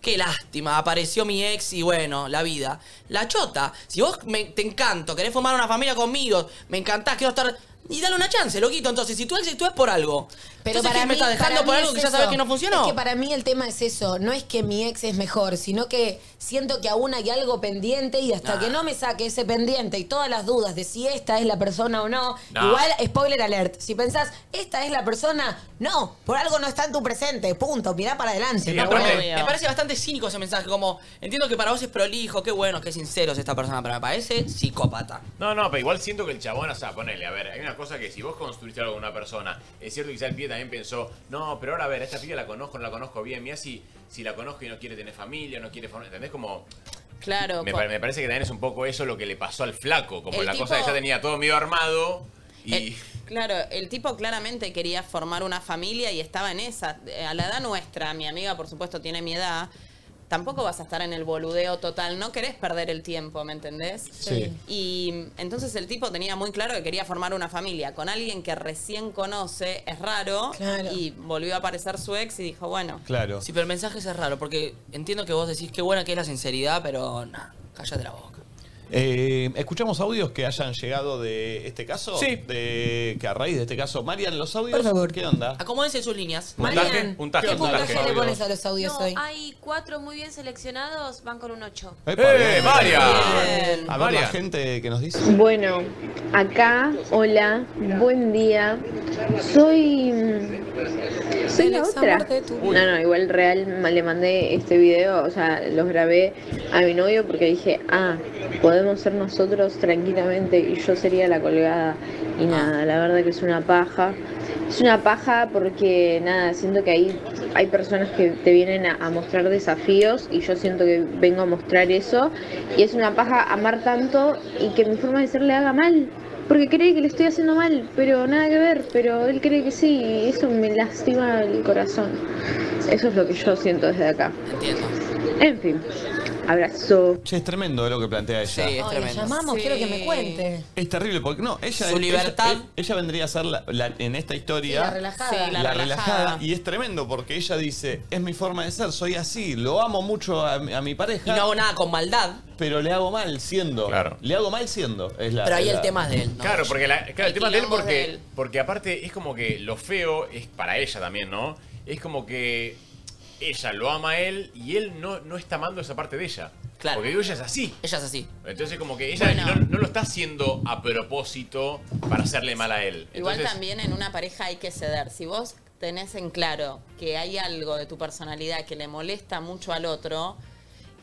qué lástima, apareció mi ex y bueno, la vida. La chota, si vos me- te encanto, querés formar una familia conmigo, me encantás, quiero estar... Y dale una chance, loquito, entonces, si tú ex tú es por algo. Pero Entonces, para ¿qué me mí- estás dejando para por mí algo es que ya eso. sabes que no funcionó. Es que para mí el tema es eso. No es que mi ex es mejor, sino que siento que aún hay algo pendiente y hasta Nah. que no me saque ese pendiente y todas las dudas de si esta es la persona o no, Nah. igual, spoiler alert, si pensás, esta es la persona, no, por algo no está en tu presente, punto, mirá para adelante. No, no, pero bueno. me, me parece bastante cínico ese mensaje, como entiendo que para vos es prolijo, qué bueno, qué sincero es esta persona, pero me parece psicópata. No, no, pero igual siento que el chabón, o sea, ponele, a ver, hay una cosa que si vos construiste algo con una persona, es cierto que quizá el pibe también pensó, no, pero ahora a ver, a esta piba la conozco, no la conozco bien, mira si, si la conozco y no quiere tener familia, no quiere formar, ¿entendés? Como, claro, me, co- pare- me parece que también es un poco eso lo que le pasó al flaco, como El la tipo- Eh, cosa que ya tenía todo medio armado y... claro, el tipo claramente quería formar una familia y estaba en esa. Eh, A la edad nuestra, mi amiga por supuesto tiene mi edad, tampoco vas a estar en el boludeo total, no querés perder el tiempo, ¿me entendés? Sí. Y entonces el tipo tenía muy claro que quería formar una familia con alguien que recién conoce, es raro, y volvió a aparecer su ex y dijo, bueno, Claro. Sí, pero el mensaje ese es raro, porque entiendo que vos decís qué buena que es la sinceridad, pero nah, cállate la boca. Eh, ¿Escuchamos audios que hayan llegado de este caso? Sí. De, que a raíz de este caso, Marian, los audios. Por favor. ¿Qué onda? Acomódense sus líneas. Marian, Puntaje, ¿Qué puntaje. puntaje le pones a los audios No, hoy? hay cuatro muy bien seleccionados, van con un 8. ¡Eh, Marian! A ver la Marian. gente que nos dice. Bueno, Acá, hola, buen día. Soy. mm, Soy la otra. No, no, igual real ma- le mandé este video, o sea, los grabé a mi novio porque dije, ah, podemos ser nosotros tranquilamente y yo sería la colgada. Y nada, la verdad que es una paja. Es una paja porque, nada, siento que hay, hay personas que te vienen a, a mostrar desafíos y yo siento que vengo a mostrar eso. Y es una paja amar tanto y que mi forma de ser le haga mal. Porque cree que le estoy haciendo mal, pero nada que ver, pero él cree que sí, y eso me lastima el corazón. Eso es lo que yo siento desde acá. Entiendo. En fin, abrazo. Che, es tremendo lo que plantea ella. Sí, es Ay, la llamamos, quiero que me cuente. Es terrible porque no, ella Su ella- libertad. Ella, ella vendría a ser la- la- en esta historia Sí, la relajada. Sí, la, la relajada. relajada. y es tremendo porque ella dice, es mi forma de ser, soy así, lo amo mucho a, mi- a mi pareja. Y no hago nada con maldad. Pero le hago mal siendo. Le hago mal siendo. es la- Pero ahí es el la- tema es de él, ¿no? Claro, porque la- claro, el Hay tema de él quilombos porque, de él. porque aparte es como que lo feo es para ella también, ¿no? Es como que ella lo ama a él y él no, no está amando esa parte de ella. Claro. Porque ella es así. Ella es así. Entonces como que ella no, no lo está haciendo a propósito para hacerle mal a él. Igual Entonces, también en una pareja hay que ceder. Si vos tenés en claro que hay algo de tu personalidad que le molesta mucho al otro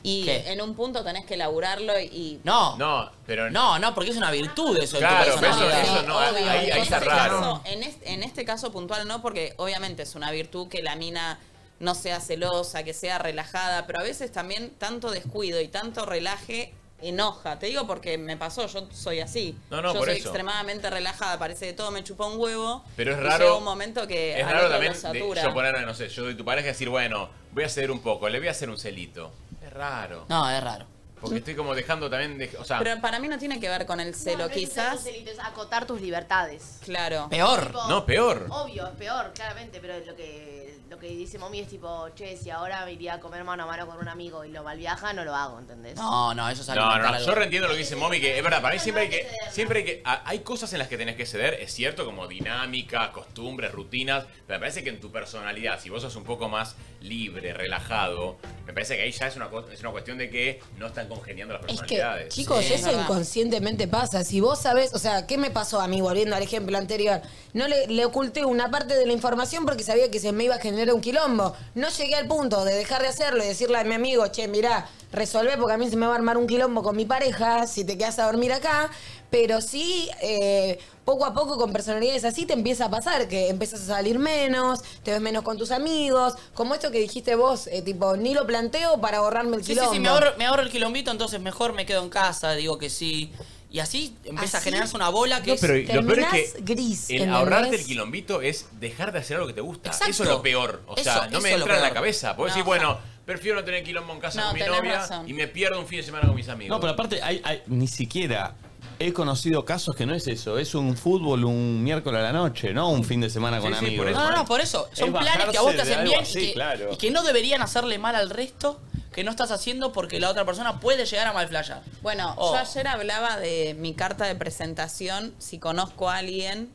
y ¿Qué? en un punto tenés que laburarlo y... No. No, pero no, no, porque es una virtud eso. en tu Claro, pero eso, personalidad. eso no, Ah, ahí, Obvio, ahí en está este raro. caso- en, es- en este, caso puntual no, porque obviamente es una virtud que la mina no sea celosa, que sea relajada, pero a veces también tanto descuido y tanto relaje enoja. Te digo porque me pasó, yo soy así. No, no, yo por soy eso. extremadamente relajada, parece que todo me chupa un huevo. Pero es y raro- llega un momento eh, que Es al raro otro también lo de- satura. yo ponerme, no sé, yo doy tu pareja y decir, bueno, voy a ceder un poco, le voy a hacer un celito. Es raro. No, es raro. Porque estoy como dejando también. de- o sea, Pero para mí no tiene que ver con el celo, No, no es quizás. hacer límites, es acotar tus libertades. Claro. Peor. Tipo, No, peor. Obvio, es peor, claramente, pero lo que lo que dice Momi es tipo, che, si ahora me iría a comer mano a mano con un amigo y lo malviaja, no lo hago, ¿entendés? no, eso es No, alimentar no, algo. yo reentiendo lo que dice Momi, que es verdad, para mí siempre hay que. Siempre hay que. a- Hay cosas en las que tenés que ceder, es cierto, como dinámicas, costumbres, rutinas. Pero me parece que en tu personalidad, si vos sos un poco más libre, relajado, me parece que ahí ya es una, co- es una cuestión de que no están congeniando las Es que, personalidades. chicos, eso inconscientemente pasa. Si vos sabés, o sea, ¿qué me pasó a mí, volviendo al ejemplo anterior? No le, le oculté una parte de la información porque sabía que se me iba a generar un quilombo. No llegué al punto de dejar de hacerlo y decirle a mi amigo, che, mirá, resolvé porque a mí se me va a armar un quilombo con mi pareja si te quedas a dormir acá. Pero sí, eh, poco a poco con personalidades así te empieza a pasar, que empiezas a salir menos, te ves menos con tus amigos, como esto que dijiste vos, eh, tipo, ni lo planteo para ahorrarme el Sí, sí, quilombo. sí, me ahorro, me ahorro el quilombito, entonces mejor me quedo en casa, digo que sí. Y así empieza a Así generarse una bola que No, es- pero lo peor es que gris, el ahorrarte el quilombito es dejar de hacer algo que te gusta. Eso es lo peor. O sea, Eso- no me eso es lo entra en la peor. cabeza. Puedo No, decir, bueno, prefiero no tener quilombo en casa No, con mi tenés novia razón. y me pierdo un fin de semana con mis amigos. No, pero aparte, hay, hay- ni siquiera he conocido casos que no es eso. Es un fútbol un miércoles a la noche, ¿no? Un fin de semana con Sí, sí, amigos. por eso. No, no, no, por eso. Son Es planes que a vos te bajarse de hacen algo bien así, y, que, claro. y que no deberían hacerle mal al resto que no estás haciendo porque la otra persona puede llegar a malflayar. Bueno, Oh. yo ayer hablaba de mi carta de presentación, si conozco a alguien,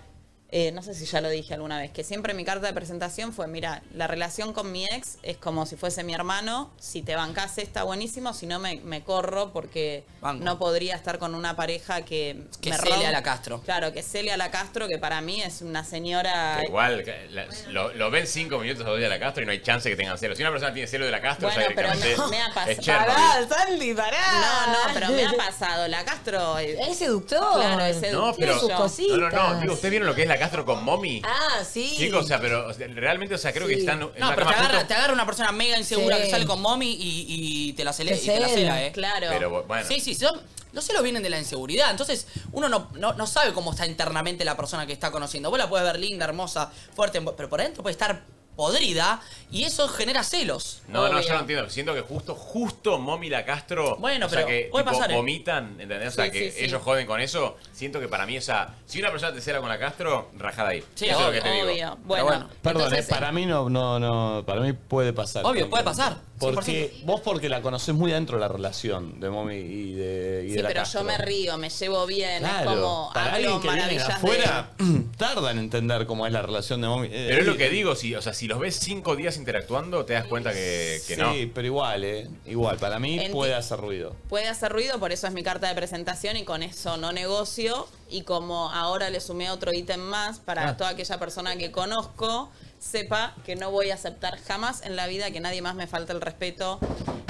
eh, no sé si ya lo dije alguna vez, que siempre mi carta de presentación fue, mira, la relación con mi ex es como si fuese mi hermano, si te bancás está buenísimo, si no me, me corro porque Banco. no podría estar con una pareja que... Que me cele rompe". a la Castro. Claro, que Celia la Castro, que para mí es una señora... Que Igual, que la- lo, lo ven cinco minutos a dos de la Castro y no hay chance que tengan celo. Si una persona tiene celo de la Castro, Bueno, ya pero directamente me, me ha es pasado. Chernobyl. Sandy, pará. No, no, pero me ha pasado. La Castro. Es seductor. Claro, es No, seductor. pero. Yo. No, no, no. Digo, ¿ustedes vieron lo que es la Castro con mommy? Ah, sí. Chicos, o sea, pero o sea, realmente, o sea, creo que Sí. están. en No, la pero te cama agarra, juntos. te agarra una persona mega insegura Sí. que sale con mommy y, y te la cele- Te y te cela, la cela, ¿eh? claro. Pero, bueno. Sí, sí, son- los celos vienen de la inseguridad. Entonces, uno no, no, no sabe cómo está internamente la persona que está conociendo. Vos la puedes ver linda, hermosa, fuerte, pero por dentro puede estar podrida y eso genera celos. No, no, yo no entiendo. Siento que justo, justo Mommy la Castro. Bueno, o sea, pero que puede tipo, pasar, ¿eh? vomitan, ¿entendés? O sea, Sí, que sí, sí. ellos joden con eso. Siento que para mí, o sea, si una persona te cela con la Castro, rajada ahí. Sí, eso es lo que te obvio, digo. obvio. Pero Bueno, Perdón, entonces, eh, para mí no, no, no, para mí puede pasar. Obvio, puede pasar, Porque vos porque la conocés muy adentro la relación de Mommy y de, y de Sí, la pero Castro. yo me río, me llevo bien. Claro, es como para hablo alguien que viene de maravillas de- afuera, tarda en entender cómo es la relación de Mommy. Eh, Pero es lo que digo, si, o sea, si los ves cinco días interactuando, te das cuenta que, que sí, no. pero igual, eh, igual, para mí Enti- puede hacer ruido. Puede hacer ruido, por eso es mi carta de presentación y con eso no negocio. Y como ahora le sumé otro ítem más para Ah. toda aquella persona que conozco, sepa que no voy a aceptar jamás en la vida que nadie más me falte el respeto,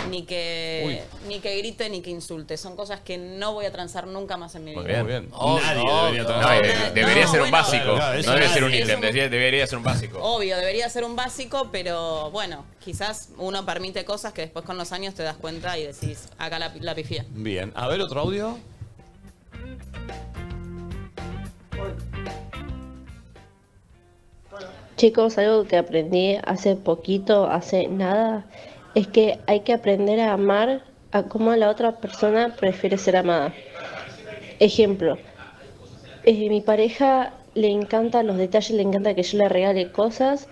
ni que, ni que grite, ni que insulte. Son cosas que no voy a transar nunca más en mi vida. Muy bien. Obvio, Nadie obvio. debería No, trabajar. de- debería No, ser un bueno. básico. Claro, claro, eso no debe es- ser un es ítem, un- debería, debería ser un básico. Obvio, debería ser un básico, pero bueno, quizás uno permite cosas que después con los años te das cuenta y decís, acá la, la pifié. Bien, a ver otro audio. Chicos, algo que aprendí hace poquito, hace nada, es que hay que aprender a amar a cómo la otra persona prefiere ser amada. Ejemplo, eh, mi pareja le encanta los detalles, le encanta que yo le regale cosas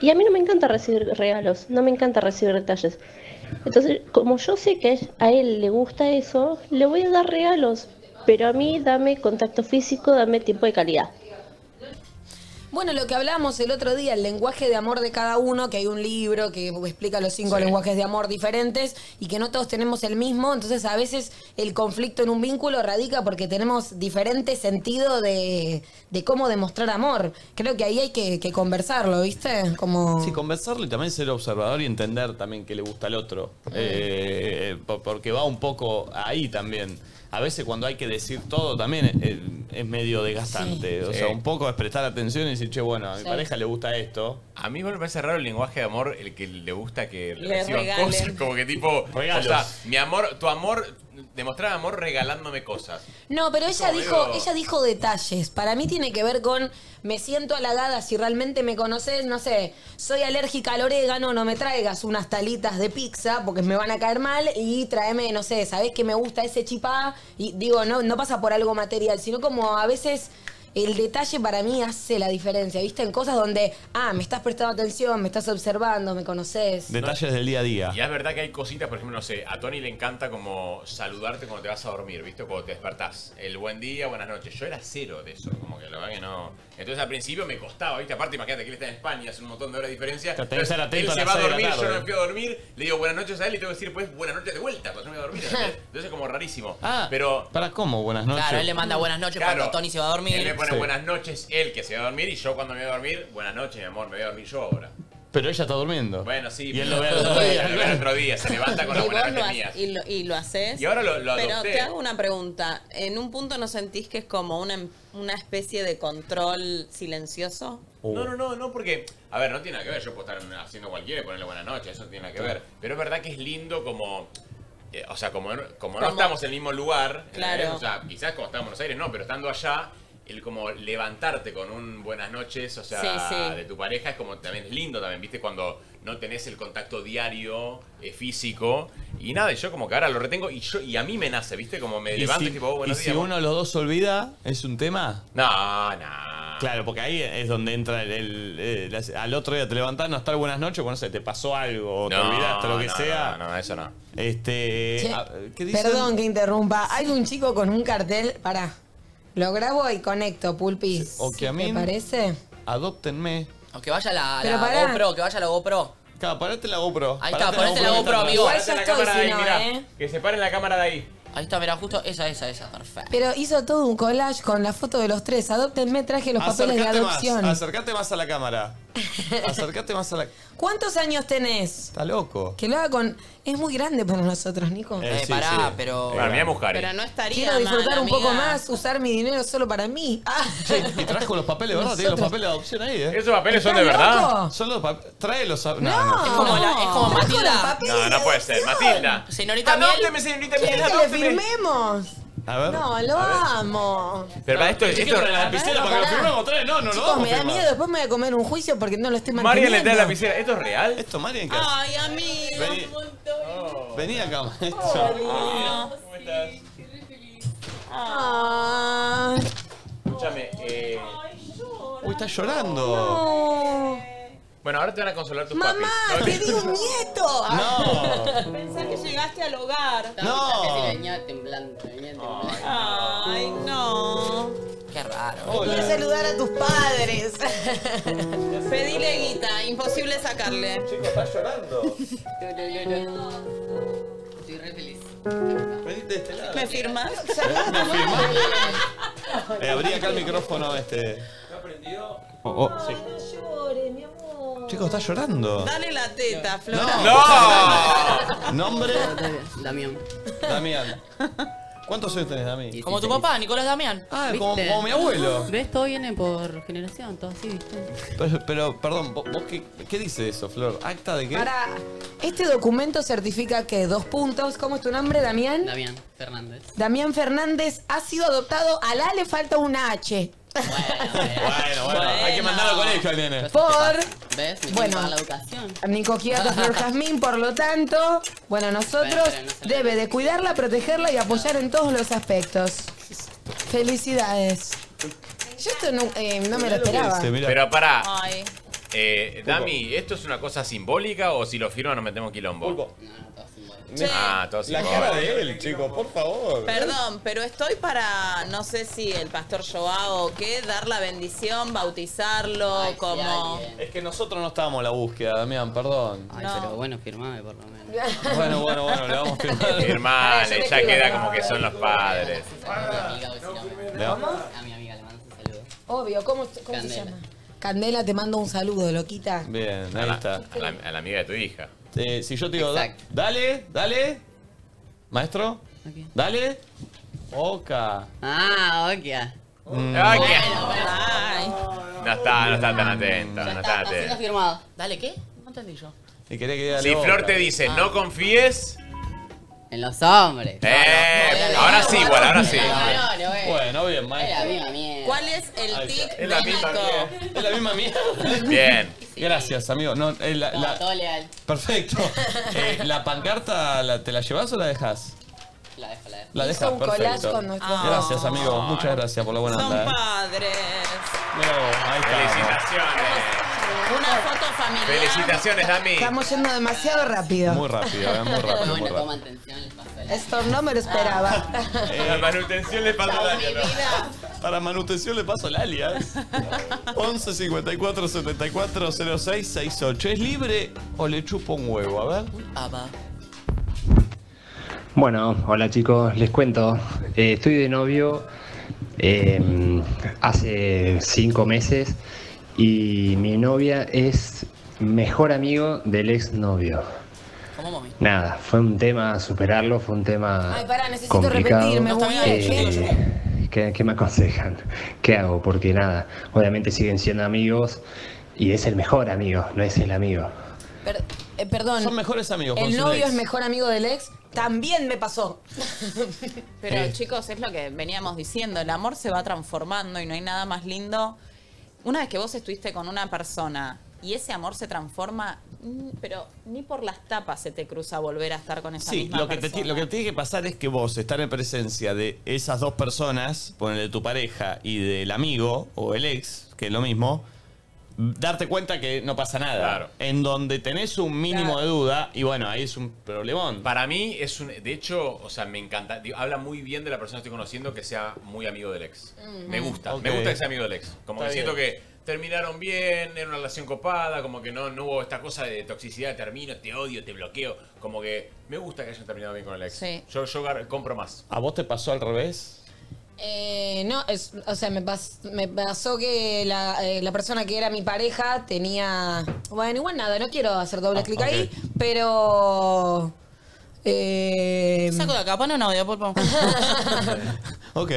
y a mí no me encanta recibir regalos, no me encanta recibir detalles. Entonces, como yo sé que a él le gusta eso, le voy a dar regalos, pero a mí dame contacto físico, dame tiempo de calidad. Bueno, lo que hablábamos el otro día, el lenguaje de amor de cada uno, que hay un libro que explica los cinco lenguajes de amor diferentes y que no todos tenemos el mismo, entonces a veces el conflicto en un vínculo radica porque tenemos diferente sentido de, de cómo demostrar amor. Creo que ahí hay que, que conversarlo, ¿viste? Como... Sí, conversarlo y también ser observador y entender también qué le gusta al otro. Mm. Eh, eh, po- porque va un poco ahí también. A veces cuando hay que decir todo también eh, es medio desgastante. O Sí. sea, un poco es prestar atención y decir, che, bueno, a mi Sí. pareja le gusta esto. A mí igual me parece raro el lenguaje de amor, el que le gusta que Le reciban regalen. cosas, como que tipo, Regalos. o sea, mi amor, tu amor demostrar amor regalándome cosas. No, pero ella Como dijo, digo- ella dijo detalles. Para mí tiene que ver con me siento halagada si realmente me conoces, no sé, soy alérgica al orégano, no me traigas unas talitas de pizza porque me van a caer mal y tráeme, no sé, sabés que me gusta ese chipá y digo, no no pasa por algo material, sino como a veces el detalle para mí hace la diferencia, ¿viste? En cosas donde, ah, me estás prestando atención, me estás observando, me conoces. Detalles del día a día. Y es verdad que hay cositas, por ejemplo, no sé, a Tony le encanta como saludarte cuando te vas a dormir, ¿viste? O Cuando te despertás. El buen día, buenas noches. Yo era cero de eso, como que la verdad que no. Entonces al principio me costaba, ¿viste? Aparte, imagínate que él está en España, hace un montón de horas de diferencia. Claro, tenés que estar Entonces, atento él a se las va seis a de la dormir, yo tarde. no me fui a dormir, le digo buenas noches a él y tengo que decir, pues, buenas noches de vuelta, cuando yo me voy a dormir. ¿entendés? Entonces, como rarísimo. Ah, pero. ¿Para cómo? Buenas noches. Claro, él le manda buenas noches Claro. cuando Tony se va a dormir. Él me pone Sí. buenas noches, él que se va a dormir, y yo cuando me voy a dormir, buenas noches, mi amor, me voy a dormir yo ahora. Pero ella está durmiendo. Bueno, sí. Y él pero- lo ve al otro día. Lo ve al otro día, se levanta con Y las buenas vos lo, noches ha- mías. y lo, y lo haces. Y ahora lo- lo Pero adopté. te hago una pregunta. ¿En un punto no sentís que es como una, una especie de control silencioso? No, no, no, no, porque, a ver, no tiene nada que ver. Yo puedo estar haciendo cualquiera y ponerle buenas noches, eso no tiene nada que ver. Pero es verdad que es lindo como. eh, o sea, como, no- como no Como- estamos en el mismo lugar, ¿entendés? Claro. o sea, quizás como estamos en Buenos Aires, no, pero estando allá, el como levantarte con un buenas noches, o sea, Sí, sí. de tu pareja es como también es lindo también, ¿viste? Cuando no tenés el contacto diario, eh, físico, y nada, y yo como que ahora lo retengo y yo y a mí me nace, ¿viste? Como me Y levanto si, y tipo, oh, y buenos si días. uno de los dos se olvida, ¿es un tema? No, no. Claro, porque ahí es donde entra el. el- eh, las- al otro día te levantás, no estar buenas noches, bueno, no sé, te pasó algo, o te No, olvidaste, lo que no, sea. No, no, eso no. Este. Che, ah, ¿Qué dice? Perdón que interrumpa. Hay un chico con un cartel. Pará. Lo grabo y conecto, Pulpis. O que a mí- ¿Te parece? Adóptenme. O que vaya la, Pero la pará. GoPro, que vaya la GoPro. Claro, parate la GoPro. Ahí está, Parate ponete la GoPro, amigo. Igual ya estoy, si no, ¿eh? Que se paren la cámara de ahí. Ahí está, mirá, justo esa, esa, esa. Perfecto. Pero hizo todo un collage con la foto de los tres. Adóptenme, traje los papeles de Acercate más, adopción. acercate más a la cámara. Acercate más a la. ¿Cuántos años tenés? Está loco. Que lo haga con. Es muy grande para nosotros, Nico. Eh, Eh, sí, pará, sí. pero. Para mí, a buscar. Pero no estaría Quiero disfrutar mal, un poco amiga. más, usar mi dinero solo para mí. Ah, Y trajo los papeles, ¿verdad? Tiene los Nosotros- papeles de adopción ahí, ¿eh? ¿Esos papeles son de ¿Estás verdad? loco? Son los papeles. Tráelos. a- No, No. no. Es como, la, es como Trajo los Matilda. papeles. No, no puede ser. Matilda. Señorita Miel. señorita ¿Quieres que le firmemos? A ver. No, lo amo. Pero para esto, esto Pará. Chicos, me da miedo. Después me voy a comer un juicio porque no lo estoy manteniendo. lapicera. ¿Esto es real? Esto, Marian, ¿qué hace? Ay, amigo. Vení. Vení acá, maestro. ¿Cómo estás? Ah. Escúchame. Eh... Uy, está llorando. No. Bueno, ahora te van a consolar tus Mamá, papis. te di un Este, nieto. No. Pensás que llegaste al hogar. No. Que venía temblando, venía temblando. Ay, no. Qué raro. Voy a saludar a tus padres. Pedile guita, imposible sacarle. Chico, está llorando. Estoy re feliz. Venite de este lado. ¿Me firmas? Eh, abrí acá el micrófono este. ¿Está prendido? Oh, oh, sí. Chicos, está llorando. Dale la teta, Flor. No. Nombre. Damián. Damián. ¿Cuántos años tenés, Damián? Como tu papá, Nicolás Damián. Ah, como- como mi abuelo. ¿Ves? Todo viene por generación, todo así, ¿viste? Pero, pero, perdón, ¿vo- vos qué, qué dice eso, Flor? ¿Acta de qué? Para. Este documento certifica que dos puntos. ¿Cómo es tu nombre, Damián? Damián Fernández. Damián Fernández ha sido adoptado. A la le falta una H. Bueno, bueno, hay que mandarlo al colegio al nene. Por. ¿Ves? Me Bueno. bueno. la educación. Nico Quiato, Flor Jazmín, por lo tanto, bueno, nosotros Bueno, pero debe de cuidarla, protegerla y apoyar en todos los aspectos. Felicidades. Yo esto no, eh, no me lo esperaba. este, Pero pará. Ah. Ay. Eh, Dami, ¿esto es una cosa simbólica o si lo firma nos metemos quilombo? Che, Ah, todo La simbólico. cara de él, chico, por favor. Perdón, pero estoy para, no sé si el pastor Joao o qué, dar la bendición, bautizarlo, como... Es que nosotros no estábamos en la búsqueda, Damián, perdón. Ay, No. pero bueno, firmame por lo menos. Bueno, bueno, bueno, le vamos a firmar. Firmale, ya queda como que son los padres. Le vamos- Obvio, ¿cómo, cómo se Candela. llama? Candela, te mando un saludo, loquita. Bien, ahí está. A la, a la amiga de tu hija. Eh, si yo te digo, da- dale, dale, maestro, dale, oca. Ah, ok. Mm. Ah, No está, no está tan atenta, no está tan atenta. firmado. Dale, ¿qué? No entendí yo. Y quería que diga Si Ah. Ah. la Flor oca. te dice no confíes, En los hombres. Eh, ahora sí, igual, ahora sí. Bueno, bien, maestro. ¿Cuál es el tic de Nico? Es la misma mía. Bien. Gracias, amigo. No, eh, la- la- Todo leal. perfecto. Eh, ¿La pancarta la- te la llevas o la dejas? La dejo, la dejo. La dejas, Hizo un collage perfecto. con nuestros- Gracias, amigo. Ah. Muchas gracias por la buena onda. Son eh. padres. Bravo, ahí estamos. Una foto familiar. Felicitaciones, Dami. Estamos yendo demasiado rápido. Muy rápido, eh, muy rápido, muy rápido. Esto no me lo esperaba. La manutención le pasó la Eh, Para manutención le paso ¿eh? el alias. 11 54 74 06 68. ¿Es libre o le chupo un huevo? A ver. Bueno, hola chicos, les cuento. Eh, estoy de novio eh, hace cinco meses y mi novia es mejor amigo del exnovio. Nada, fue un tema a superarlo, fue un tema Ay, pará, necesito complicado. repetirme, boludo. Eh, ¿qué, qué me aconsejan? ¿Qué hago? Porque nada, obviamente siguen siendo amigos y es el mejor amigo, no es el amigo. Per- eh, perdón. Son mejores amigos con El sus novio ex. es mejor amigo del ex. También me pasó. Pero Eh. chicos, es lo que veníamos diciendo, el amor se va transformando y no hay nada más lindo. Una vez que vos estuviste con una persona y ese amor se transforma, mm, pero ni por las tapas se te cruza volver a estar con esa Sí, misma lo que, te, persona. ti- lo que tiene que pasar es que vos estar en presencia de esas dos personas, ponele de tu pareja y del amigo o el ex, que es lo mismo, darte cuenta que no pasa nada. En donde tenés un mínimo de duda, y bueno, ahí es un problemón. Para mí es un. De hecho, o sea, me encanta. digo, habla muy bien de la persona que estoy conociendo que sea muy amigo del ex. Ujú. Me gusta. Ok. Me gusta que sea amigo del ex. Como Está que siento bien. que terminaron bien, era una relación copada, como que no, no hubo esta cosa de toxicidad, termino, te odio, te bloqueo. Como que me gusta que hayan terminado bien con el ex. Sí. Yo, yo gar- compro más. ¿A vos te pasó al revés? Eh, no, es- o sea, me, pas- me pasó que la, eh, la persona que era mi pareja tenía. Bueno, igual nada, no quiero hacer Ah, doble clic ok. ahí, pero. eh, Saco de acá, pone un audio, por favor. Ok,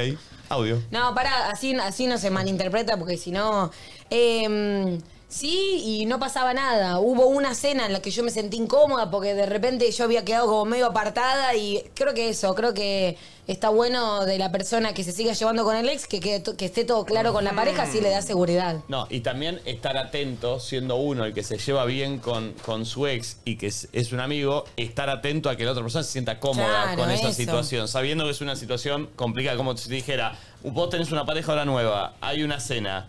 audio. No, pará, así, así no se malinterpreta porque si no. eh, sí, y no pasaba nada. Hubo una cena en la que yo me sentí incómoda porque de repente yo había quedado como medio apartada y creo que eso, creo que está bueno de la persona que se siga llevando con el ex que, quede to- que esté todo claro con la pareja, así le da seguridad. No, y también estar atento, siendo uno el que se lleva bien con, con su ex y que es, es un amigo, estar atento a que la otra persona se sienta cómoda Claro, con esa eso. situación, sabiendo que es una situación complicada, como si te dijera, vos tenés una pareja ahora nueva, hay una cena.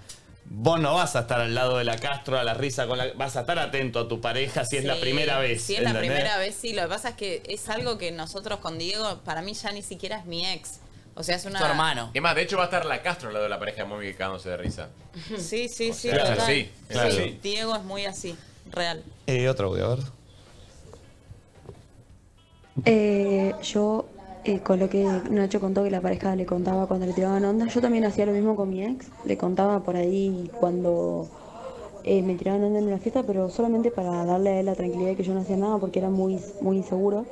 Vos no vas a estar al lado de la Castro, a la risa, con la, vas a estar atento a tu pareja si es la Sí, primera vez. Si es la ¿entendés? primera vez, sí. Lo que pasa es que es algo que nosotros con Diego, para mí ya ni siquiera es mi ex. O sea, es una... Es más, de hecho va a estar la Castro al lado de la pareja de Mommy cagándose de risa. Sí, sí, sí. Claro, total. sí, claro. Sí. Diego es muy así, real. Eh, otro audio, a ver. Eh, yo eh, con lo que Nacho contó que la pareja le contaba cuando le tiraban onda, yo también hacía lo mismo con mi ex, le contaba por ahí cuando eh, me tiraban onda en una fiesta, pero solamente para darle a él la tranquilidad de que yo no hacía nada porque era muy, muy inseguro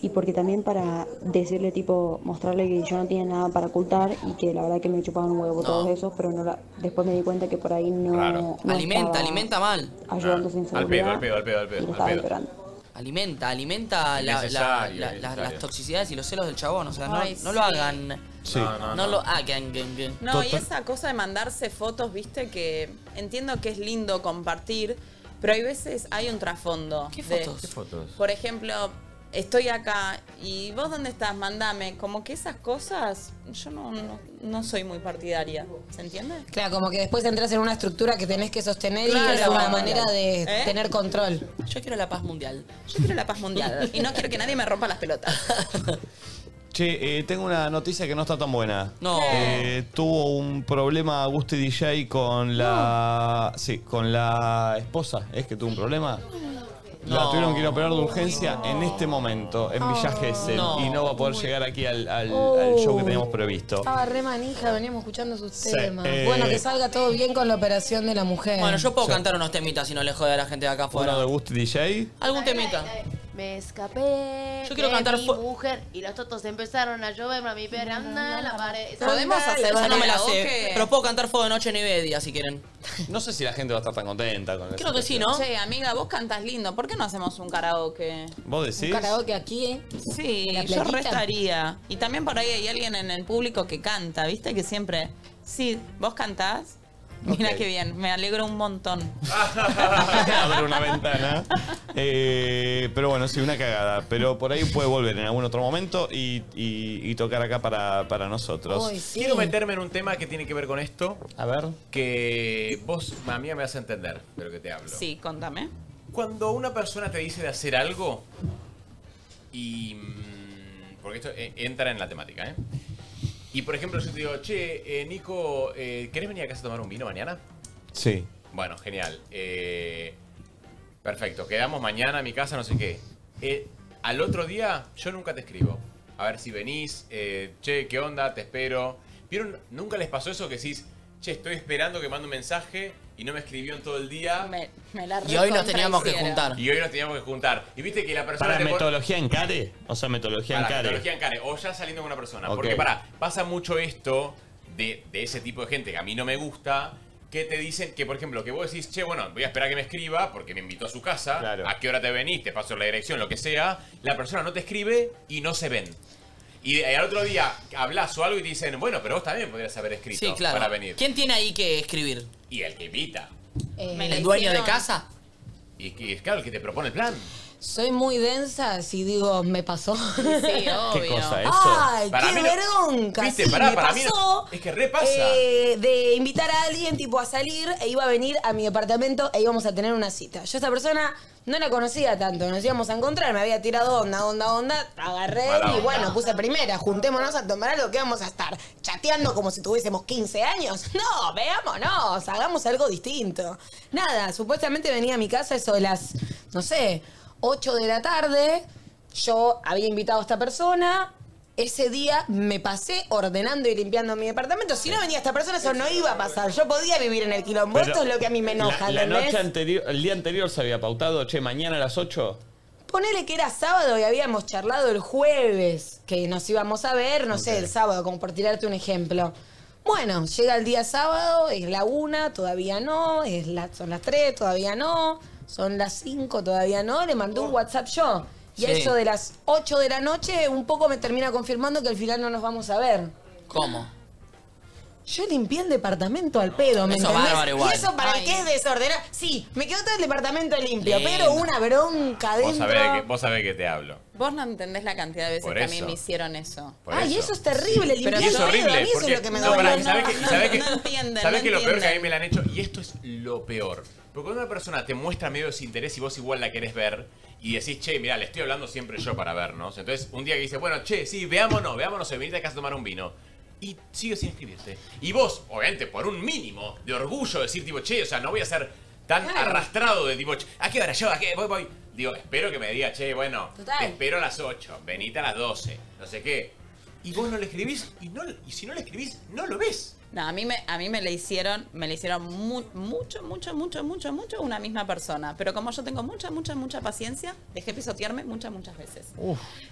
y porque también para decirle tipo, mostrarle que yo no tenía nada para ocultar y que la verdad que me chupaban un huevo todos esos, pero no la- después me di cuenta que por ahí no... no Alimenta, estaba alimenta mal. Ayudando sin Ah, Al pedo, seguridad. al pedo, al pedo, al pedo. al pedo. Alimenta, alimenta la- la- la- Innecesario, la- innecesario. las toxicidades y los celos del chabón. O sea, no, Ay, no sí. lo hagan. Sí. No, No, no, no, lo hagan. gen, gen. No, y esa cosa de mandarse fotos, viste, que entiendo que es lindo compartir, pero hay veces hay un trasfondo. ¿Qué de- fotos? ¿Qué fotos? Por ejemplo, estoy acá y vos dónde estás, mandame. Como que esas cosas, yo no, no, no soy muy partidaria. ¿Se entiende? Claro, como que después entras en una estructura que tenés que sostener Claro. y es una manera de ¿Eh? tener control. Yo quiero la paz mundial. Yo quiero la paz mundial y no quiero que nadie me rompa las pelotas. Che, eh, tengo una noticia que no está tan buena. No. Eh, tuvo un problema Gusti DJ con la. Sí, con la esposa. ¿Es que tuvo un problema? La No. tuvieron que ir a operar de urgencia en este momento, en Villa Gesell. No. Y no va a poder llegar aquí al, al- Oh. Ah. al show que teníamos previsto. Estaba re manija, veníamos escuchando sus Sí, temas. eh. Bueno, que salga todo bien con la operación de la mujer. Bueno, yo puedo cantar unos temitas si no le jode a la gente de acá afuera. Uno de Gusti DJ. Algún temita. Me escapé. Yo quiero de cantar mi fu- mujer. Y los totos empezaron a llover, a mi perra anda en la pared. Podemos Anda hacer, en la esa no me la pared. sé. Pero puedo cantar Fuego de Noche en Ibedia si quieren. No sé si la gente va a estar tan contenta con eso. Che, amiga, vos cantas lindo. ¿Por qué no hacemos un karaoke? ¿Vos decís? aquí, ¿eh? Sí, En la yo playita. restaría. Y también por ahí hay alguien en el público que canta, ¿viste? Que siempre. Sí, ¿vos cantás? Mira Ok. qué bien, me alegro un montón. Abre una ventana. Eh, pero bueno, sí, una cagada. Pero por ahí puede volver en algún otro momento y, y- y tocar acá para, para nosotros. Quiero meterme en un tema que tiene que ver con esto. A ver. Que vos, a mí me vas a entender de lo que te hablo. Sí, contame. Cuando una persona te dice de hacer algo y... mm, Porque esto eh, entra en la temática, ¿eh? Y por ejemplo yo te digo, che, eh, Nico, eh, ¿querés venir a casa a tomar un vino mañana? Sí. Bueno, genial. Eh, perfecto, quedamos mañana a mi casa, no sé qué. Eh, al otro día yo nunca te escribo. A ver si venís, eh, che, ¿qué onda? Te espero. ¿Vieron? ¿Nunca les pasó eso que decís, che, estoy esperando que mande un mensaje y no me escribió en todo el día? Me la Y hoy nos teníamos que recontrahicieron. juntar. Y hoy nos teníamos que juntar. Y viste que la persona ¿Para te pone- metodología en care? O sea, metodología en Para, care. metodología en care, O ya saliendo con una persona. Ok. Porque para, pasa mucho esto de, de ese tipo de gente que a mí no me gusta. Que te dicen que, por ejemplo, que vos decís, che, bueno, voy a esperar a que me escriba porque me invitó a su casa. ¿A qué hora te venís? Te paso la dirección, lo que sea. La persona no te escribe y no se ven. Y de- al otro día hablas o algo y te dicen, bueno, pero vos también podrías haber escrito Sí, claro. para venir. ¿Quién tiene ahí que escribir? Y el que invita. Eh, ¿El dueño de casa? Y, y es claro, el que te propone el plan. Soy muy densa si digo, me pasó. Sí, obvio. cosa, eso? Ay, Para qué mí no- bronca. Viste, sí, pará, me para mí no- pasó. es que repasa. eh, de invitar a alguien, tipo, a salir e iba a venir a mi departamento e íbamos a tener una cita. Yo a esta persona no la conocía tanto, nos íbamos a encontrar, me había tirado onda, onda, onda, agarré Mala y onda. bueno, puse primera, juntémonos a tomar algo que vamos a estar chateando como si tuviésemos 15 años. No, veámonos, hagamos algo distinto. Nada, supuestamente venía a mi casa eso de las, no sé, 8 de la tarde, yo había invitado a esta persona. Ese día me pasé ordenando y limpiando mi departamento. Si no venía esta persona, eso no iba a pasar. Yo podía vivir en el quilombo. Pero Esto es lo que a mí me enoja, La, la ¿entendés? noche anterior, el día anterior se había pautado, che, mañana a las 8. Ponele que era sábado y habíamos charlado el jueves que nos íbamos a ver, no sé, el sábado, como por tirarte un ejemplo. Bueno, llega el día sábado, es la una, todavía no, es la- son las tres, todavía no, son las cinco, todavía no, le mandé un WhatsApp yo. Y a Oh. Sí. eso de las 8 de la noche, un poco me termina confirmando que al final no nos vamos a ver. ¿Cómo? Yo limpié el departamento al pedo, ¿me Eso entendés? bárbaro igual. Y eso para Ay. el que es desordenar. Sí, me quedó todo el departamento limpio, Lindo. pero una bronca Vos sabés, de dentro. que, vos sabés que te hablo. Vos no entendés la cantidad de veces Por que a mí eso. me hicieron eso. Por Ay, eso. eso es terrible, Y es horrible. porque- no, pará, y sabés que, y sabés que- No entienden, sabés no que lo peor que a mí entienden. me la han hecho, y esto es lo peor. Porque cuando una persona te muestra medio desinterés y vos igual la querés ver, y decís, che, mirá, le estoy hablando siempre yo para vernos. Entonces, un día que dice, bueno, che, sí, veámonos, veámonos, eh, venite a casa a tomar un vino. Y sigue sin escribirte. Y vos, obviamente, por un mínimo de orgullo, decir, tipo, che, o sea, no voy a ser tan arrastrado de tipo, che, ¿a qué hora yo? ¿A qué? Voy, voy. Digo, espero que me diga, che, bueno, Total. te espero a las 8, venite a las 12, no sé qué. Y vos no le escribís y, no, y si no le escribís, no lo ves. No, a mí me, a mí me le hicieron, me le hicieron mu- mucho, mucho, mucho, mucho, mucho una misma persona. Pero como yo tengo mucha, mucha, mucha paciencia, dejé pisotearme muchas, muchas veces.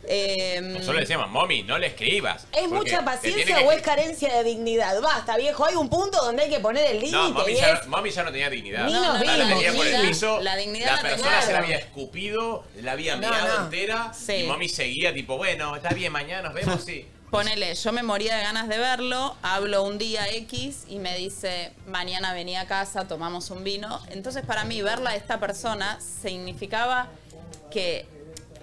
Eh, Uh. Nosotros le decíamos, mommy, no le escribas. ¿Es porque mucha te paciencia tiene que- o es carencia de dignidad? Basta, viejo, hay un punto donde hay que poner el límite. No, mami y ya, es- mami ya no tenía dignidad. Ni nos Ya la vimos, tenía por el ni- piso. la La ¿eh? dignidad la persona tenía. se la había escupido, la había No, mirado no. entera. Sí. Y mami seguía, tipo, bueno, está bien, mañana nos vemos, sí. Ponele, yo me moría de ganas de verlo, hablo un día X y me dice, mañana vení a casa, tomamos un vino. Entonces para mí verla a esta persona significaba que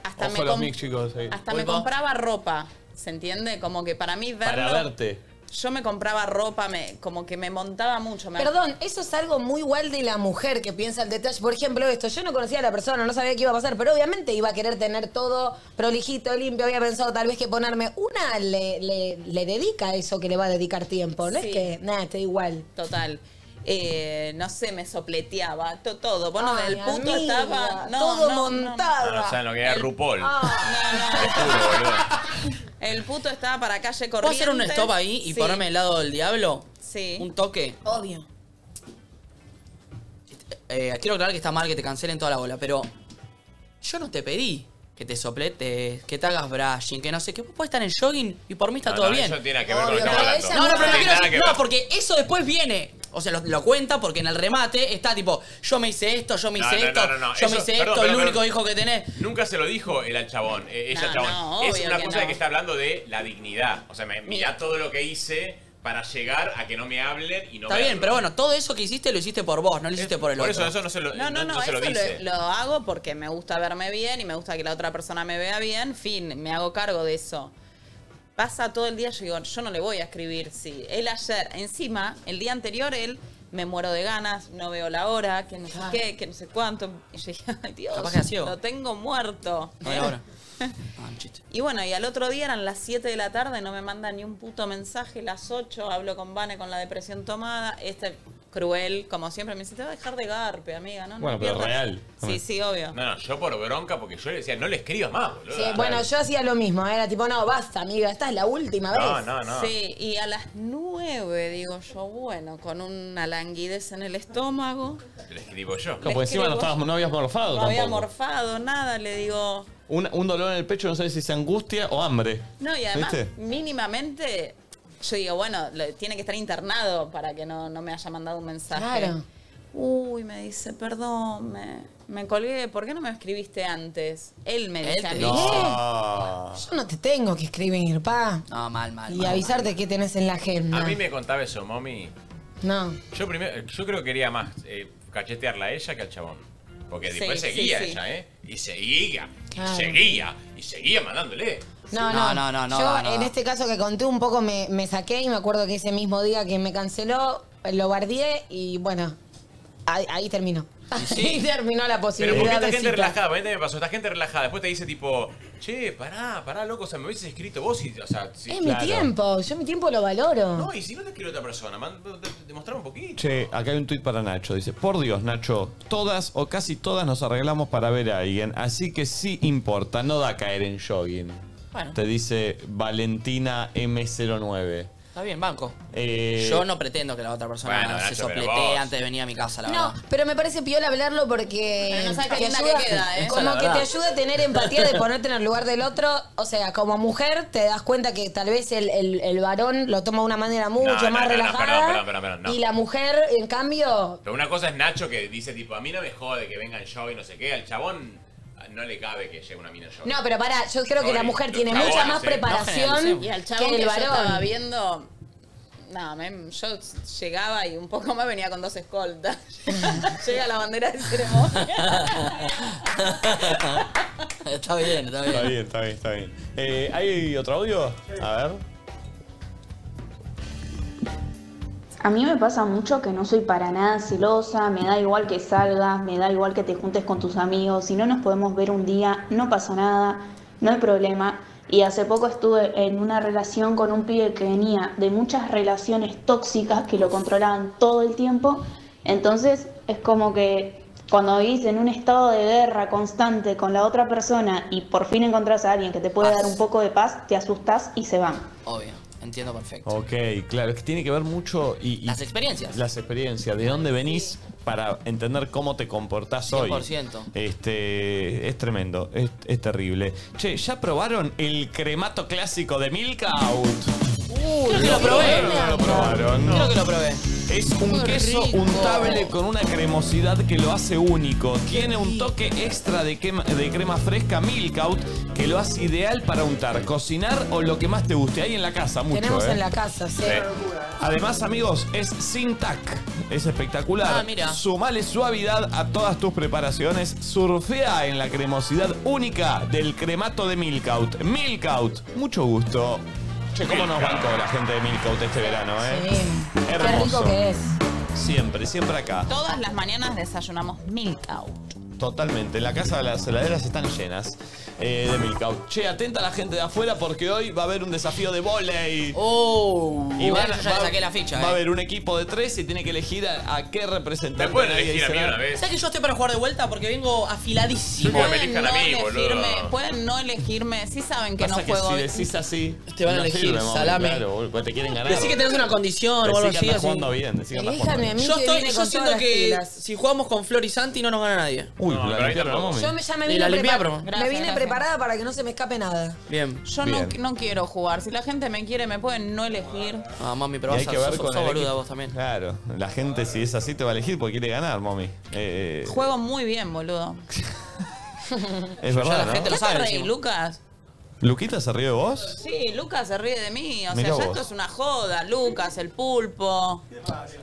hasta Ojo me, a los com- mix, chicos. ahí. hasta me compraba ropa, ¿se entiende? Como que para mí verlo... Para verte. Yo me compraba ropa, me, como que me montaba mucho. Me Perdón, eso es algo muy igual de la mujer que piensa el detalle. Por ejemplo, esto, yo no conocía a la persona, no sabía qué iba a pasar, pero obviamente iba a querer tener todo prolijito, limpio. Había pensado tal vez que ponerme una le, le- le dedica eso que le va a dedicar tiempo. No Sí. es que, nada, está igual. Total. Eh, no sé, me sopleteaba, to- todo. Bueno, Ay, del puto amiga, estaba. No, todo no, no, no. montado. No, no saben lo que era RuPaul. Ah. El puto estaba para calle ¿Puedo corriente. hacer un stop ahí y ponerme del lado del diablo? Sí. Un toque. Obvio. Eh, quiero aclarar que está mal que te cancelen toda la bola, pero yo no te pedí que te sopletes, que te hagas brushing, que no sé, que vos podés estar en jogging y por mí está No, todo no, bien. Eso tiene que ver con lo que estamos hablando. No, no, pero no tiene quiero nada decir- que no, ver. porque eso después viene. O sea, lo, lo cuenta porque en el remate está tipo, yo me hice esto, yo me No, hice no, esto, no, no, no. yo me Eso- hice perdón, esto, perdón, el único perdón. hijo que tenés. Nunca se lo dijo el al chabón, eh, ella No, al chabón. no, es obvio una que cosa no. de que está hablando de la dignidad. O sea, me, mirá todo lo que hice para llegar a que no me hablen y no está verlo. bien, pero bueno, todo eso que hiciste lo hiciste por vos, no lo hiciste por el Por otro. eso, eso no se lo, No, no, no, se eso lo lo, dice. lo hago porque me gusta verme bien y me gusta que la otra persona me vea bien. Fin, me hago cargo de eso. Pasa todo el día, yo digo, yo no le voy a escribir. Sí, él ayer, encima, el día anterior, él me muero de ganas, no veo la hora, que no sé Claro. qué, que no sé cuánto. Y yo dije, ay Dios, Capaz que era ciego. lo tengo muerto. No hay ahora. Y bueno, y al otro día eran las 7 de la tarde, no me manda ni un puto mensaje, las 8, hablo con Vane con la depresión tomada, este cruel, como siempre, me dice, te va a dejar de garpe, amiga, ¿no? no pierdas". Sí, sí, obvio. No, no, yo por bronca, porque yo le decía, no le escribas más, boludo. Sí, bueno, yo hacía lo mismo, ¿eh? era tipo, no, basta, amiga, esta es la última vez. No, no, no. Sí, y a las 9, digo yo, bueno, con una languidez en el estómago, Le escribo yo. Porque encima no, estabas, no habías morfado no había tampoco. morfado, nada, le digo, Un, un dolor en el pecho, no sabes si es angustia o hambre. No, y además, ¿Viste? mínimamente, yo digo, bueno, lo- tiene que estar internado para que no, no me haya mandado un mensaje. Claro. Uy, me dice, perdón, me, me colgué, ¿por qué no me escribiste antes? Él me dice a mí. Yo Este no te tengo que escribir, pa. No, mal, mal. Y mal. avisarte qué tenés en la agenda. A mí me contaba eso, mami. No. Yo primero, yo creo que quería más eh, cachetearla a ella que al chabón. Porque Sí, después sí, seguía sí. ella, ¿eh? Y seguía, y Claro. seguía, y seguía mandándole. No, no, Yo, en este caso que conté un poco, me, me saqué y me acuerdo que ese mismo día que me canceló, lo bardié y bueno, ahí, ahí terminó. ahí terminó la Pero porque posibilidad esta de gente cita. relajada, porque me pasó, esta gente relajada, después te dice tipo, che, pará, pará, loco, o sea, me hubieses escrito vos y, o sea, sí, Es claro. mi tiempo, yo mi tiempo lo valoro. No, y si no te escribe otra persona, man, demostrame un poquito. Che, acá hay un tuit para Nacho. Dice, por Dios, Nacho, todas o casi todas nos arreglamos para ver a alguien, así que sí importa, no da caer en jogging. Bueno. Te dice Valentina M09. Está bien, banco. Eh, Yo no pretendo que la otra persona Bueno, se Nacho, pero sopletee vos. antes de venir a mi casa, la No, verdad. pero me parece piola hablarlo porque Ah, Pero no sabes qué te linda ayuda- que queda, ¿eh? como Esa es la que te verdad. ayuda a tener empatía de ponerte en el lugar del otro. O sea, como mujer te das cuenta que tal vez el, el- el varón lo toma de una manera mucho no, más no, no, relajada. perdón, perdón, perdón, perdón, no. Y la mujer, en cambio, Pero una cosa es Nacho que dice tipo, a mí no me jode que vengan yo y no sé qué, al chabón ah, no le cabe que llegue una mina yo. no, pero pará, yo creo que la Sorry, mujer los tiene chabones, mucha más eh. preparación y al chabón que que el yo estaba varón. viendo. No, me- yo llegaba y un poco más venía con dos escoltas. Llega la bandera de ceremonia. está bien, está bien. Está bien, está bien, está bien. Eh, ¿Hay otro audio? A ver. A mí me pasa mucho que no soy para nada celosa, me da igual que salgas, me da igual que te juntes con tus amigos, si no nos podemos ver un día, no pasa nada, no hay problema. Y hace poco estuve en una relación con un pibe que venía de muchas relaciones tóxicas que lo controlaban todo el tiempo, entonces es como que cuando vivís en un estado de guerra constante con la otra persona y por fin encontrás a alguien que te puede dar un poco de paz, te asustás y se van. Obvio, entiendo perfecto. Ok, claro, es que tiene que ver mucho y, Las experiencias. Las experiencias, de dónde venís para entender cómo te comportás hoy. 100%. Este, es tremendo, es, es terrible. Che, ¿ya probaron el cremato clásico de Milka Out? Creo que lo probé. No lo probaron, no. Creo que lo probé. Es un queso untable con una cremosidad que lo hace único. Tiene un toque extra de crema, de crema fresca Milkout que lo hace ideal para untar, cocinar o lo que más te guste. Ahí en la casa, mucho. Tenemos ¿eh? en la casa, sí. Sí. Además, amigos, es sin tac. Es espectacular. Ah, mira. Sumale suavidad a todas tus preparaciones. Surfea en la cremosidad única del cremato de Milkout. Milkout, mucho gusto. Che, ¿cómo nos bancó la gente de Milkout este verano, eh? Sí. Qué rico Hermoso. que es. Siempre, siempre acá. Todas las mañanas desayunamos milk out. Totalmente. En la casa de las heladeras están llenas eh, de Milkout. Che, atenta a la gente de afuera porque hoy va a haber un desafío de volei. ¡Oh! Y van, Yo ya le va- saqué la ficha, Va a eh. haber un equipo de tres y tiene que elegir a, a qué representante. Me pueden nadie elegir a dice mí nada. una vez. ¿Sabes que yo estoy para jugar de vuelta? Porque vengo afiladísimo. Yo quiero que me elijan a mí, Elegirme, pueden no elegirme, sí saben que Ah. Pasa no que juego. si hoy. decís así, Te van a no elegir, sirve, mami, salame. Claro, boludo, porque te quieren ganar. Decí que tenés una condición o algo Decí que así. andás así. jugando bien, decí que andás Elíjanme jugando bien. a mí Yo, que estoy, viene yo con siento todas las que pilas. si jugamos con Flor y Santi no nos gana nadie. Uy, No, la pero ahí limpiaron a tampoco. Momi. Yo me- ya me Y vine, la prepa- limpiaron. me Gracias, vine gracias. preparada para que no se me escape nada. Bien. Yo no, no quiero jugar. Si la gente me quiere, me pueden no elegir. Ah, mami, Y pero hay vas a que ver sos, con sos el boluda equipo. vos también. Claro, la gente si es así te va a elegir porque quiere ganar, Momi. Eh, Juego muy bien, boludo. es verdad, ¿no? ¿Qué te reí, Lucas? ¿Luquita se rió de vos? Sí, Lucas se ríe de mí. O Mirá sea, vos. ya esto es una joda. Lucas, el pulpo.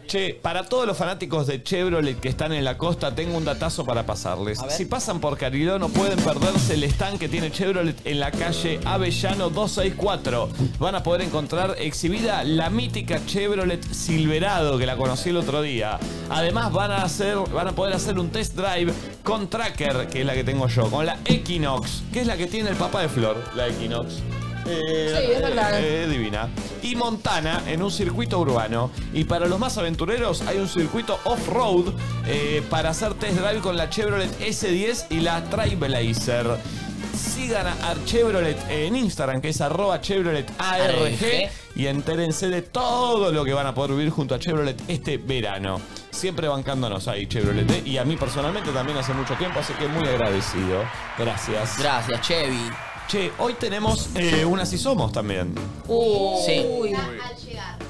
Che, para todos los fanáticos de Chevrolet que están en la costa, tengo un datazo para pasarles. Si pasan por Cariló, no pueden perderse el stand que tiene Chevrolet en la calle Avellano 264. Van a poder encontrar exhibida la mítica Chevrolet Silverado, que la conocí el otro día. Además, van a, hacer, van a poder hacer un test drive con Tracker, que es la que tengo yo, con la Equinox, que es la que tiene el papá de Flor, la Equinox. Sí, es verdad. Eh, divina. Y Montana en un circuito urbano. Y para los más aventureros hay un circuito off-road eh, para hacer test drive con la Chevrolet S10 y la Trailblazer. Sigan a a Chevrolet en Instagram, que es arroba Chevrolet ARG, y entérense de todo lo que van a poder vivir junto a Chevrolet este verano. Siempre bancándonos ahí, Chevrolet. eh, Y a mí personalmente también hace mucho tiempo, así que muy agradecido. Gracias. Gracias, Chevy. Che, hoy tenemos eh, una Si Somos también. Sí.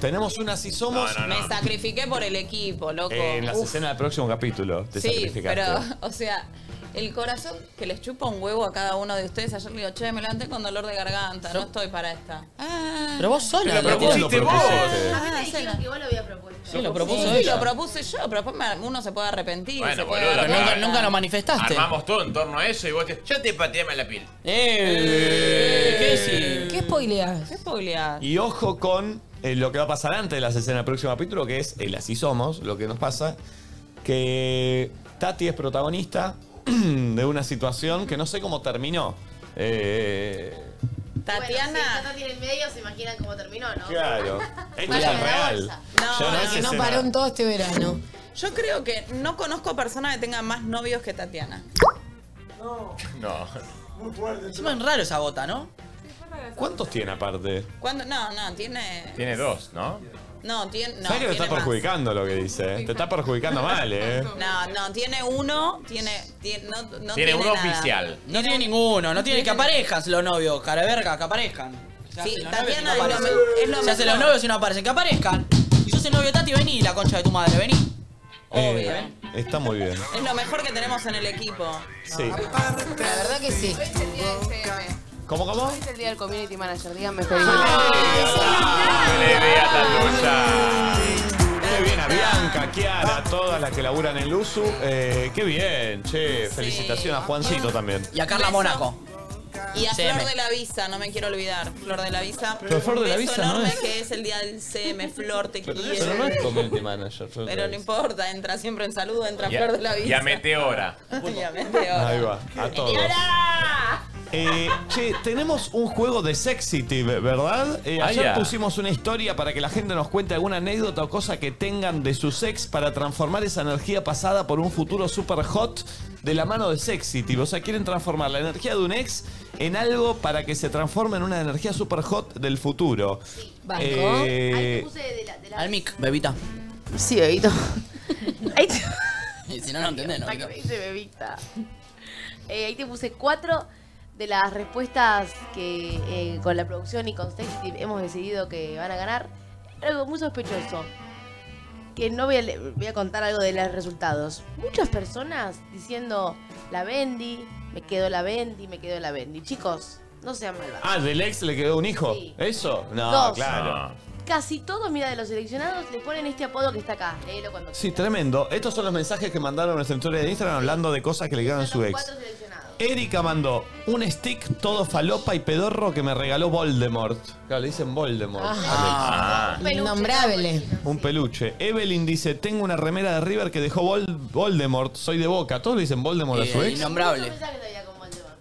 Tenemos una si somos Me sacrifiqué por el equipo, loco. en las Uf. escenas del próximo capítulo. Te Sí, sacrificaste. pero, o sea, el corazón que les chupa un huevo a cada uno de ustedes. Ayer le digo, che, me levanté con dolor de garganta, no estoy para esta. Ah. Pero vos sola. Pero propusiste lo vos. propusiste. Ah, cena. Sí, lo propuso Sí, ella. lo propuse yo, pero después me- uno se puede arrepentir. Bueno, se puede boludo, arrepentir. pero Nunca lo manifestaste. Armamos todo en torno a eso y vos te. Yo te pateé mal la piel. Eh, ¿Qué decís? ¿Qué spoileas? ¿Qué spoileas? Y ojo con eh, lo que va a pasar antes de las escenas del próximo capítulo, que es el Así Somos, lo que nos pasa. Que Tati es protagonista de una situación que no sé cómo terminó. Eh, Tatiana. Bueno, si está Tati en el medio, se imaginan cómo terminó, ¿no? claro. Esto Vaya, ya es real. No, Ya porque es no escena. paró en todo este verano. Yo creo que no conozco a persona que tenga más novios que Tatiana. No. Muy fuerte. Es más raro esa bota, ¿no? ¿Cuántos tiene aparte? ¿Cuándo? No, no, tiene. Tiene dos, ¿no? No, tiene. No, ¿Sabes que te tiene está más. perjudicando lo que dice? eh? Te está perjudicando mal, ¿eh? No, no, tiene uno, tiene. tiene- no, no tiene uno nada. No tiene ninguno, no tiene que aparezcan los novios, cara de verga, que aparezcan. Se Sí, hacen los novios y Tatiana no es lo aparecen. me- es lo Se hacen los mejor. novios y no aparecen, que aparezcan. Si sos el novio de Tati, vení, la concha de tu madre, vení. Obvio. Eh, está muy bien. Es lo mejor que tenemos en el equipo. Sí. La verdad que sí. ¿Cómo, cómo? es el día del community manager, díganme ¡Qué bien a Qué bien a Bianca, Kiara, a todas las que laburan en Luzu. Eh, qué bien, che. Felicitación a Juancito también. Y a Carla Mónaco. Y a CM. Flor de la Visa, no me quiero olvidar. Flor de la Visa. Pero Flor de la Un Visa beso no enorme es. que es el día del CM. Flor, te quiero. community manager. Pero no importa, entra siempre en saludo, entra Y a- Flor de la Visa. Y a Meteora. Y a Meteora. Ahí va, a todos. Eh, che, tenemos un juego de Sexitive, ¿verdad? Eh, Ah, ayer ya. pusimos una historia para que la gente nos cuente alguna anécdota o cosa que tengan de su sex para transformar esa energía pasada por un futuro super hot de la mano de Sexitive. O sea, quieren transformar la energía de un ex en algo para que se transforme en una energía super hot del futuro. Banco. Eh, Al mic, bebita. Sí, bebito. Ahí te... Y si no, no entendés, no. La que me dice bebita. Eh, ahí te puse cuatro de las respuestas que eh, con la producción y con Sextive hemos decidido que van a ganar. Algo muy sospechoso. Que no voy a, le- voy a contar algo de los resultados. Muchas personas diciendo la Bendy, me quedo la Bendy, me quedo la Bendy. Chicos, no sean malvados. Ah, del ex le quedó un hijo. ¿Eso? No, Dos. claro. Casi todos, mira, de los seleccionados le ponen este apodo que está acá. Léelo cuando Sí, tremendo. Estos son los mensajes que mandaron nuestra historia de Instagram hablando de cosas que le quedaron a su ex. Cuatro seleccionados. Erika mandó un stick todo falopa y pedorro que me regaló Voldemort. Claro, le dicen Voldemort. Ah. Ah. Alex. Innombrable. Un peluche. Evelyn dice, tengo una remera de River que dejó Vol- Voldemort, soy de Boca. Todos le dicen Voldemort a su Eh, ex. innombrable.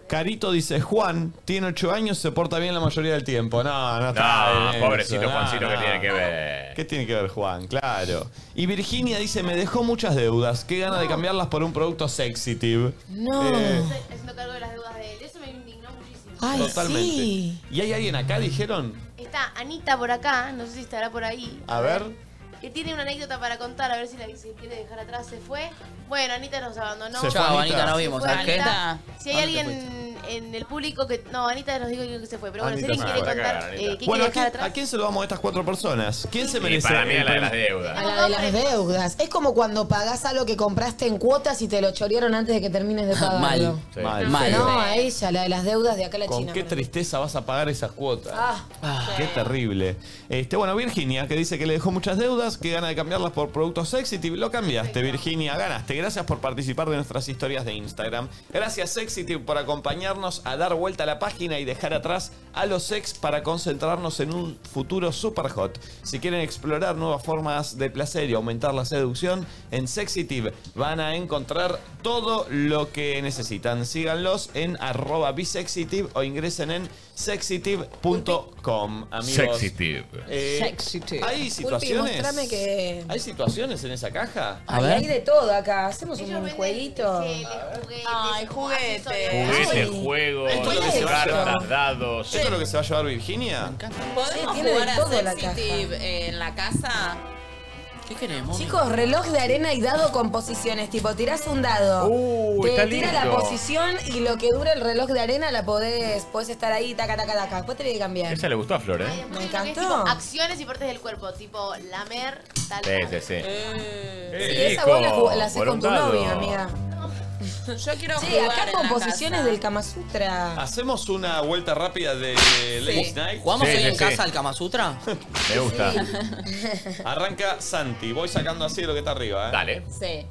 Carito dice, Juan, tiene 8 años, se porta bien la mayoría del tiempo. No, no está No, bien pobrecito Juancito, ¿qué que tiene que ver? ¿Qué tiene que ver Juan? Claro. Y Virginia dice, me dejó muchas deudas. Qué gana de cambiarlas por un producto sexitive. No. Eh, Estoy haciendo cargo de las deudas de él. Eso me indignó muchísimo. Totalmente. ¿Y hay alguien acá, dijeron? Está Anita por acá, no sé si estará por ahí. A ver. que tiene una anécdota para contar, a ver si la que se quiere dejar atrás se fue. Bueno, Anita nos abandonó. Se fue Chao, Anita. Anita, nos vimos, Se fue ¿sabes qué? Anita. Si hay Anita, alguien en el público que. No, Anita nos dijo que se fue, pero bueno, si Anita alguien quiere se fue. contar, Anita. eh, ¿qué Bueno, ¿a quiere quién, dejar atrás? a quién se lo vamos a estas cuatro personas? ¿Quién se Y merece? para mí a la de el las premio? deudas. A la de las deudas. Es como cuando pagás algo que compraste en cuotas y te lo chorearon antes de que termines de pagarlo. Sí. No, No, a ella, la de las deudas de acá a la ¿Con China. qué perdón. tristeza vas a pagar esas cuotas? Ah, Qué terrible. Este, bueno, Virginia, que dice que le dejó muchas deudas, que gana de cambiarlas por productos Exitive. Lo cambiaste, Virginia, ganaste. Gracias por participar de nuestras historias de Instagram. Gracias, Exitive, por acompañarnos a dar vuelta a la página y dejar atrás a los ex para concentrarnos en un futuro super hot. Si quieren explorar nuevas formas de placer y aumentar la seducción, en Sexitive van a encontrar todo lo que necesitan. Síganlos en arroba bisexitive o ingresen en sexitive.com, amigos. Sexitive. Eh, Pulpi, mostrame Hay situaciones. que. ¿Hay situaciones en esa caja? Ay, hay de todo acá. Hacemos un mini jueguito. Ay, juguete. Juguetes, juegos, Esto es lo que se va a cartas, llevar. dados. ¿Esto es lo que se va a llevar Virginia? ¿Podemos Sí, tiene jugar de a todo la Sensitive en la casa? ¿Qué queremos? Chicos, reloj de arena y dado con posiciones. Tipo, tirás un dado. está te tira la lindo. posición y lo que dura el reloj de arena la podés, podés estar ahí, taca, taca, taca. Después te voy a cambiar. Esa le gustó a Flor, ¿eh? Me Creo que es encantó. tipo acciones y partes del cuerpo, tipo lamer, tal. Sí, sí, sí. Sí, Eh, esa vos la, Nico, ju- la hacés con tu voluntado. novio, amiga. Yo quiero Sí, jugar acá en con la posiciones casa. del Kama Sutra. ¿Hacemos una vuelta rápida de Late Night? ¿Jugamos hoy en casa al Kama Sutra? Me gusta. Arranca Santi. Voy sacando así de lo que está arriba, ¿eh? Dale. Sí.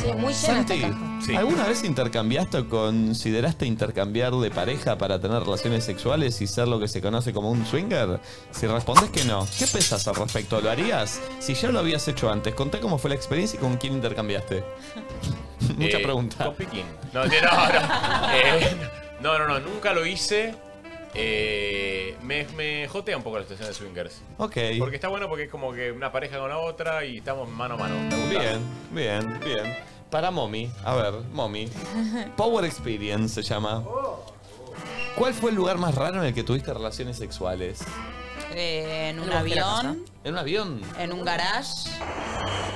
Sí, muy llena esta Santi, caja. ¿alguna vez intercambiaste o consideraste intercambiar de pareja para tener relaciones sexuales y ser lo que se conoce como un swinger? Si respondes que no, ¿qué pensás al respecto? ¿Lo harías? Si ya lo habías hecho antes, contá cómo fue la experiencia y con quién intercambiaste. Mucha Eh, pregunta. Con Pekín. No, no, no. Eh, no, no, no, nunca lo hice. Eh, me, me jotea un poco la situación de swingers. Ok. Porque está bueno porque es como que una pareja con la otra y estamos mano a mano. Me gusta. Bien, bien, bien. Para Mommy, a ver, Mommy. Power Experience se llama. Oh. ¿Cuál fue el lugar más raro en el que tuviste relaciones sexuales? Eh, en un bosque de la avión, ¿En un avión? en un garage.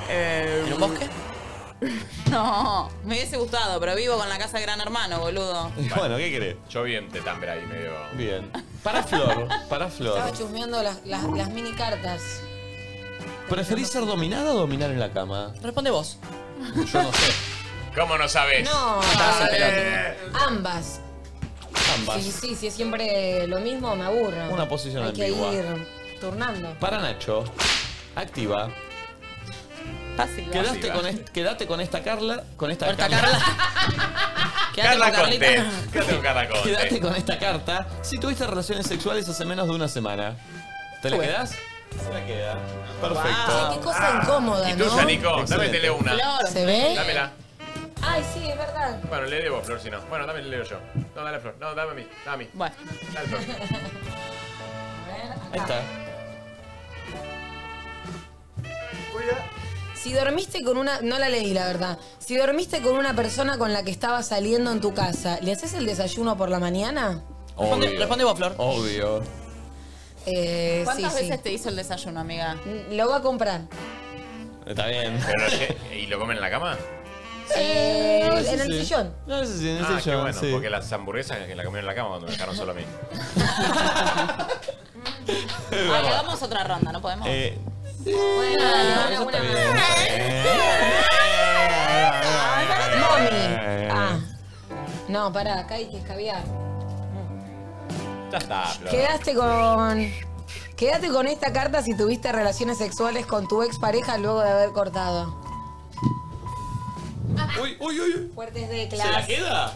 eh, ¿En un bosque? No, me hubiese gustado, pero vivo con la casa de Gran Hermano, boludo. Bueno, ¿qué querés? Yo bien te tambra ahí medio. Bien. Para Flor, para Flor. Estaba chusmeando las, las, las mini cartas. ¿Preferís ser dominada o dominar en la cama? Responde vos. Yo no sé. ¿Cómo no sabes? No, Estás eh, esperando. ambas. Ambas. Sí, sí, sí, es siempre lo mismo, me aburro. Una posición Hay que ambigua. ir turnando. Para Nacho, activa. Quedaste con, est- quedate con esta Carla, con esta Carla. Carla Conte. ¿Qué tengo Carla Quédate Conte? con esta carta. Si tuviste relaciones sexuales hace menos de una semana, ¿te la Bueno. quedás? Se la queda. Perfecto. Ah. Ay, qué cosa incómoda, ¿Y ¿no? tuya, Nico? Dame, Excelente. te leo una. Flor, ¿se ve? Dámela. Ay, sí, es verdad. Bueno, le debo a Flor si no. Bueno, dame, le leo yo. No, dale a Flor. No, dame a mí. Dame a mí. Bueno. Dale, Flor. Ahí está. Si dormiste con una. No la leí, la verdad. Si dormiste con una persona con la que estabas saliendo en tu casa, ¿le haces el desayuno por la mañana? Obvio. responde vos, Flor. Obvio. Eh, ¿Cuántas sí, sí. veces te hizo el desayuno, amiga? Lo voy a comprar. Está bien. Pero, ¿qué? ¿Y lo comen en la cama? Eh, No, sí, en el sí. sillón. No, sí, sí, en el ah, qué sillón, bueno, sí. porque las hamburguesas que la comieron en la cama cuando me dejaron solo a mí. Ay, hagamos Ah, otra ronda, no podemos. Eh, Bueno, eso está bien. eh, Mami. Ah. No, pará, acá hay que escabiar. Ya está, Flor. Quedaste con. Quédate con esta carta si tuviste relaciones sexuales con tu expareja luego de haber cortado. Uy, uy, uy. Fuertes de ¿Se la queda?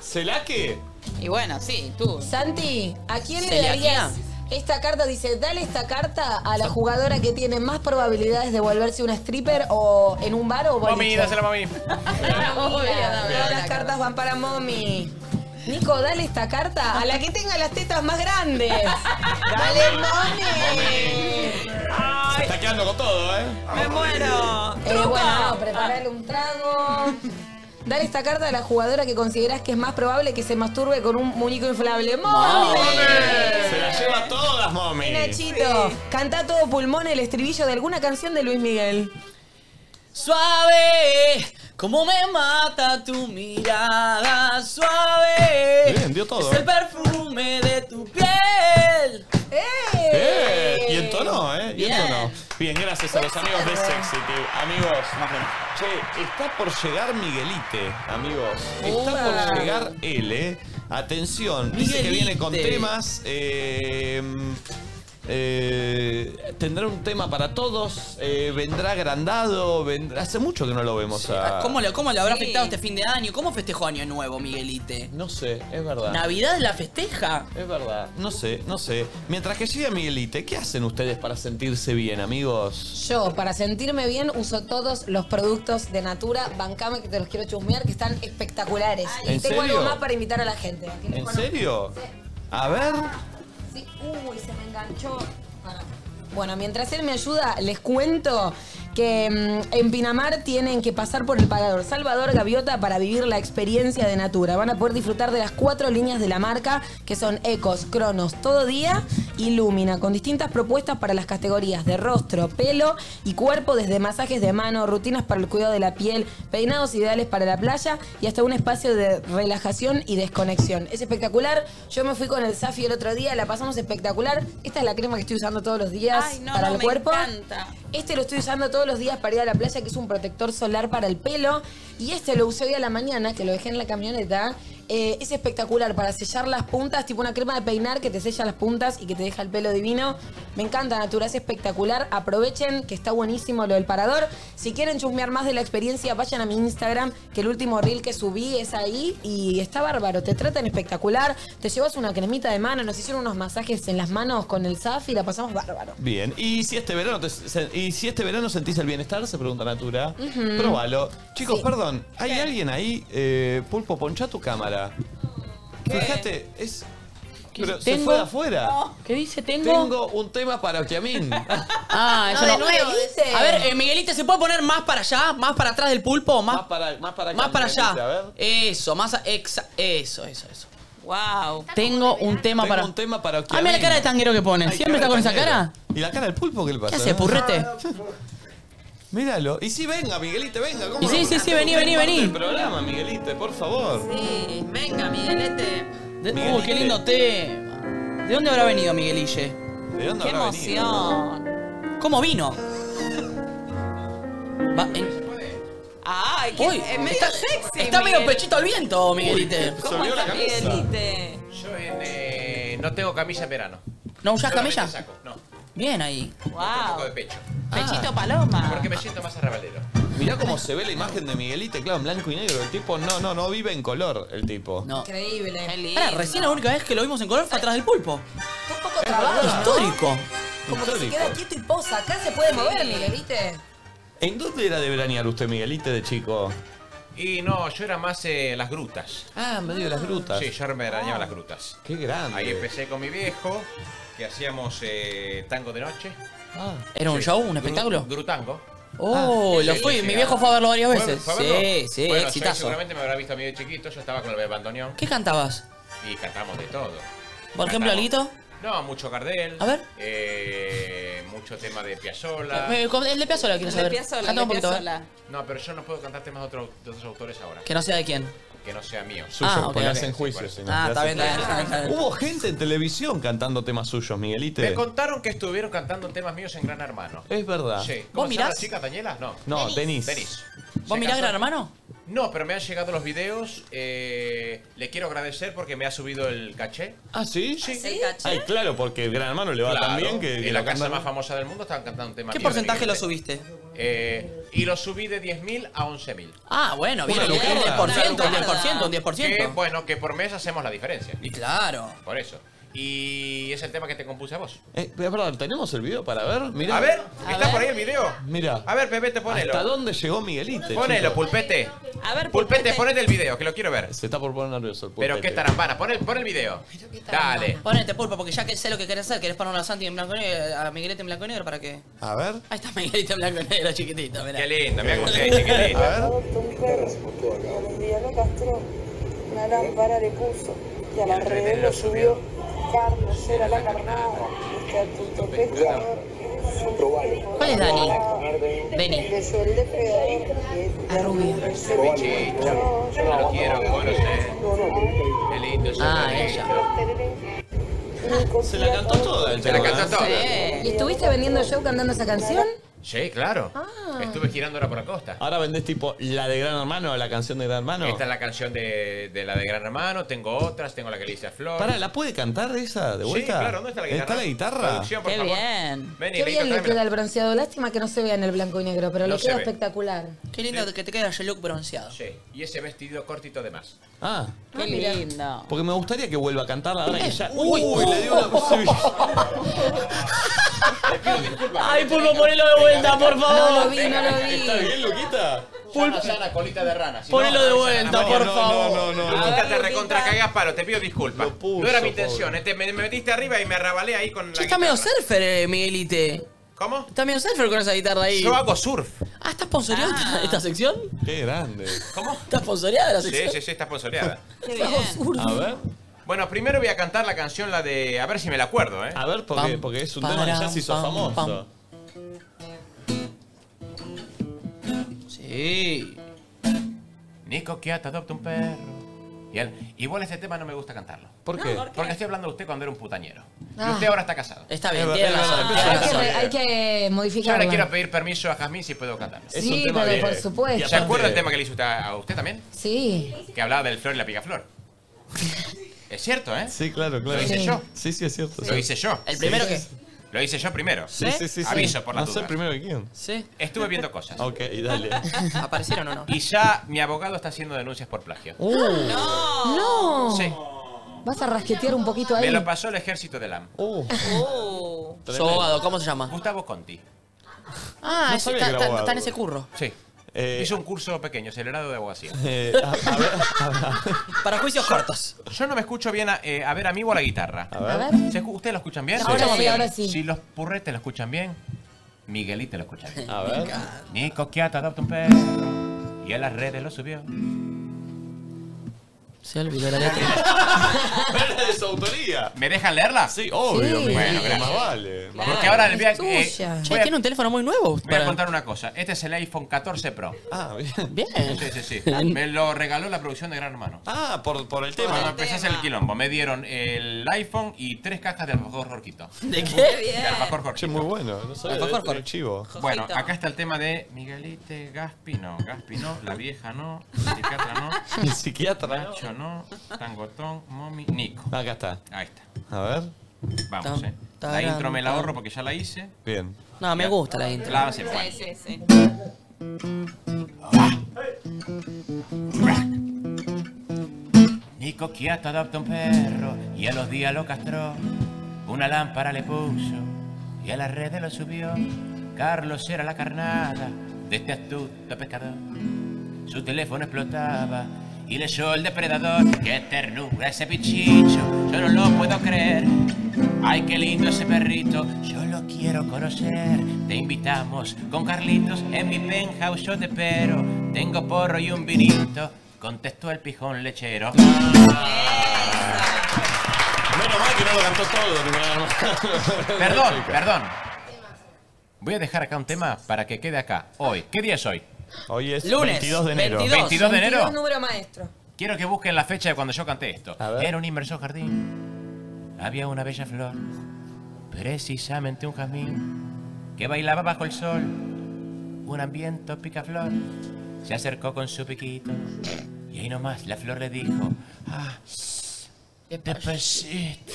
¿Se la que? Y bueno, sí, tú. Santi, ¿a quién le Celia, darías? Esta carta dice, dale esta carta a la jugadora que tiene más probabilidades de volverse una stripper o en un bar o boliche. Mami, dásela a mami. Obvio, la Todas las cartas van para mommy. Nico, dale esta carta a la que tenga las tetas más grandes. Dale, mommy. Se está quedando con todo, ¿eh? Me muero. Eh, bueno, preparale un trago. Dar esta carta a la jugadora que consideras que es más probable que se masturbe con un muñeco inflable. ¡Mami! ¡Mami! Se la lleva todas, mami. Nachito, canta todo pulmón el estribillo de alguna canción de Luis Miguel. Suave, como me mata tu mirada, suave. Bien, dio todo, Es ¿eh? el perfume de tu piel. ¡Eh! Y en tono, ¿eh? Y en Bien. tono. Bien, gracias a los amigos de Sexitive. Amigos, che, está por llegar Miguelite, amigos. Está Upa. por llegar él, ¿eh? Atención, dice que viene con Miguelite. temas. eh, eh, tendrá un tema para todos. eh, vendrá agrandado. vendrá- Hace mucho que no lo vemos. a- ¿Cómo le, cómo le habrá Sí. afectado este fin de año? ¿Cómo festejó Año Nuevo, Miguelite? No sé, es verdad. ¿Navidad la festeja? Es verdad. No sé, no sé. Mientras que llega Miguelite, ¿qué hacen ustedes para sentirse bien, amigos? Yo, para sentirme bien, uso todos los productos de Natura. Bancame que te los quiero chusmear, que están espectaculares. ¿En y tengo serio? algo más para invitar a la gente. ¿En serio? A ver. Sí, uy, se me enganchó. Pará. Bueno, mientras él me ayuda, les cuento que mm, en Pinamar tienen que pasar por el pagador Salvador Gaviota para vivir la experiencia de Natura. Van a poder disfrutar de las cuatro líneas de la marca, que son Ecos, Cronos, Todo Día y Lumina, con distintas propuestas para las categorías de rostro, pelo y cuerpo, desde masajes de mano, rutinas para el cuidado de la piel, peinados ideales para la playa y hasta un espacio de relajación y desconexión. Es espectacular. Yo me fui con el Safi el otro día, la pasamos espectacular. Esta es la crema que estoy usando todos los días Ay, no, para no, el me cuerpo. encanta. Este lo estoy usando todos los días para ir a la playa, que es un protector solar para el pelo. Y este lo usé hoy a la mañana, que lo dejé en la camioneta. Eh, es espectacular para sellar las puntas, tipo una crema de peinar que te sella las puntas y que te deja el pelo divino. Me encanta, Natura, es espectacular. Aprovechen, que está buenísimo lo del parador. Si quieren chusmear más de la experiencia, vayan a mi Instagram, que el último reel que subí es ahí y está bárbaro. Te tratan espectacular, te llevas una cremita de mano, nos hicieron unos masajes en las manos con el SAF y la pasamos bárbaro. Bien, y si este verano te- se- y si este verano sentís el bienestar, se pregunta Natura. Ujú. Próbalo. Chicos, Sí. perdón, ¿hay alguien ahí? Eh, Pulpo, poncha tu cámara. Fíjate, es. Pero se ¿Tengo? fue de afuera. ¿Qué dice? ¿Tengo? Tengo un tema para Okiamin. Ah, No, yo de no. nuevo, dice. A ver, eh, Miguelite, ¿se puede poner más para allá? ¿Más para atrás del pulpo? ¿Más, para, más para, más para allá? Miguelite, a ver. Eso, más... a- exa- eso, eso, eso. Wow. Tengo un tema Tengo para... un tema para Ah, mira la cara de tanguero que pone. Ay, ¿Siempre está con esa tanguero. cara? ¿Y la cara del pulpo qué le pasa? ¿Qué hace, Eh. purrete? Míralo. Y sí, venga, Miguelite, venga. ¿cómo Y sí, no? sí, sí, vení, Ven vení, parte vení. del programa, Miguelite, por favor. Sí, venga, Miguelete. De- Uh, qué lindo tema. ¿De dónde habrá venido Miguelille? ¿De dónde Qué habrá emoción. ¿Cómo vino? Va, en- Ay, qué Uy, es medio está- sexy. está medio Miguel. pechito al viento, Miguelite. ¿Cómo Subió la estás, cabeza. Miguelite? Yo en, eh, no tengo camilla en verano. ¿No usás Solamente camilla? saco, no. Bien ahí. Un poco Wow. de pecho. Pechito paloma. Porque me siento más arrabalero. Ah. Mirá cómo se ve la imagen de Miguelite, claro, en blanco y negro. El tipo no, no, no vive en color, el tipo. No. Increíble. Pará, recién la única vez que lo vimos en color fue atrás del pulpo. poco trabado, ¿no? Histórico. Como que se Histórico. queda quieto y posa. Acá se puede mover, Sí. Miguelite. ¿En dónde era de veranear usted, Miguelite, de chico? Y no, yo era más eh, las grutas. Ah, medio de las grutas. Sí, yo me arañaba Ah, las grutas. Qué grande. Ahí empecé con mi viejo, que hacíamos eh, tango de noche. ¿Era un show, un espectáculo? Gru- Grutango. Oh, Sí, lo sí, fui. sí, Mi sí, viejo fue a verlo varias ¿Fue- veces. fue a verlo? Sí, sí, Bueno, yo exitazo. seguramente me habrá visto medio chiquito, yo estaba con el bandoneón. ¿Qué cantabas? Y cantamos de todo. Por ejemplo, Alito. No, mucho Gardel. A ver. Eh, mucho tema de Piazzolla. Me- con- El de Piazzolla quiero El de saber. Piazzolla, el Canta un de poquito. a ver. Piazzolla. No, pero yo no puedo cantar temas de, otro- de otros autores ahora. Que no sea de quién. Que no sea mío. Suyo, Ah, ok, porque ok. hacen juicios. si no, Ah, te está hacen bien, está bien, juicios. está bien, está bien. Hubo gente en televisión cantando temas suyos, Miguelite. Me contaron que estuvieron cantando temas míos en Gran Hermano. Es verdad. Sí. ¿Vos ¿Cómo se llama mirás? la chica Daniela? No. No, Denis. Denis. ¿Vos mirás Gran Hermano? No, pero me han llegado los videos. eh, le quiero agradecer porque me ha subido el caché. ¿Ah, sí? Sí. Ay, claro, porque el gran hermano le va tan bien que. que en la lo casa cantan- más famosa del mundo estaban cantando un tema. ¿Qué mío de porcentaje Miguel lo Bosé. subiste? Eh, y lo subí de 10.000 a 11.000. Ah, bueno, bien. Una bien, Un lucrada. 10%, un Una lucrada. 10%, un 10%. Que, bueno, que por mes hacemos la diferencia. Y claro. Por eso. Y es el tema que te compuse a vos. Eh, perdón, ¿tenemos el video para ver? Mirá. A ver, ¿está por ahí el video? Mira. A ver, Pepe, te ponelo. ¿Hasta dónde llegó Miguelite? Ponelo, chicos? pulpete. A ver, Pulpete, ponete el video, que lo quiero ver. Se está por poner nervioso el Pero qué tarambana, pon el, pon el video. Dale. Ponete pulpo porque ya que sé lo que querés hacer, querés poner a Santi en blanco y negro, a Miguelete en blanco y negro para que. A ver. Ahí está Miguelete en blanco y negro, chiquitito, mirá. Qué linda, mirá cómo se dice, qué linda. A ver. encontró una lámpara le puso y al revés lo subió. Carlos era la carnada, que a tu pescador. ¿Cuál es Dani? Dani. Empezó el depredador. La rubia. Pichi, chamo, yo no lo quiero, que vos no sé. Qué lindo, yo Ah, lo ella. Se la cantó toda el Se la tema, cantó ¿eh? toda. ¿Y estuviste vendiendo show cantando esa canción? Ah. Sí, claro. Estuve girando ahora por la costa. Ahora vendés tipo la de Gran Hermano, la canción de Gran Hermano. Esta es la canción de, de la de Gran Hermano, tengo otras, tengo la que le hice a Flor. Pará, Ah, ¿la puede cantar esa de Sí, vuelta? claro, ¿dónde está la guitarra? ¿Está la guitarra? Producción, por Qué favor. bien. Vení, Qué bien le queda el bronceado. Lástima que no se vea en el blanco y negro, pero No le se queda ve. espectacular. Qué lindo que te queda el look bronceado. Sí, y ese vestido cortito de más. Ah, Qué lindo. porque me gustaría que vuelva a cantarla ahora que ya. Uy. Uy, le dio una. Ay, Pulpo, ponelo de vuelta, por favor. No lo vi, no lo vi. ¿Está bien, Luquita? Llana, llana, colita de rana. si Ponelo no, de llana, vuelta, Mario, por no, favor. No, no, no. Luquita, te recontra cagás palo, te pido disculpas. no era mi intención, eh, te- me, me metiste arriba y me arrabalé ahí con la Che, está medio surfer, eh, Miguelite. ¿Cómo? Está medio surfer con esa guitarra ahí. Yo hago surf. Ah, ¿estás sponsoreada esta, esta sección? Qué grande. ¿Cómo? ¿Estás sponsoreada la Sí, sección? sí, sí, está sponsoreada. A ver. Bueno, primero voy a cantar la canción, la de. A ver si me la acuerdo, ¿eh? A ver, porque, porque es un tema que ya se hizo famoso. Sí. Nico que adopta un perro. Y él- igual este tema no me gusta cantarlo. ¿Por qué? No, ¿por Porque estoy hablando de usted cuando era un putañero. Y Ah. usted ahora está casado. Está bien, tiene razón, tiene Hay que, re- hay que Yo modificarla. ahora quiero pedir permiso a Jazmín si puedo cantar. Es Sí, un tema pero bien. por supuesto. ¿Se acuerda el tema que le hizo usted a usted también? Sí. Que hablaba del flor y la picaflor. es cierto, ¿eh? Sí, claro, claro. Lo hice yo. Sí, sí, es cierto. Lo hice yo. ¿El primero Sí, qué? sí. Lo hice yo primero. Sí, sí, sí. sí. Aviso por la No sé duda. primero que quién. Sí. Estuve viendo cosas. Ok, dale. ¿Aparecieron o no? Y ya mi abogado está haciendo denuncias por plagio. Uh, ¡Ah! No. Uh. Sí. Vas a rasquetear un poquito ahí. Me lo pasó el ejército de LAM. Uh, Su abogado, ¿cómo se llama? Gustavo Conti. Ah, No ese está, sabía que era está- abogado. está en ese curro. Sí. Eh, Hizo un curso pequeño, acelerado de abogacía. Para juicios cortos. Yo no me escucho bien a, eh, a ver a mí o a la guitarra. A ver. ver. ¿Ustedes lo escuchan bien? Sí. Ahora sí, ahora sí. Si los purretes lo escuchan bien, Miguelito lo escucha bien. A ver. Nico Quiato adopta un perro. Y a las redes lo subió. Se olvidó la letra. Era de su autoría. ¿Me dejan leerla? Sí, obvio. Bueno, Sí. Bueno, gracias. Más vale. más Porque vale. ahora le voy a... Es eh, tuya. Che, voy a- tiene un teléfono muy nuevo. Voy a contar una cosa. Este es el iPhone 14 Pro. Ah, bien. Bien. Sí, sí, sí. Me lo regaló la producción de Gran Hermano. Ah, por, por el tema. Cuando empecé a hacer el quilombo, me dieron el iPhone y tres cajas de alfajor Jorquito. ¿De qué? De alfajor Jorquito. Che, muy bueno. No sabía Alfajor de- con- del chivo. Bueno, acá está el tema de Miguelite Gaspi no, Gaspi no, la vieja no, psiquiatra no, El psiquiatra. ¿no? Nacho no, Tangotón, Mommy, Nico. Acá está. Ahí está. A ver. Vamos, eh. La taran, intro me la taran. ahorro porque ya la hice. Ah, Bien. No, me gusta la intro. La hace Juan. Sí, sí, Nico Quiato adopta un perro y a los días lo castró. Una lámpara le puso y a las redes lo subió. Carlos era la carnada de este astuto pescador. Su teléfono explotaba y leyó el depredador. ¡Qué ternura ese pichicho! Yo no lo puedo creer. ¡Ay, qué lindo ese perrito! Yo lo quiero conocer. Te invitamos con Carlitos en mi penthouse yo te pero. Tengo porro y un vinito. Contestó el pijón lechero. Menos mal que no lo cantó todo. ni nada. Perdón, Chica. perdón. Voy a dejar acá un tema para que quede acá. Hoy, ¿qué día es hoy? Hoy es Lunes, 22 de enero. 22. 22 de enero. número maestro. Quiero que busquen la fecha de cuando yo canté esto. Era un inmerso jardín. Había una bella flor, precisamente un jazmín, que bailaba bajo el sol. Un ambiente picaflor se acercó con su piquito. Y ahí nomás la flor le dijo: ¡Ah! ¡Qué pasito!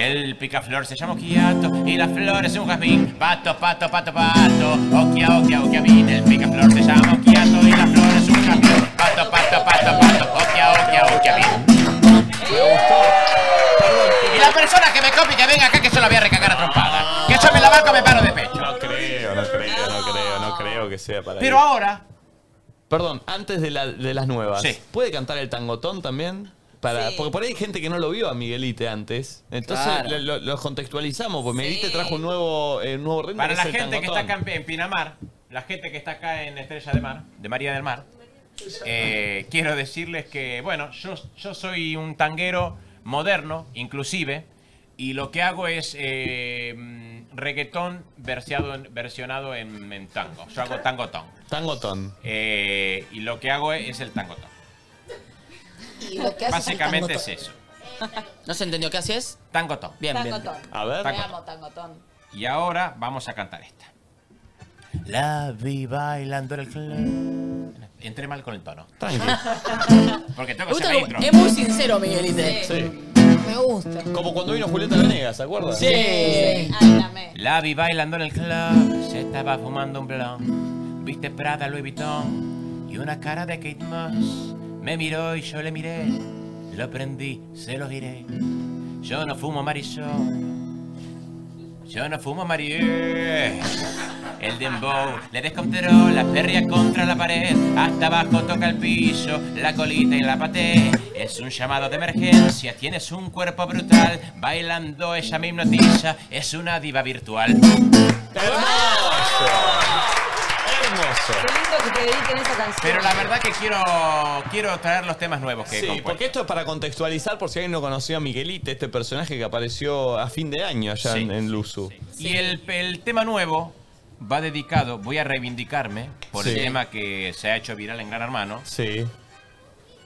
El picaflor se llama Quiato y la flor es un jazmín. Pato, pato, pato, pato. Oquia, oquia, oquia, min. El picaflor se llama Quiato y la flor es un jazmín. Pato, pato, pato, pato. Oquia, oquia, oquia, min. Y la persona que me copie que venga acá que yo la voy a recagar a trompada. Que yo me la banco me paro de pecho. No creo, no creo, no creo, no creo que sea para Pero ahí. ahora, Perdón, antes de, la- de las nuevas. Sí. ¿Puede cantar el tangotón también? Para, Porque por ahí hay gente que no lo vio a Miguelite antes. Entonces Claro. lo- lo- los contextualizamos, porque Miguelite trajo un nuevo, eh, nuevo ritmo. para que la es el gente que está tangotón. acá en Pinamar, la gente que está acá en Estrella de Mar, de María del Mar, Eh, quiero decirles que, bueno, yo, yo soy un tanguero moderno, inclusive, y lo que hago es eh, mm, reggaetón verseado en- versionado en, en tango. Yo hago tangotón. Tangotón. Eh, y lo que hago es, es el tangotón. Y lo que haces es Básicamente tango es eso. ¿No se entendió qué haces? Tangotón. Bien, bien. Tangotón. A ver. Me amo tangotón. Y ahora vamos a cantar esta. La vi bailando en el club. Entré mal con el tono. Tranqui. Porque tengo Me que gusta hacer la como- intro. es muy sincero, Miguelite. Sí. Me gusta. Como cuando vino Julieta Venegas, ¿se acuerdan? Sí. La vi bailando en el club, se estaba fumando un blond. Viste Prada, Louis Vuitton y una cara de Kate Moss. Me miró y yo le miré, lo prendí, se lo giré. Yo no fumo marisol, yo no fumo marié. El dembow le descontroló la perria contra la pared. Hasta abajo toca el piso, la colita y la paté. Es un llamado de emergencia, tienes un cuerpo brutal. Bailando ella me hipnotiza, es una diva virtual. Hermoso. Qué lindo que te dediquen esa canción. Pero la verdad que quiero, quiero traer los temas nuevos que he Sí, compuesto. porque esto es para contextualizar, por si alguien no conocía a Miguelite, este personaje que apareció a fin de año allá en, en Luzu. Y el, el tema nuevo va dedicado, voy a reivindicarme por Sí. el tema que se ha hecho viral en Gran Hermano. Sí.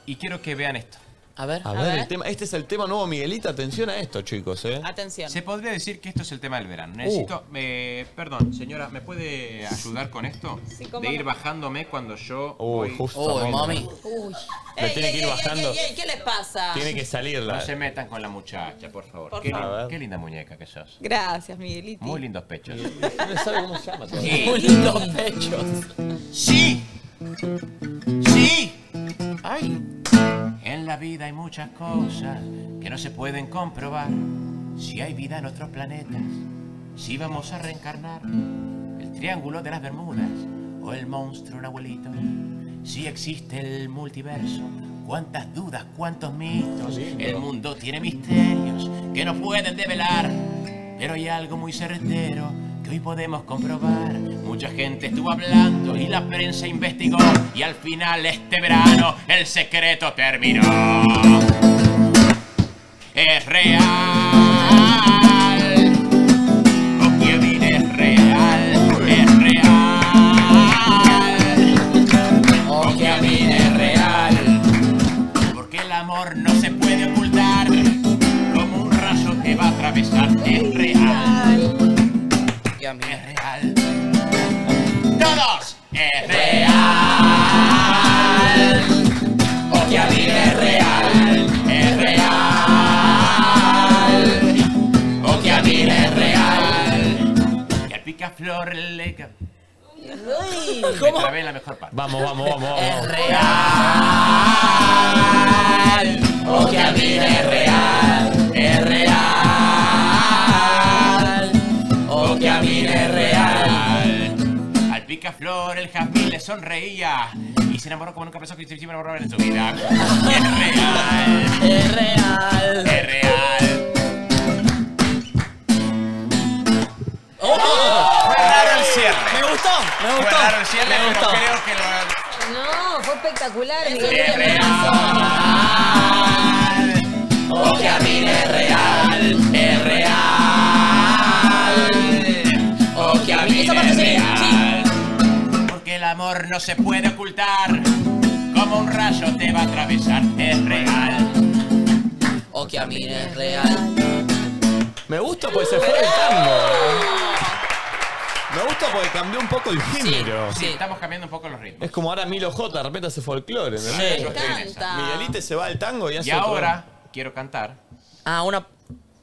Y quiero que vean este esto. A ver, A ver, el tema- este es el tema nuevo, Miguelita. Atención a esto, chicos, ¿eh? Atención. Se podría decir que esto es el tema del verano. Necesito. eh, perdón, señora, ¿me puede ayudar con esto? Sí, cómo De ir no. bajándome cuando yo. Uy, voy- justo, Oh, Uy, mami. mami. Uy. Me tiene que ir bajando. ¿Qué les pasa? salirla. No se metan con la muchacha, por favor. Por qué, favor. lin- qué linda muñeca que sos. Gracias, Miguelito. Muy lindos pechos. No sabe cómo se llama todavía. Sí. Muy lindos pechos. ¡Sí! ¡Sí! ¡Ay! En la vida hay muchas cosas que no se pueden comprobar. Si hay vida en otros planetas, si vamos a reencarnar. El triángulo de las Bermudas o el monstruo un abuelito. Si existe el multiverso, cuántas dudas, cuántos mitos. El mundo tiene misterios que no pueden develar. Pero hay algo muy certero que hoy podemos comprobar. Mucha gente estuvo hablando y la prensa investigó. Y al final este verano el secreto terminó. Es real. Okievin es real. Es real. Okievin es real. Porque el amor no se puede ocultar. Como un rayo que va a atravesar. Es real. Es real. Todos. Es real. Okievin es real. Es real. Okievin es real. Y al picaflor le... Me trabé en la mejor parte. Vamos, vamos, vamos. vamos. real. O que a mí es real, es real. O que a mí es real. Al picaflor el jazmín le sonreía y se enamoró como nunca pensó que se iba a enamorar en su vida. Es real, es real, es real. Fue raro el cierre. Me gustó, me Fue gustó. raro el cierre, Me pero gustó. creo que lo No, fue espectacular. Miguel. Es real. O que a mí es real, es real. O que a mí Esa parte es sí, real. Porque el amor no se puede ocultar. Como un rayo te va a atravesar, es real. O que a mí es real. Uh, Me gusta porque se fue el tango. Me gusta porque cambió un poco el género. Sí, estamos cambiando un poco los ritmos. Es como ahora Milo J, de repente hace folclore. ¿no? Sí. Me encanta. Miguelite se va al tango y hace Y ahora quiero cantar Ah, una.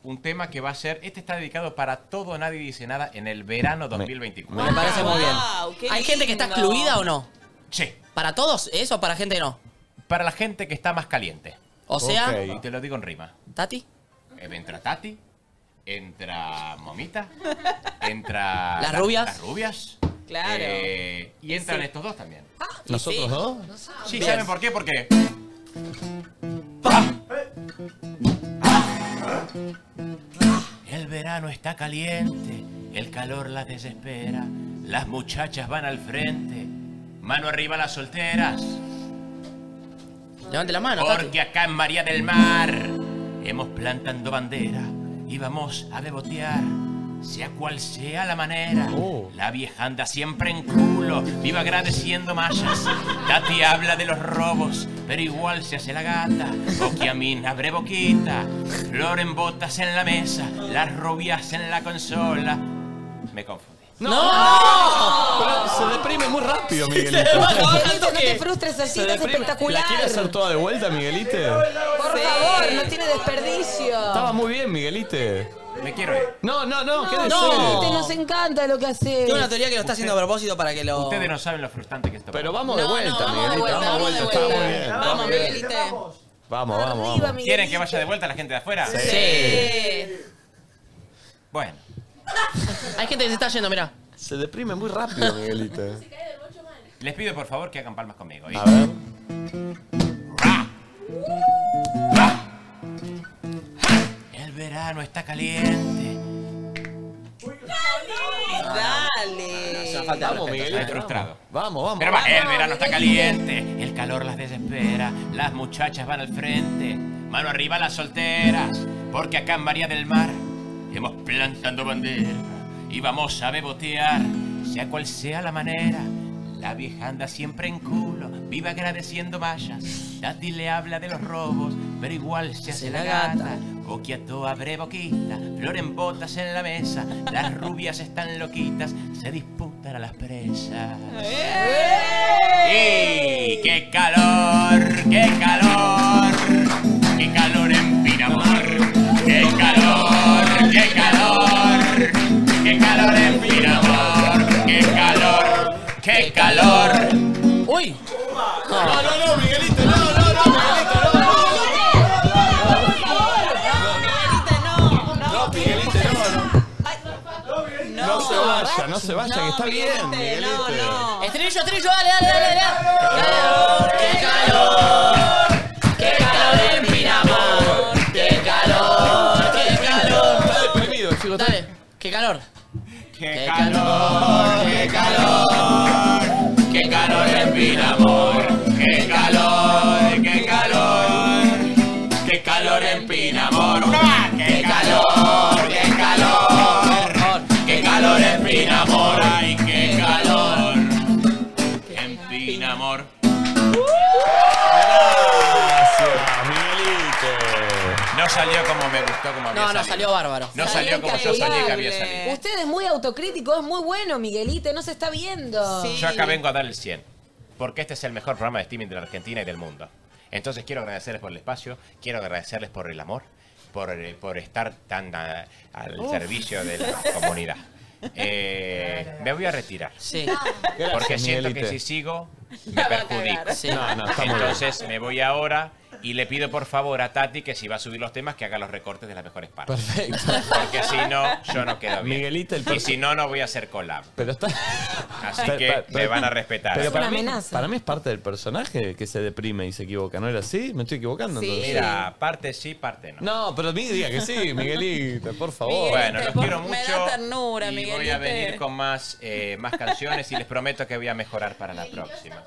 un tema que va a ser. Este está dedicado para todo Nadie Dice Nada en el verano 2024. Me parece muy bien. ¿Hay gente que está excluida o no? Sí. ¿Para todos eso o para gente que no? Para la gente que está más caliente. O sea, Y te lo digo en rima. Tati. Eh, Entra Tati, entra Momita, entra. Las la- rubias. Las rubias. Claro. eh, y entran Sí. estos dos también. otro. ¿Nosotros dos? Sí, ¿saben por qué? Porque. El verano está caliente, el calor las desespera, las muchachas van al frente, mano arriba las solteras, Levante la mano, Tati. Porque acá en María del Mar hemos plantando bandera y vamos a bebotear. Sea cual sea la manera, la vieja anda siempre en culo, viva agradeciendo mallas. Tati habla de los robos, pero igual se hace la gata. Boquiamín abre boquita, Flor en botas en la mesa, las rubias en la consola. Me confundí. ¡No! Pero se deprime muy rápido, Miguel. Miguelito, no te frustres así, estás espectacular. ¿La quiere hacer toda de vuelta, Miguelite? Por favor, no tiene desperdicio. Estaba muy bien, Miguelite. Me quiero ir. No, no, no, No, quédese. Miguelito, nos encanta lo que haces. Tengo una teoría que lo está haciendo a propósito para que lo. Ustedes no saben lo frustrante que está. Pero vamos de vuelta, Miguelito. vamos Vamos de vuelta, está muy bien. Vamos, Miguelito. Vamos, vamos, vamos. ¿Quieren que vaya de vuelta la gente de afuera? Bueno. Hay gente que se está yendo, mirá. Se deprime muy rápido, Miguelito. eh. Les pido por favor que hagan palmas conmigo. ¿eh? A ver. El verano está caliente. Dale. Eh, Vamos, Miguelito. Estoy frustrado. Vamos, vamos. Pero va, el verano está caliente, el calor las desespera, las muchachas van al frente, mano arriba las solteras, porque acá en María del Mar hemos plantando bandera y vamos a bebotear, sea cual sea la manera. La vieja anda siempre en culo, viva agradeciendo mallas. Tati le habla de los robos, pero igual se hace la gata. Boquiato abre boquita, flor en botas en la mesa. Las rubias están loquitas, se disputan a las presas. ¡Y qué calor! ¡Qué calor! ¡Qué calor en Pinamar! ¡Qué calor! ¡Qué calor! ¡Qué calor en Pinamar! ¡Qué calor! ¡Qué calor! ¡Uy! No, no, no, Miguelito, no, no, no, Miguelito, no, no. No, Miguelito, no. No se vaya, no se vaya, que está bien, Miguelito. Estribillo, estribillo, dale, dale, dale, dale. Calor, qué calor. Qué calor en Pinamar. Qué calor, qué calor. Está deprimido, chico. está- Dale, qué calor. ¡Qué calor! ¡Qué calor! ¡Qué calor en Pinamar! ¡Qué calor! ¡Qué calor! ¡Qué calor en Pinamar! ¡Una más! ¡Qué calor! ¡Qué calor! ¡Qué calor en Pinamar! ¡Ay, qué calor! En Pinamar. Gracias, Miguelito. No salió como me gustó, como había No, no, salió bárbaro. No salió como yo salí que había salido. Usted es muy autocrítico, es muy bueno, Miguelito, no se está viendo. Yo acá vengo a dar el 100, porque este es el mejor programa de streaming de la Argentina y del mundo. Entonces quiero agradecerles por el espacio, quiero agradecerles por el amor, por, eh, por estar tan a- al Uf. servicio de la comunidad. Eh, me voy a retirar. Sí. Porque Gracias, siento que Miguelite. si sigo, me perjudico. Sí. No, no, está muy bien. Entonces me voy ahora y le pido por favor a Tati que si va a subir los temas, que haga los recortes de las mejores partes. Perfecto. Porque si no, yo no quedo bien. Miguelito, el y si no, no voy a hacer collab. Pero está. Así Pero- que pero- me van a respetar. Pero para mí, amenaza. para mí es parte del personaje que se deprime y se equivoca, ¿no era así? ¿Me estoy equivocando? entonces? Mira, parte sí, parte no. No, pero a mí diga que sí, Miguelito, por favor. Bueno, los quiero mucho. Me da ternura, y voy Miguelite. a venir con más, eh, más canciones y les prometo que voy a mejorar para la próxima.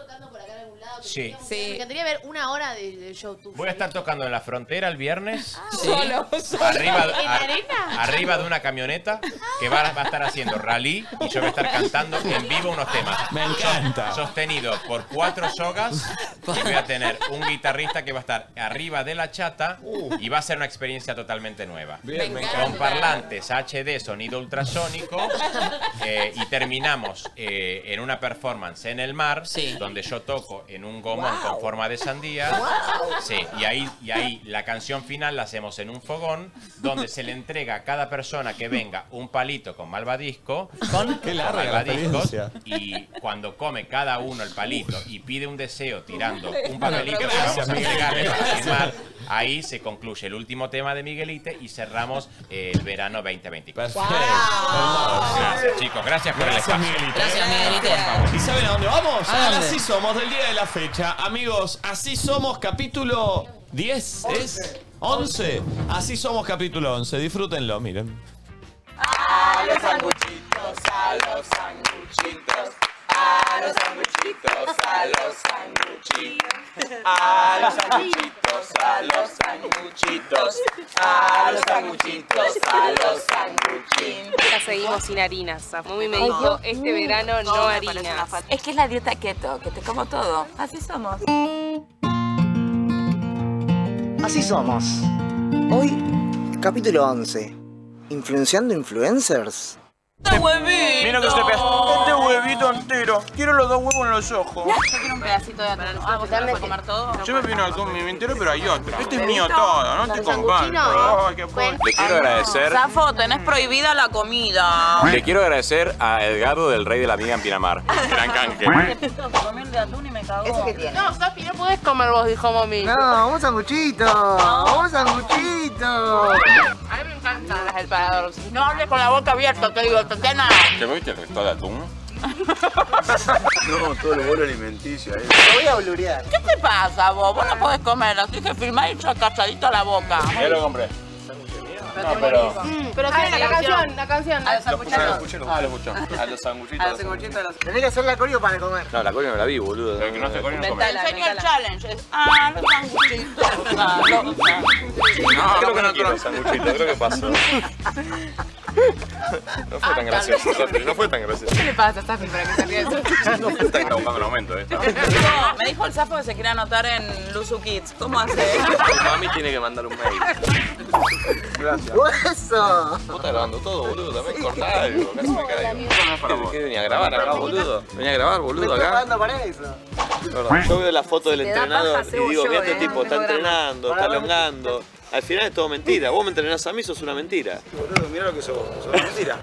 Sí. Me encantaría ver una hora de, de show tuyo. Voy a estar tocando en la frontera el viernes. Solo, solo. Arriba, ¿En a- arena? arriba de una camioneta que va, va a estar haciendo rally y yo voy a estar cantando en vivo unos temas. Me encanta. Sostenido por cuatro sogas y voy a tener un guitarrista que va a estar arriba de la chata y va a ser una experiencia totalmente nueva. Bien, me Con parlantes HD, sonido ultrasónico eh, y terminamos eh, en una performance en el mar donde yo toco en un gomón con forma de sandía. Sí, y ahí, y ahí la canción final la hacemos en un fogón donde se le entrega a cada persona que venga un palito con malvadisco. Con- Qué larga la malvadiscos, experiencia. Y cuando come cada uno el palito y pide un deseo tirando un Bueno, papelito que gracias, vamos a Miguel. entregarle para Gracias. firmar, ahí se concluye el último tema de Miguelite y cerramos eh, el verano 2024. Gracias, chicos. Gracias por Gracias, el espacio. Miguelito. Gracias, Miguelito. ¿Y saben a dónde vamos? ¿A Al dónde? Así Somos del día de la fecha. Amigos, Así Somos capítulo 10 es 11. Así Somos capítulo 11. Disfrútenlo, miren. A los sanguchitos, a los sanguchitos, a los sanguchitos, a los sanguchitos. A los sanguchitos, a los sanguchitos, a los sanguchitos, a los sanguchitos. Ya seguimos sin harinas. Mami me Ay, dijo, Dios este mío. verano No, no me parece una harinas. falta. Es que es la dieta keto, que te como todo. Así somos. Así somos. Hoy, capítulo 11. ¿Influenciando influencers? Mira que este pedazo. Este huevito entero. Quiero los dos huevos en los ojos. Yo quiero un pedacito de atún. Ah, ¿vos te vas a comer todo? Yo me vino a comer mi entero, pero hay otro. Este es mío ¿Huevito? todo, no te Los comparto. sanguchinos. Ay, qué Bueno. pobre. Le quiero agradecer. Zafo, tenés prohibida la comida. Le quiero agradecer a Edgardo del Rey de la Amiga en Pinamar. Gran canje. Comí el de atún y me cagó. No, Sofi, no podés comer vos, dijo mami. No, un sanguchito. Un sanguchito. A mí me encantan las del parador. No hables con la boca abierta, te digo, Tatiana. ¿Te viste el resto de atún? No, todo lo bueno alimenticio ahí. Te voy a blurear. ¿Qué te pasa vos? Vos no podés comer, así que filmá y sacachadito la boca. Ya lo compré. No, pero. pero- Pero tiene Mm, ah, la canción, la canción. A los Ah, lo escuchó. A los sanguchitos. Ah, Tenés que hacer la coreo para comer. No, la coña no la vi, boludo. que no hace coño Te enseño el challenge. Es, ah, los sanguchitos. Ah, los- No, creo que no quiero el sanguchito, creo que pasó. No fue Ah, tan gracioso, Sofi, no fue tan gracioso. ¿Qué le pasa a Safi para que se ríe de eso? No fue tan buscando el aumento, eh. No, me dijo el Safo que se quiere anotar en Luzu Kids. ¿Cómo hace? Mami tiene que mandar un mail. Gracias. ¡Hueso! Vos estás grabando todo, boludo, también cortá algo, casi me caigo. ¿Qué, qué venía a grabar acá, boludo? Venía a grabar, Me boludo, estoy acá. pagando para eso. Perdón. Yo veo la foto del Te da entrenador paja, y digo, cebo mira yo, este eh, tipo, está tengo ganas. entrenando, está Pará, alongando. Al final es todo mentira. Vos me entrenás a mí, sos una mentira. Boludo, mirá lo que sos. Sos mentira.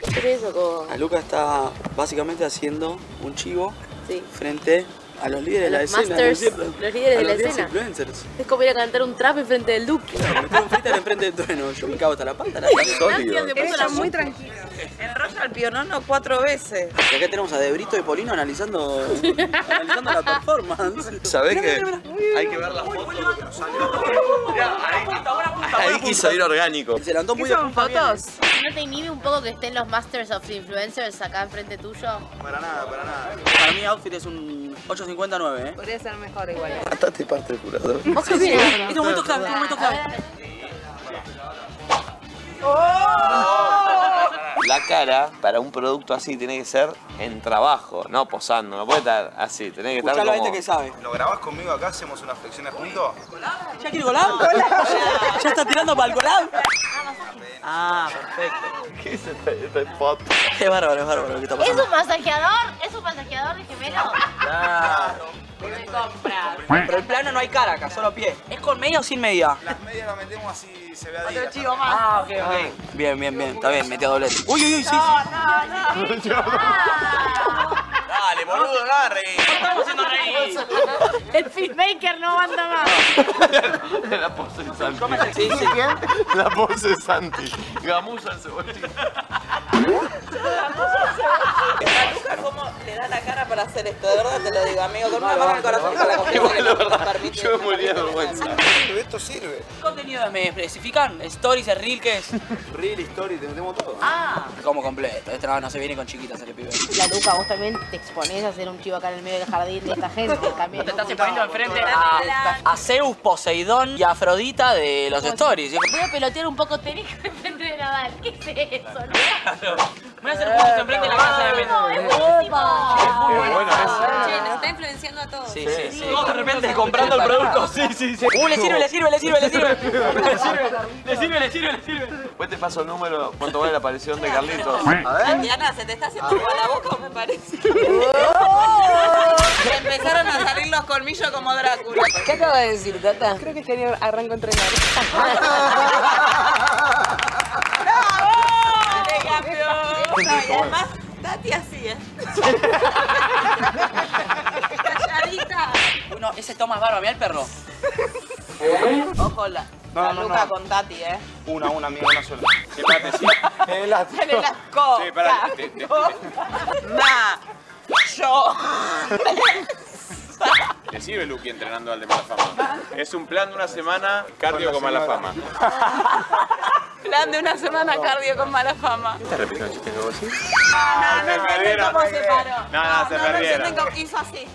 Tres o como- A Luca está básicamente haciendo un chivo Sí. frente a los líderes A de la los escena. masters, ¿no es cierto? los líderes A de la los diez escena. influencers. Es como ir a cantar un trap enfrente del Duque. Metieron freestyle enfrente del trueno. Yo me cago hasta la pata, la verdad. Sólido. Te puso la muy tranquila. Enrolla el pionono cuatro veces. Y acá tenemos a Debrito y Polino analizando, analizando la performance. ¿Sabés Mirá, qué? mirá, mirá. Hay que ver la Ahí quiso ir orgánico. Se levantó muy ¿Qué son, de punta fotos? ¿No te inhibe un poco que estén los Masters of Influencers acá enfrente tuyo? Para nada, para nada. Para mí outfit es un 8.59, ¿eh? Podría ser mejor igual. Mataste parte del curador. ¿Vos qué opinás? Este momento clave, este momento clave. Oh. La cara para un producto así tiene que ser en trabajo, no posando, no puede estar así, tiene que estar Escuchalo a como... este que sabe. ¿Lo grabás conmigo acá? ¿Hacemos unas flexiones juntos? ¿Ya quiere golar? ¿Ya está tirando para el golab? Ah, perfecto. ¿Qué es este, pop? Es bárbaro, es bárbaro lo que está ¿Es pasando. un masajeador? ¿Es un masajeador de gemelos? Claro. Me compras. Pero el plano no hay cara acá, solo pie. ¿Es con media o sin media? Las medias las metemos así, se ve a Otro chivo más. Ah, ok, ok. Bien, bien, bien. Está bien, metió doblete. Uy, uy, uy, sí, sí. Dale, boludo, agarre. Estamos haciendo reír. El filmmaker no manda más. La pose de Santi. Sí, sí. La pose de Santi. Gamusa el cebollín. La Luca, ¿cómo le da la cara para hacer esto? De verdad te lo digo, amigo. Con una mano en el corazón y con la confianza. Igual, la verdad, yo me moría de vergüenza. Esto sirve. ¿Qué contenidos me especifican? ¿Stories, es reel, qué es? Real story, te metemos todo. Ah. Como completo. Este no, no se viene con chiquitas el pibe. La Luca, vos también te exponés a hacer un chivo acá en el medio del jardín de esta gente también. Te estás exponiendo enfrente a, a Zeus, Poseidón y Afrodita de los stories. Yo- Voy a pelotear un poco técnico enfrente de Nadal. ¿Qué es eso? no? Voy a hacer justo enfrente de la casa de No, Messi. es buenísimo. Che, nos está influenciando a todos. Sí, sí, sí. Todos de repente comprando el producto. Sí, sí, sí. Uh, le sirve, le sirve, le sirve, le sirve. Le sirve, le sirve, le sirve, le sirve. Después te paso el número, cuánto vale la aparición de Carlitos. Diana, se te está haciendo agua la boca, me parece. Te empezaron a salir los colmillos como Drácula. ¿Qué acabas de decir, Tata? Creo que este año arranco a entrenar. ¡Dale, campeón! No, y además, Tati así, ¿eh? Calladita. Uno, ese toma es barba, mirá el perro. ¿Eh? Ojo, la, No, la no, Luca no. con Tati, ¿eh? Una, una, amiga, una sola. Sí, espérate, sí. En el acto. Se le lascó. Sí, pará. te- te- Ma, yo. Le sirve Luqui entrenando al de mala fama. Es un plan de una semana, cardio con mala fama. Plan de una semana cardio con mala fama. ¿Te repito el chiste que vos decís? No, no, Ah, se no, entienden perdieron. cómo se paró. No, no, se no, no perdieron. entienden cómo hizo así.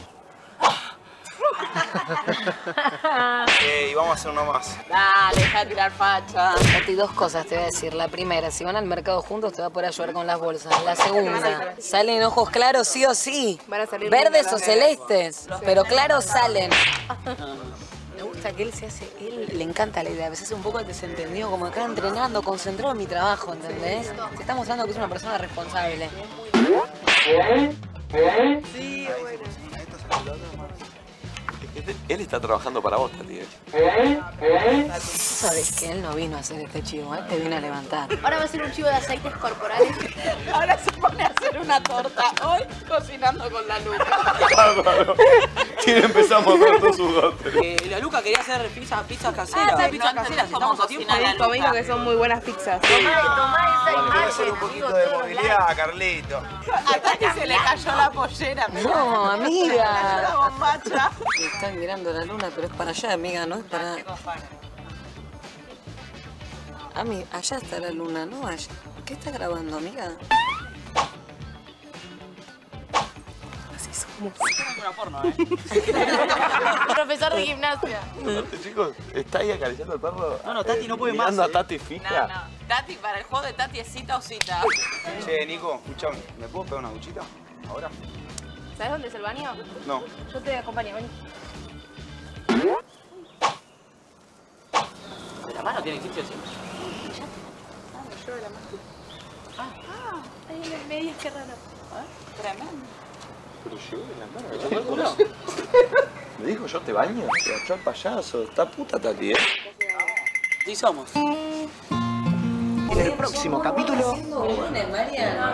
Ah. Eh, y vamos a hacer uno más. Dale, deja de tirar facha. Katy, dos cosas te voy a decir. La primera, si van al mercado juntos te va a poder ayudar con las bolsas. La segunda, salen ojos claros sí o sí. Van a salir Verdes lindos o los celestes, negros. pero claros salen. Me gusta que él se hace, él le encanta la idea, a veces es un poco desentendido, como acá entrenando, concentrado en mi trabajo, ¿entendés? Se está mostrando que es una persona responsable. Sí, bueno. Este- Él está trabajando para vos, Tati. eh. Sabes que él no vino a hacer este chivo, él te vino a levantar. Ahora va a ser un chivo de aceites corporales. Ahora se pone a hacer una torta. Hoy cocinando con la luz. Tiene empezamos a ver todos sus dotes. Eh, la Luca quería hacer pizza, pizzas caseras. Ah, ¿sabes? pizzas No, caseras, no, estamos no, a tiempo. cocinar a Luca. que son muy buenas pizzas. Voy a hacer un poquito de movilidad a Carlito. Hasta que se le cayó la pollera. pero- No, Se le cayó la amiga. bombacha. Estás mirando la luna, pero es para allá, amiga, no es para. Ami, allá está la luna, no allá. ¿Qué estás grabando, amiga? Así somos. ¿eh? Profesor de gimnasia. Aparte, chicos, está ahí acariciando al perro. Eh, No, no, Tati no puede mirando más, a Tati fija. Tati, para el juego de Tati es cita o cita. Che, Nico, escuchame, ¿me puedo pegar una duchita? ¿Ahora? ¿Sabes dónde es el baño? No. Yo te acompaño, vení. La mano tiene sitio sí. Yo de la mano. Ah, ahí en las medias, qué raro. Tremendo. Pero llegó de la mano. ¿Me dijo, no? Me dijo, yo te baño. Te agachó el payaso. Está puta, Tati, ¿eh? Sí somos. En el próximo capítulo. Tremenda.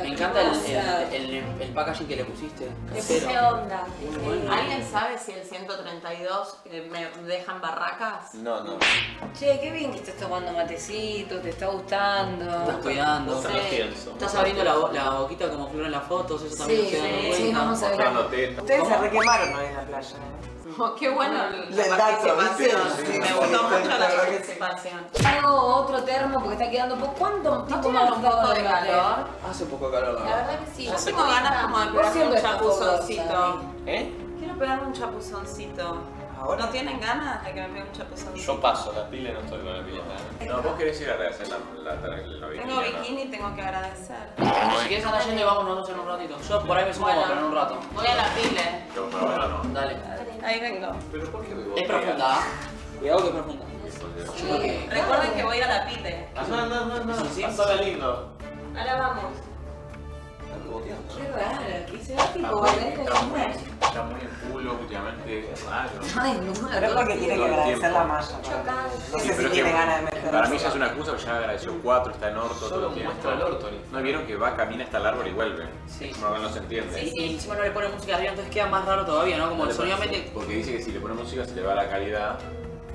Me encanta el, el- el- el packaging que le pusiste. Le Casero. puse onda. Muy bueno. ¿Alguien sabe si el 132 eh, me dejan barracas? No, no. Che, qué bien que estás tomando matecito, te está gustando. Estás cuidando, Sí. estás abriendo la, bo- la boquita como flor en las fotos, eso también Sí, se da sí, cuenta. sí, vamos a ver. Ustedes se requemaron hoy en la playa. ¿eh? Oh, qué bueno la Del dato, ¿viste? participación. Sí, me sí, gustó sí, mucho la la verdad que sí. participación. Hago otro termo porque está quedando poco. ¿Cuánto tiempo tienen más un nos poco da de calor? Ah, Hace un poco de calor, la La verdad. verdad que sí. Ya Yo sé tengo cómo ganas está. como de Vos pegarme un siempre estás chapuzoncito. borracha. ¿Eh? Quiero pegarme un chapuzoncito. ¿Ahora? ¿No tienen ganas de que me pegue un chapuzoncito? Yo paso, la pila no estoy con la pileta. eh. No, vos querés ir a agradecer la, la, la, Tengo bikini, tengo que agradecer. Si quieres andar yendo y vamos nosotros en un ratito. Yo por ahí me subo, Bueno. pero en un rato. Voy a la pile. Dale. Ahí vengo. Es profunda, ¿ah? Cuidado que es profunda. Yo creo que... Recuerden que voy a la pile. Ah, No, no, no, no. sí. Pasala lindo. Ahora vamos. Qué raro, que se va tipo Está barranca muy- de está muy en culo últimamente, es raro. Ay, no, Pero es porque tiene que Todo el agradecer tiempo. la malla. para mí. No Sí, sé si pero es tiene que ganas de meter. Para mí ya es una excusa porque ya agradeció cuatro, está en orto, todo bien. muestra el orto. No vieron que va, camina hasta el árbol y vuelve. Sí. No, no se entiende. Y, y encima no le ponen música arriba, entonces queda más raro todavía, ¿no? Como No el le sonido parece, mete... Porque dice que si le pone música se le va la calidad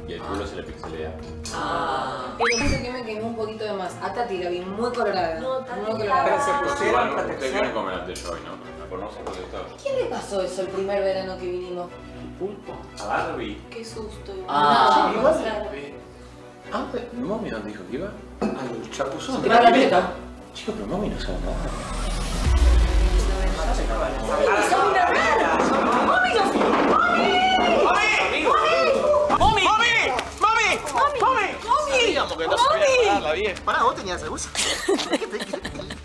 y el culo se le pixelea. Ah. Pero pienso que me quemé un poquito de más. A Tati la vi muy colorada. No, Tati. Muy Pero colorada. se pusieron Igual, ustedes protección. vienen con el yo hoy, ¿no? La conocen porque está. ¿Quién le pasó eso el primer verano que vinimos? Pulpo. A Barbie. Qué susto. Ah, no, igual. claro. Ah, pero Mami nos dijo que iba al chapuzón. Se te va la pileta. Chicos, pero Mami no sabe nada. ¡Mami! ¡Mami! ¡Mami! Sabíamos que no se podía ¡Mami! agarrar la vieja. Pará, vos tenías el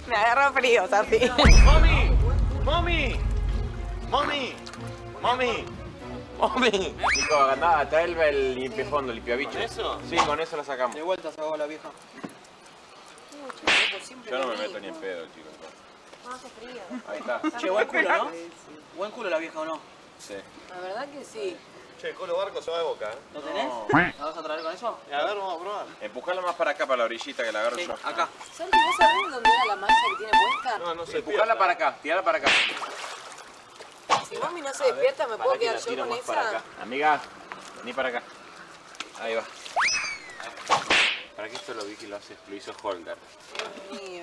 Me agarró frío, Tati. ¡Mami! ¡Mami! ¡Mami! ¡Mami! ¡Mami! Nico, andá, trae el, el limpiafondo, el limpiabicho. ¿Con eso? Sí, con eso lo sacamos. De vuelta se la vieja. Yo no me meto ni en pedo, chicos. Ahí está. Che, buen culo, ¿no? Buen culo la vieja, ¿o no? Sí. La verdad que sí. Che, Colo Barco se va de boca, ¿eh? ¿Lo tenés? No. ¿La vas a traer con eso? A ver, vamos a probar. Empujala más para acá, para la orillita que la agarro yo. Acá. Santi, ¿vos sabés dónde era la mancha que tiene puesta? No, no se Empujala para acá, tirala para acá. Si mami no se despierta, ¿me puedo quedar yo con esa? Amiga, vení para acá. Ahí va. Para que esto lo vi que lo, hace, lo hizo Holder.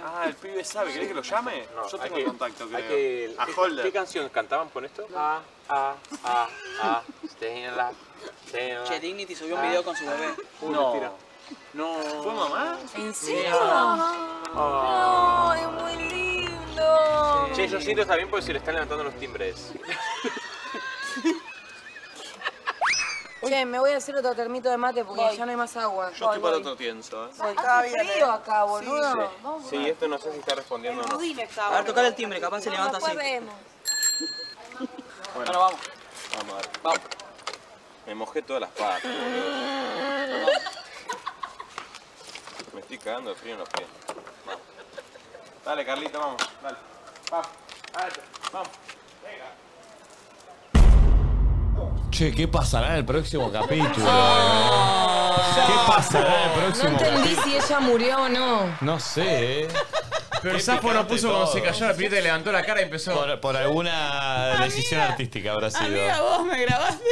Ah, el pibe sabe, ¿querés que lo llame? No, Yo tengo el contacto, creo. A Holder. Holder. ¿Qué canción cantaban con esto? Ah, ah, ah, ah, stay in love, stay in love. Che, Dignity subió un video con su bebé. No. No. ¿Fue mamá? ¿En serio? No, Oh. es muy lindo. Che, yo siento está bien porque se le están levantando los timbres. Che, me voy a hacer otro termito de mate porque Voy. ya no hay más agua. Yo estoy para otro tienso, ¿eh? Hace frío acá, boludo. Vamos. Sí, esto no sé si está respondiendo o no. está, A ver, tocar el timbre, capaz se No, levanta después así. vemos. Bueno, vamos. Vamos a ver. Vamos. Me mojé todas las patas. boludo. Me estoy cagando de frío en los pies. Vamos. Dale, Carlita, vamos. Dale. Ah, Vamos. Dale. Vamos. Che, ¿qué pasará en el próximo capítulo? ¿Qué pasará en el No próximo entendí capítulo? si ella murió o no. No sé, eh. Pero el sapo no puso cuando se cayó la pileta y levantó la cara y empezó. Por, por alguna decisión artística habrá sido. vos me grabaste.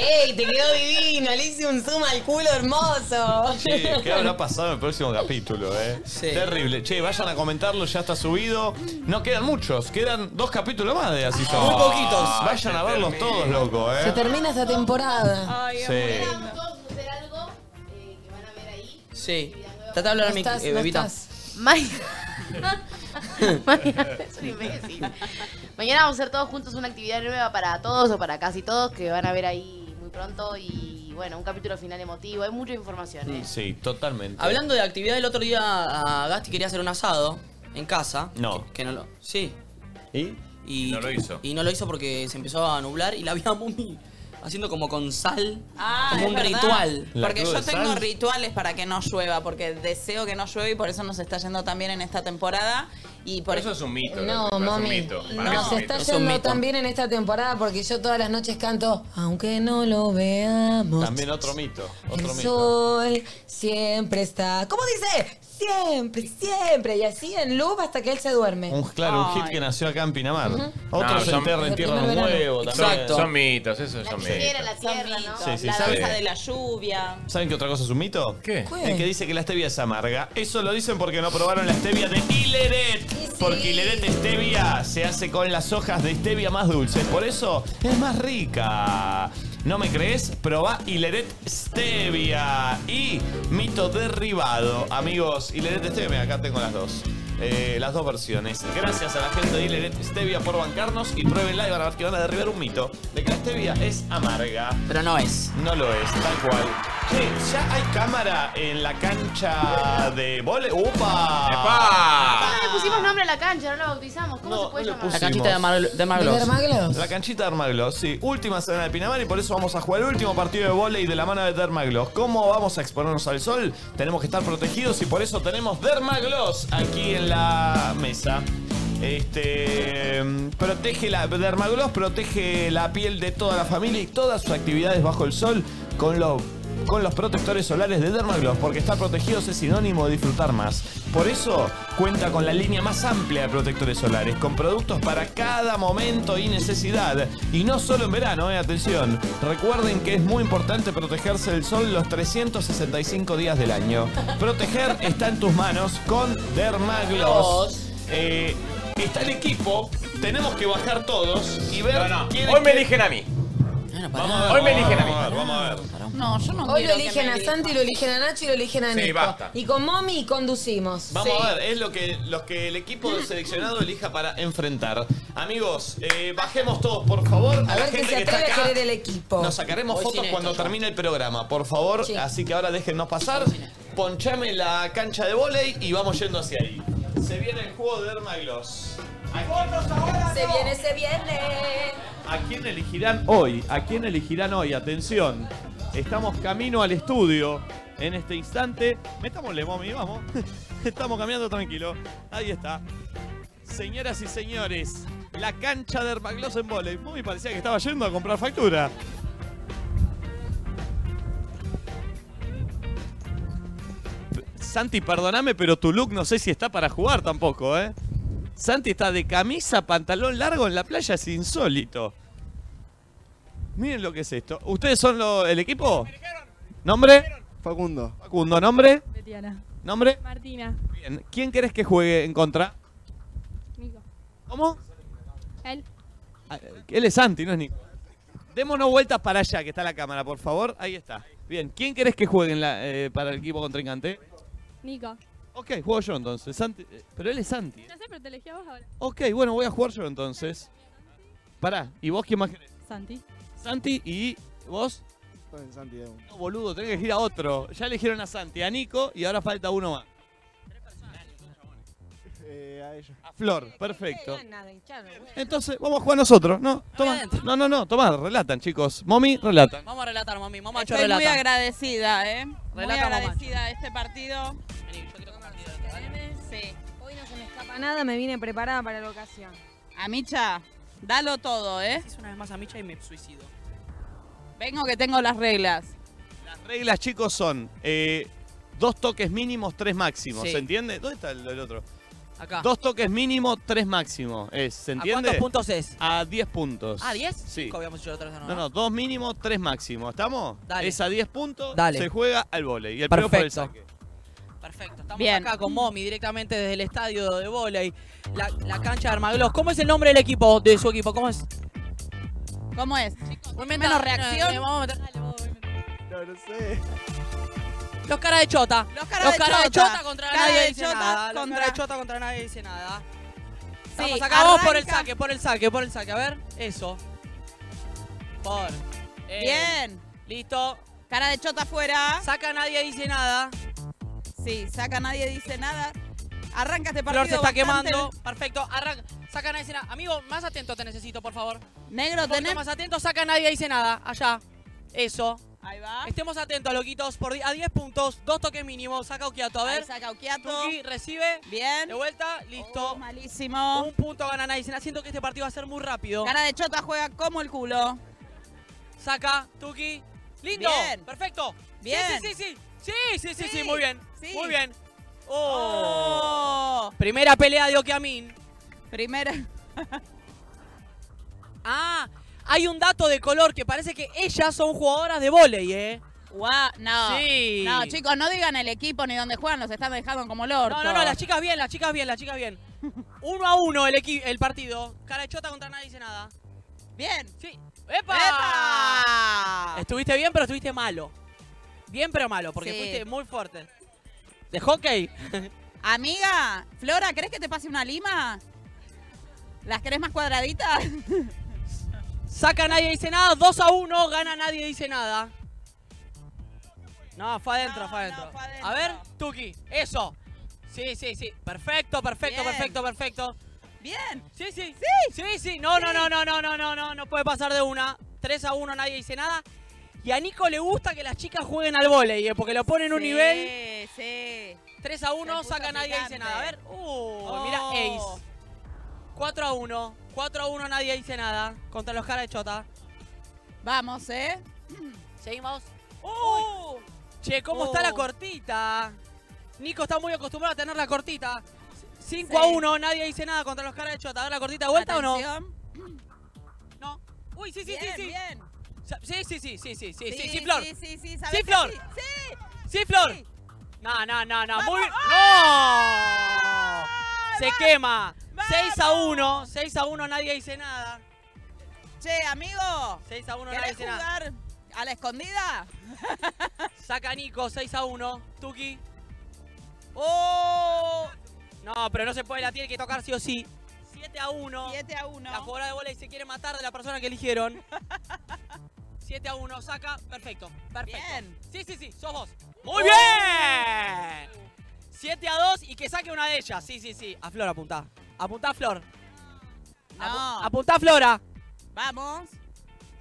¡Ey! Te quedó divino. Le hice un zoom al culo hermoso. Che, ¿qué habrá pasado en el próximo capítulo, eh? Terrible. Che, vayan a comentarlo, ya está subido. No quedan muchos, quedan dos capítulos más de así Somos. Ah. Muy poquitos. Vayan a verlos todos, loco, Se eh. termina esta temporada. Sí. Sí. Trata de hablar a mi eh, bebita. Mañana, es un imbécil. Mañana vamos a hacer todos juntos una actividad nueva para todos o para casi todos que van a ver ahí muy pronto y bueno, un capítulo final emotivo, hay mucha información. ¿eh? Sí, totalmente. Hablando de actividad, el otro día a Gasti quería hacer un asado en casa. No. Que no lo. Sí. ¿Y? Y no lo hizo. Y no lo hizo porque se empezó a nublar y la vi a Mumi haciendo como con sal. Ah, como es un verdad. ritual. Porque yo tengo rituales para que no llueva, porque deseo que no llueva y por eso nos está yendo tan bien en esta temporada. Y por Eso es un mito. No, loco, es un mami. mito. Para mí es Nos un está mito. yendo también en esta temporada porque yo todas las noches canto, aunque no lo veamos. También otro mito. Otro El mito. sol siempre está. ¿Cómo dice? Siempre, siempre. Y así en loop hasta que él se duerme. Un, claro, un hit que nació acá en Pinamar. Ujú. Otro No, se son- enterra en El tierra de primer un verano. huevo también. Exacto. Son mitos, esos son mitos. la tierra, ¿no? Sí, sí, la sabe. danza de la lluvia. ¿Saben qué otra cosa es un mito? ¿Qué? ¿Qué? El que dice que la stevia es amarga. Eso lo dicen porque no probaron la stevia de Hileret. Porque Hileret stevia se hace con las hojas de stevia más dulces. Por eso es más rica. ¿No me crees? Probá Hileret stevia. Y mito derribado. Amigos, Hileret stevia, acá tengo las dos. Eh, las dos versiones. Gracias a la gente de Hileret Stevia por bancarnos y pruébenla y van a ver que van a derribar un mito de que la stevia es amarga. Pero no es. No lo es, tal cual. Che, ya hay cámara en la cancha de vole. ¡Upa! Ah, No le pusimos nombre a la cancha, no la bautizamos. ¿Cómo se puede llamar? Pusimos. canchita de Mar- de Marglos. ¿De Armaglos? La canchita de Armaglos, sí. Última semana de Pinamar y por eso vamos a jugar el último partido de volei de la mano de Dermaglos. ¿Cómo vamos a exponernos al sol? Tenemos que estar protegidos y por eso tenemos Dermaglos aquí en la mesa. Este mm, protege la Dermaglos protege la piel de toda la familia y todas sus actividades bajo el sol con los con los protectores solares de Dermagloss, porque estar protegidos es sinónimo de disfrutar más. Por eso cuenta con la línea más amplia de protectores solares, con productos para cada momento y necesidad. Y no solo en verano, eh, atención. Recuerden que es muy importante protegerse del sol los 365 días del año. Proteger está en tus manos con Dermagloss. Eh, está el equipo, tenemos que bajar todos y ver quién Hoy me eligen a mí. Hoy me eligen a mí. Vamos a ver. No, yo no Hoy quiero lo que eligen me a digan. Santi, lo eligen a Nacho y lo eligen a Sí, Nico. basta. Y con Mommy conducimos. Vamos a ver, es lo que, lo que el equipo seleccionado elija para enfrentar. Amigos, eh, bajemos todos, por favor. A, A la ver que gente se que está atreve a acá. querer el equipo. Nos sacaremos Voy sin fotos esto cuando yo. termine el programa, por favor. Así que ahora déjennos pasar. Ponchame la cancha de volei y vamos yendo hacia ahí. Se viene el juego de Hermagloss. Se viene, se viene. ¿A quién elegirán hoy? ¿A quién elegirán hoy? Atención. Estamos camino al estudio en este instante. Metámosle, mami, vamos. Estamos caminando tranquilo. Ahí está. Señoras y señores, la cancha de Hermagloss en volei. Mami parecía que estaba yendo a comprar factura. P- Santi, perdóname, pero tu look no sé si está para jugar tampoco, ¿eh? Santi está de camisa, pantalón largo en la playa, es insólito. Miren lo que es esto. ¿Ustedes son lo- el equipo? ¿Nombre? Facundo. Facundo, ¿nombre? Betiana. ¿Nombre? Martina. Bien. ¿Quién querés que juegue en contra? Nico. ¿Cómo? Él. Ah, Él es Santi, no es Nico. Démonos vueltas para allá, que está la cámara, por favor. Ahí está. Bien. ¿Quién querés que juegue en la- eh, para el equipo contrincante? Nico. Ok, juego yo entonces. Santi- eh, pero él es Santi. Ya sé, pero te elegí a vos ahora. Ok, bueno, voy a jugar yo entonces. Pará, ¿y vos quién más querés? Santi. Santi y vos, Estoy en Santiago. No, boludo, tenés que elegir a otro. Ya eligieron a Santi, a Nico y ahora falta uno más. Eh, a ella. A Flor, perfecto. Nada, hinchado, güey. Entonces, vamos a jugar nosotros. No, toma. No, no, no, tomá, relatan, chicos. Momi, relatan. Vamos a relatar, mami. Vamos Macho, Estoy muy relata. agradecida, ¿eh? Relata, muy Mamacho. agradecida de este partido. Sí. Hoy no se me escapa nada, me vine preparada para la ocasión. Amicha, dalo todo, ¿eh? Hice una vez más a Micha y me suicido. Vengo que tengo las reglas. Las reglas, chicos, son eh, dos toques mínimos, tres máximos. Sí. ¿Se entiende? ¿Dónde está el, el otro? Acá. Dos toques mínimos, tres máximos. Es, ¿Se entiende? cuántos puntos es? A 10 puntos. ¿Ah, 10? Sí. Cinco habíamos hecho la otra vez, No, no, dos mínimos, tres máximos. ¿Estamos? Dale. Es a 10 puntos, Dale. se juega al vole. Y el primero por el Perfecto. saque. Perfecto. Estamos Bien. acá con Momi directamente desde el estadio de volei. La, la cancha de Armaglos. ¿Cómo es el nombre del equipo, de su equipo? ¿Cómo es? ¿Cómo es? Chicos, menos reacción. eh, vamos a meter- No, no sé. Los cara de chota. Los cara de cara chota. contra Cara nadie de dice chota nada. Los contra- cara de chota contra nadie dice nada. Vamos Sí, acá. Vamos por el arranca. saque, por el saque, por el saque. A ver, eso. Por. Eh, Bien. Listo. Cara de chota afuera. Saca nadie dice nada. Sí, saca nadie dice nada. Arranca este partido. Flor se está bastante- quemando. Perfecto. Arranca. Saca nadie dice nada. Amigo, más atento te necesito, por favor. Negro, Un poquito tenés- más atento. Saca nadie dice nada. Allá. Eso. Ahí va. Estemos atentos, loquitos. Por di- a 10 puntos, dos toques mínimos. Saca Okiato, a ver. Ahí saca Occhiato. Tuki recibe. Bien. Oh, De vuelta, listo. malísimo. Un punto gana Naisen. Siento que este partido va a ser muy rápido. Cara de chota juega como el culo. Saca, Tuki. Lindo. Bien. Perfecto. Bien. Sí, sí, sí. Sí, sí, sí, sí, Sí, muy bien. sí. Muy bien. Oh. Oh. Primera pelea de Okiamin. Primera. Ah, hay un dato de color que parece que ellas son jugadoras de volei, ¿eh? Guau, no. Sí. No, chicos, no digan el equipo ni dónde juegan, los están dejando como el orto. No, no, no, las chicas bien, las chicas bien, las chicas bien. Uno a uno el, equi- el partido. Cara de chota contra nadie dice nada. Bien. Sí. ¡Epa! Estuviste bien, pero estuviste malo. Bien, pero malo, porque Sí. fuiste muy fuerte. ¿De hockey? Amiga, Flora, ¿crees que te pase una lima? ¿Las querés más cuadraditas? Saca nadie dice nada, 2 a 1, gana nadie dice nada. No, fue adentro, fue, adentro. A ver, Tuki, eso. Sí, sí, sí. Perfecto, perfecto, Bien. perfecto, perfecto. Bien. Sí, sí. Sí, sí, sí. No, no, no, no, no, no, no, no, no puede pasar de una. 3 a 1, nadie dice nada. Y a Nico le gusta que las chicas jueguen al volei, eh, porque lo ponen en un nivel. Sí, 3 a 1, Se puso saca nadie dice picante. nada. A ver, uh, mira, Oh. Ace. 4 a 1, 4 a 1, nadie dice nada. Contra los cara de chota. Vamos, ¿eh? Seguimos. ¡Uh! Che, ¿cómo está la Oh. cortita? Nico está muy acostumbrado a tener la cortita. 5 a 1, nadie dice nada contra los caras de chota. A ver la cortita de vuelta o Atención. no? No. Uy, sí, sí, Bien, sí, sí. bien. Sa- Sí, sí, sí, sí, sí, sí, sí, Sí, sí, Flor. sí, sí, sí, sabés sí, que Flor. sí. Sí, Flor. No, no, no, no. Muy bien. ¡No! Se quema. 6 a 1, 6 a 1, nadie dice nada. Che, amigo. 6 a 1, nadie ¿Querés dice nada. jugar a la escondida? Saca Nico, 6 a 1. Tuki. ¡Oh! No, pero no se puede, la tiene que tocar sí o sí. 7 a 1. 7 a 1. La jugadora de bola se quiere matar de la persona que eligieron. 7 a 1, saca. Perfecto, perfecto. Bien. ¡Oh! Sí, sí, sí, sos vos. ¡Muy bien! 7 a 2 y que saque una de ellas. Sí, sí, sí. A Flor apuntá. Apuntá a Flor. No. Apuntá a Flora. Vamos.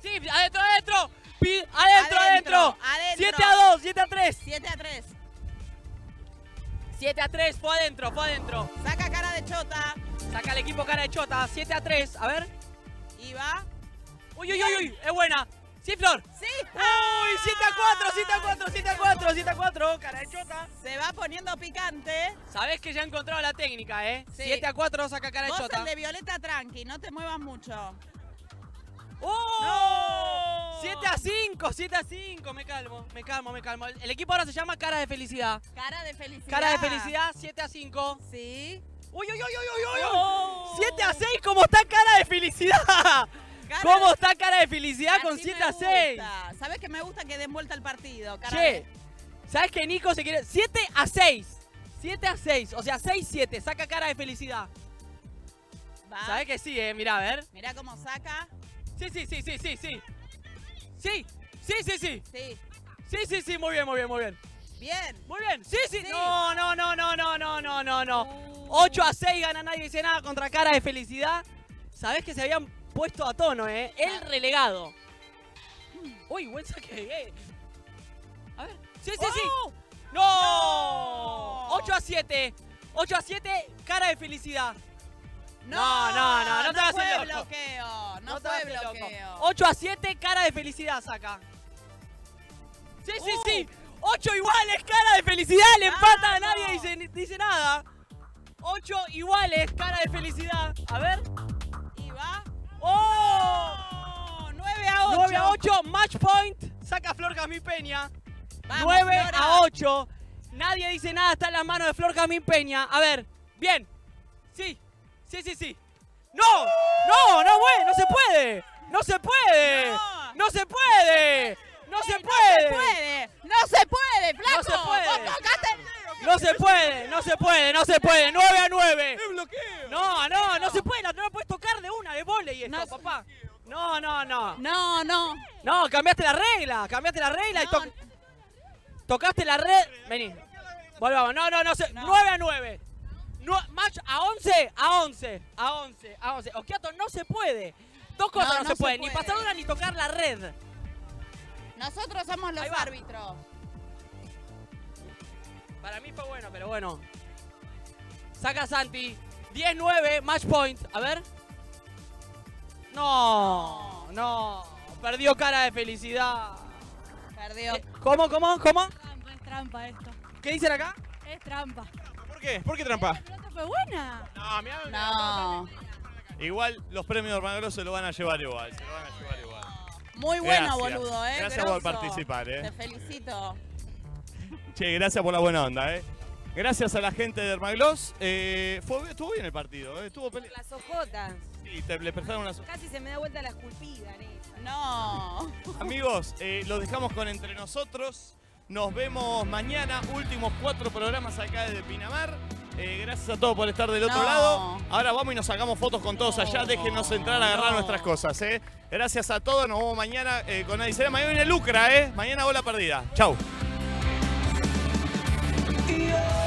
Sí, adentro, adentro. Pi- Adentro, adentro. 7 a 2, 7 a 3. 7 a 3. 7 a 3, fue adentro, fue adentro. Saca cara de chota. Saca el equipo cara de chota, 7 a 3, a ver. Y va. Uy, uy, uy, uy, es buena. Sí, Flor. Sí. Ah. Uy, 7 a 4, 7 a 4, 7 a 4, 7 a 4, cara de chota. Se va poniendo picante. Sabés que ya he encontrado la técnica, ¿eh? Sí. 7 a 4, saca cara de Vos chota. el de Violeta Tranqui, no te muevas mucho. ¡Oh! 7 a 5, 7 a 5, me calmo, me calmo, me calmo. El el equipo ahora se llama Cara de Felicidad. Cara de felicidad. Cara de Felicidad, 7 a 5. Sí. Oh, Uy, uy, uy, uy, uy, uy, uy. 7 a 6, ¿cómo está cara de felicidad? Cara ¿Cómo de- está cara de felicidad con Así 7 me a 6? gusta. ¿Sabes que me gusta que den vuelta al partido? Cara Che, de- ¿sabes que Nico se quiere? 7 a 6. 7 a 6, o sea, 6-7, saca cara de felicidad. Va. ¿Sabes que sí, eh? Mirá, a ver. Mirá cómo saca. Sí, sí, sí, sí, sí, sí. Sí, Sí, sí, sí. Sí. Sí, sí, sí, muy bien, muy bien, muy bien. Bien. Muy bien. Sí, sí. No, no, no, no, no, no, no, no, no. Uh. 8 a 6 gana nadie dice nada contra cara de felicidad. Sabés que se habían puesto a tono, ¿eh? El Ah. relegado. Uy, buen saque de gay. A ver. Sí, sí, sí. ¡Oh! No. 8 a 7. 8 a 7, cara de felicidad. No, no, no, no, te hagas fue el loco. bloqueo. No, No te fue hagas el bloqueo. 8 a 7, cara de felicidad saca. Sí, sí, Uh. sí. 8 iguales, cara de felicidad. Le empata a nadie dice, dice nada. 8 iguales, cara de felicidad. A ver. Y va. ¡Oh! 9 a 8. 9 a 8, match point. Saca Flor Jazmín Peña. Vamos, 9 Flora. a 8. Nadie dice nada, está en las manos de Flor Jazmín Peña. A ver, bien. Sí, sí, sí, sí. ¡No! ¡No, no, güey! ¡No se puede! ¡No se puede! ¡No, se puede! ¡No se puede! Eh, ¡No se puede, flaco! ¡No se puede! Vos tocaste el- No se puede, no se puede, no se puede. 9 a 9. No, no, no se puede. No lo puedes tocar de una, de volei esto, papá. No, no, no. No, no. No, cambiaste la regla. Cambiaste la regla y to- tocaste la red. Vení. Volvamos. No, no, no. Se... 9 a 9. No, match a 11, a 11, a 11, a 11. Okiato, no se puede. Dos cosas No, no, no se, se pueden. Ni puede. pasar una ni tocar la red. Nosotros somos los árbitros. Para mí fue bueno, pero bueno. Saca Santi. 10-9, match point. A ver. No, no. Perdió cara de felicidad. Perdió. ¿Cómo, cómo, cómo? Trampa, es trampa esto. ¿Qué dicen acá? Es trampa. ¿Por qué? ¿Por qué trampa? Esta fue buena. No, mira. No. Igual los premios Magro se lo van a llevar igual. Se lo van a llevar igual. Muy bueno, Gracias. boludo, eh. Gracias por grosso. participar, eh. Te felicito. Che, gracias por la buena onda, eh. Gracias a la gente de Hermagloss. Eh, fue- estuvo bien el partido, eh. estuvo pele- Las ojotas. Sí, te- le prestaron unas. Casi se me da vuelta la esculpida, neta. No. Amigos, eh, los dejamos con entre nosotros. Nos vemos mañana, últimos cuatro programas acá desde Pinamar. Eh, gracias a todos por estar del otro No. lado. Ahora vamos y nos sacamos fotos con todos allá. Déjenos entrar a agarrar no. nuestras cosas, ¿eh? Gracias a todos. Nos vemos mañana eh, con Nadie Será. Mañana viene Lucra, ¿eh? Mañana bola perdida. Chau. Dios.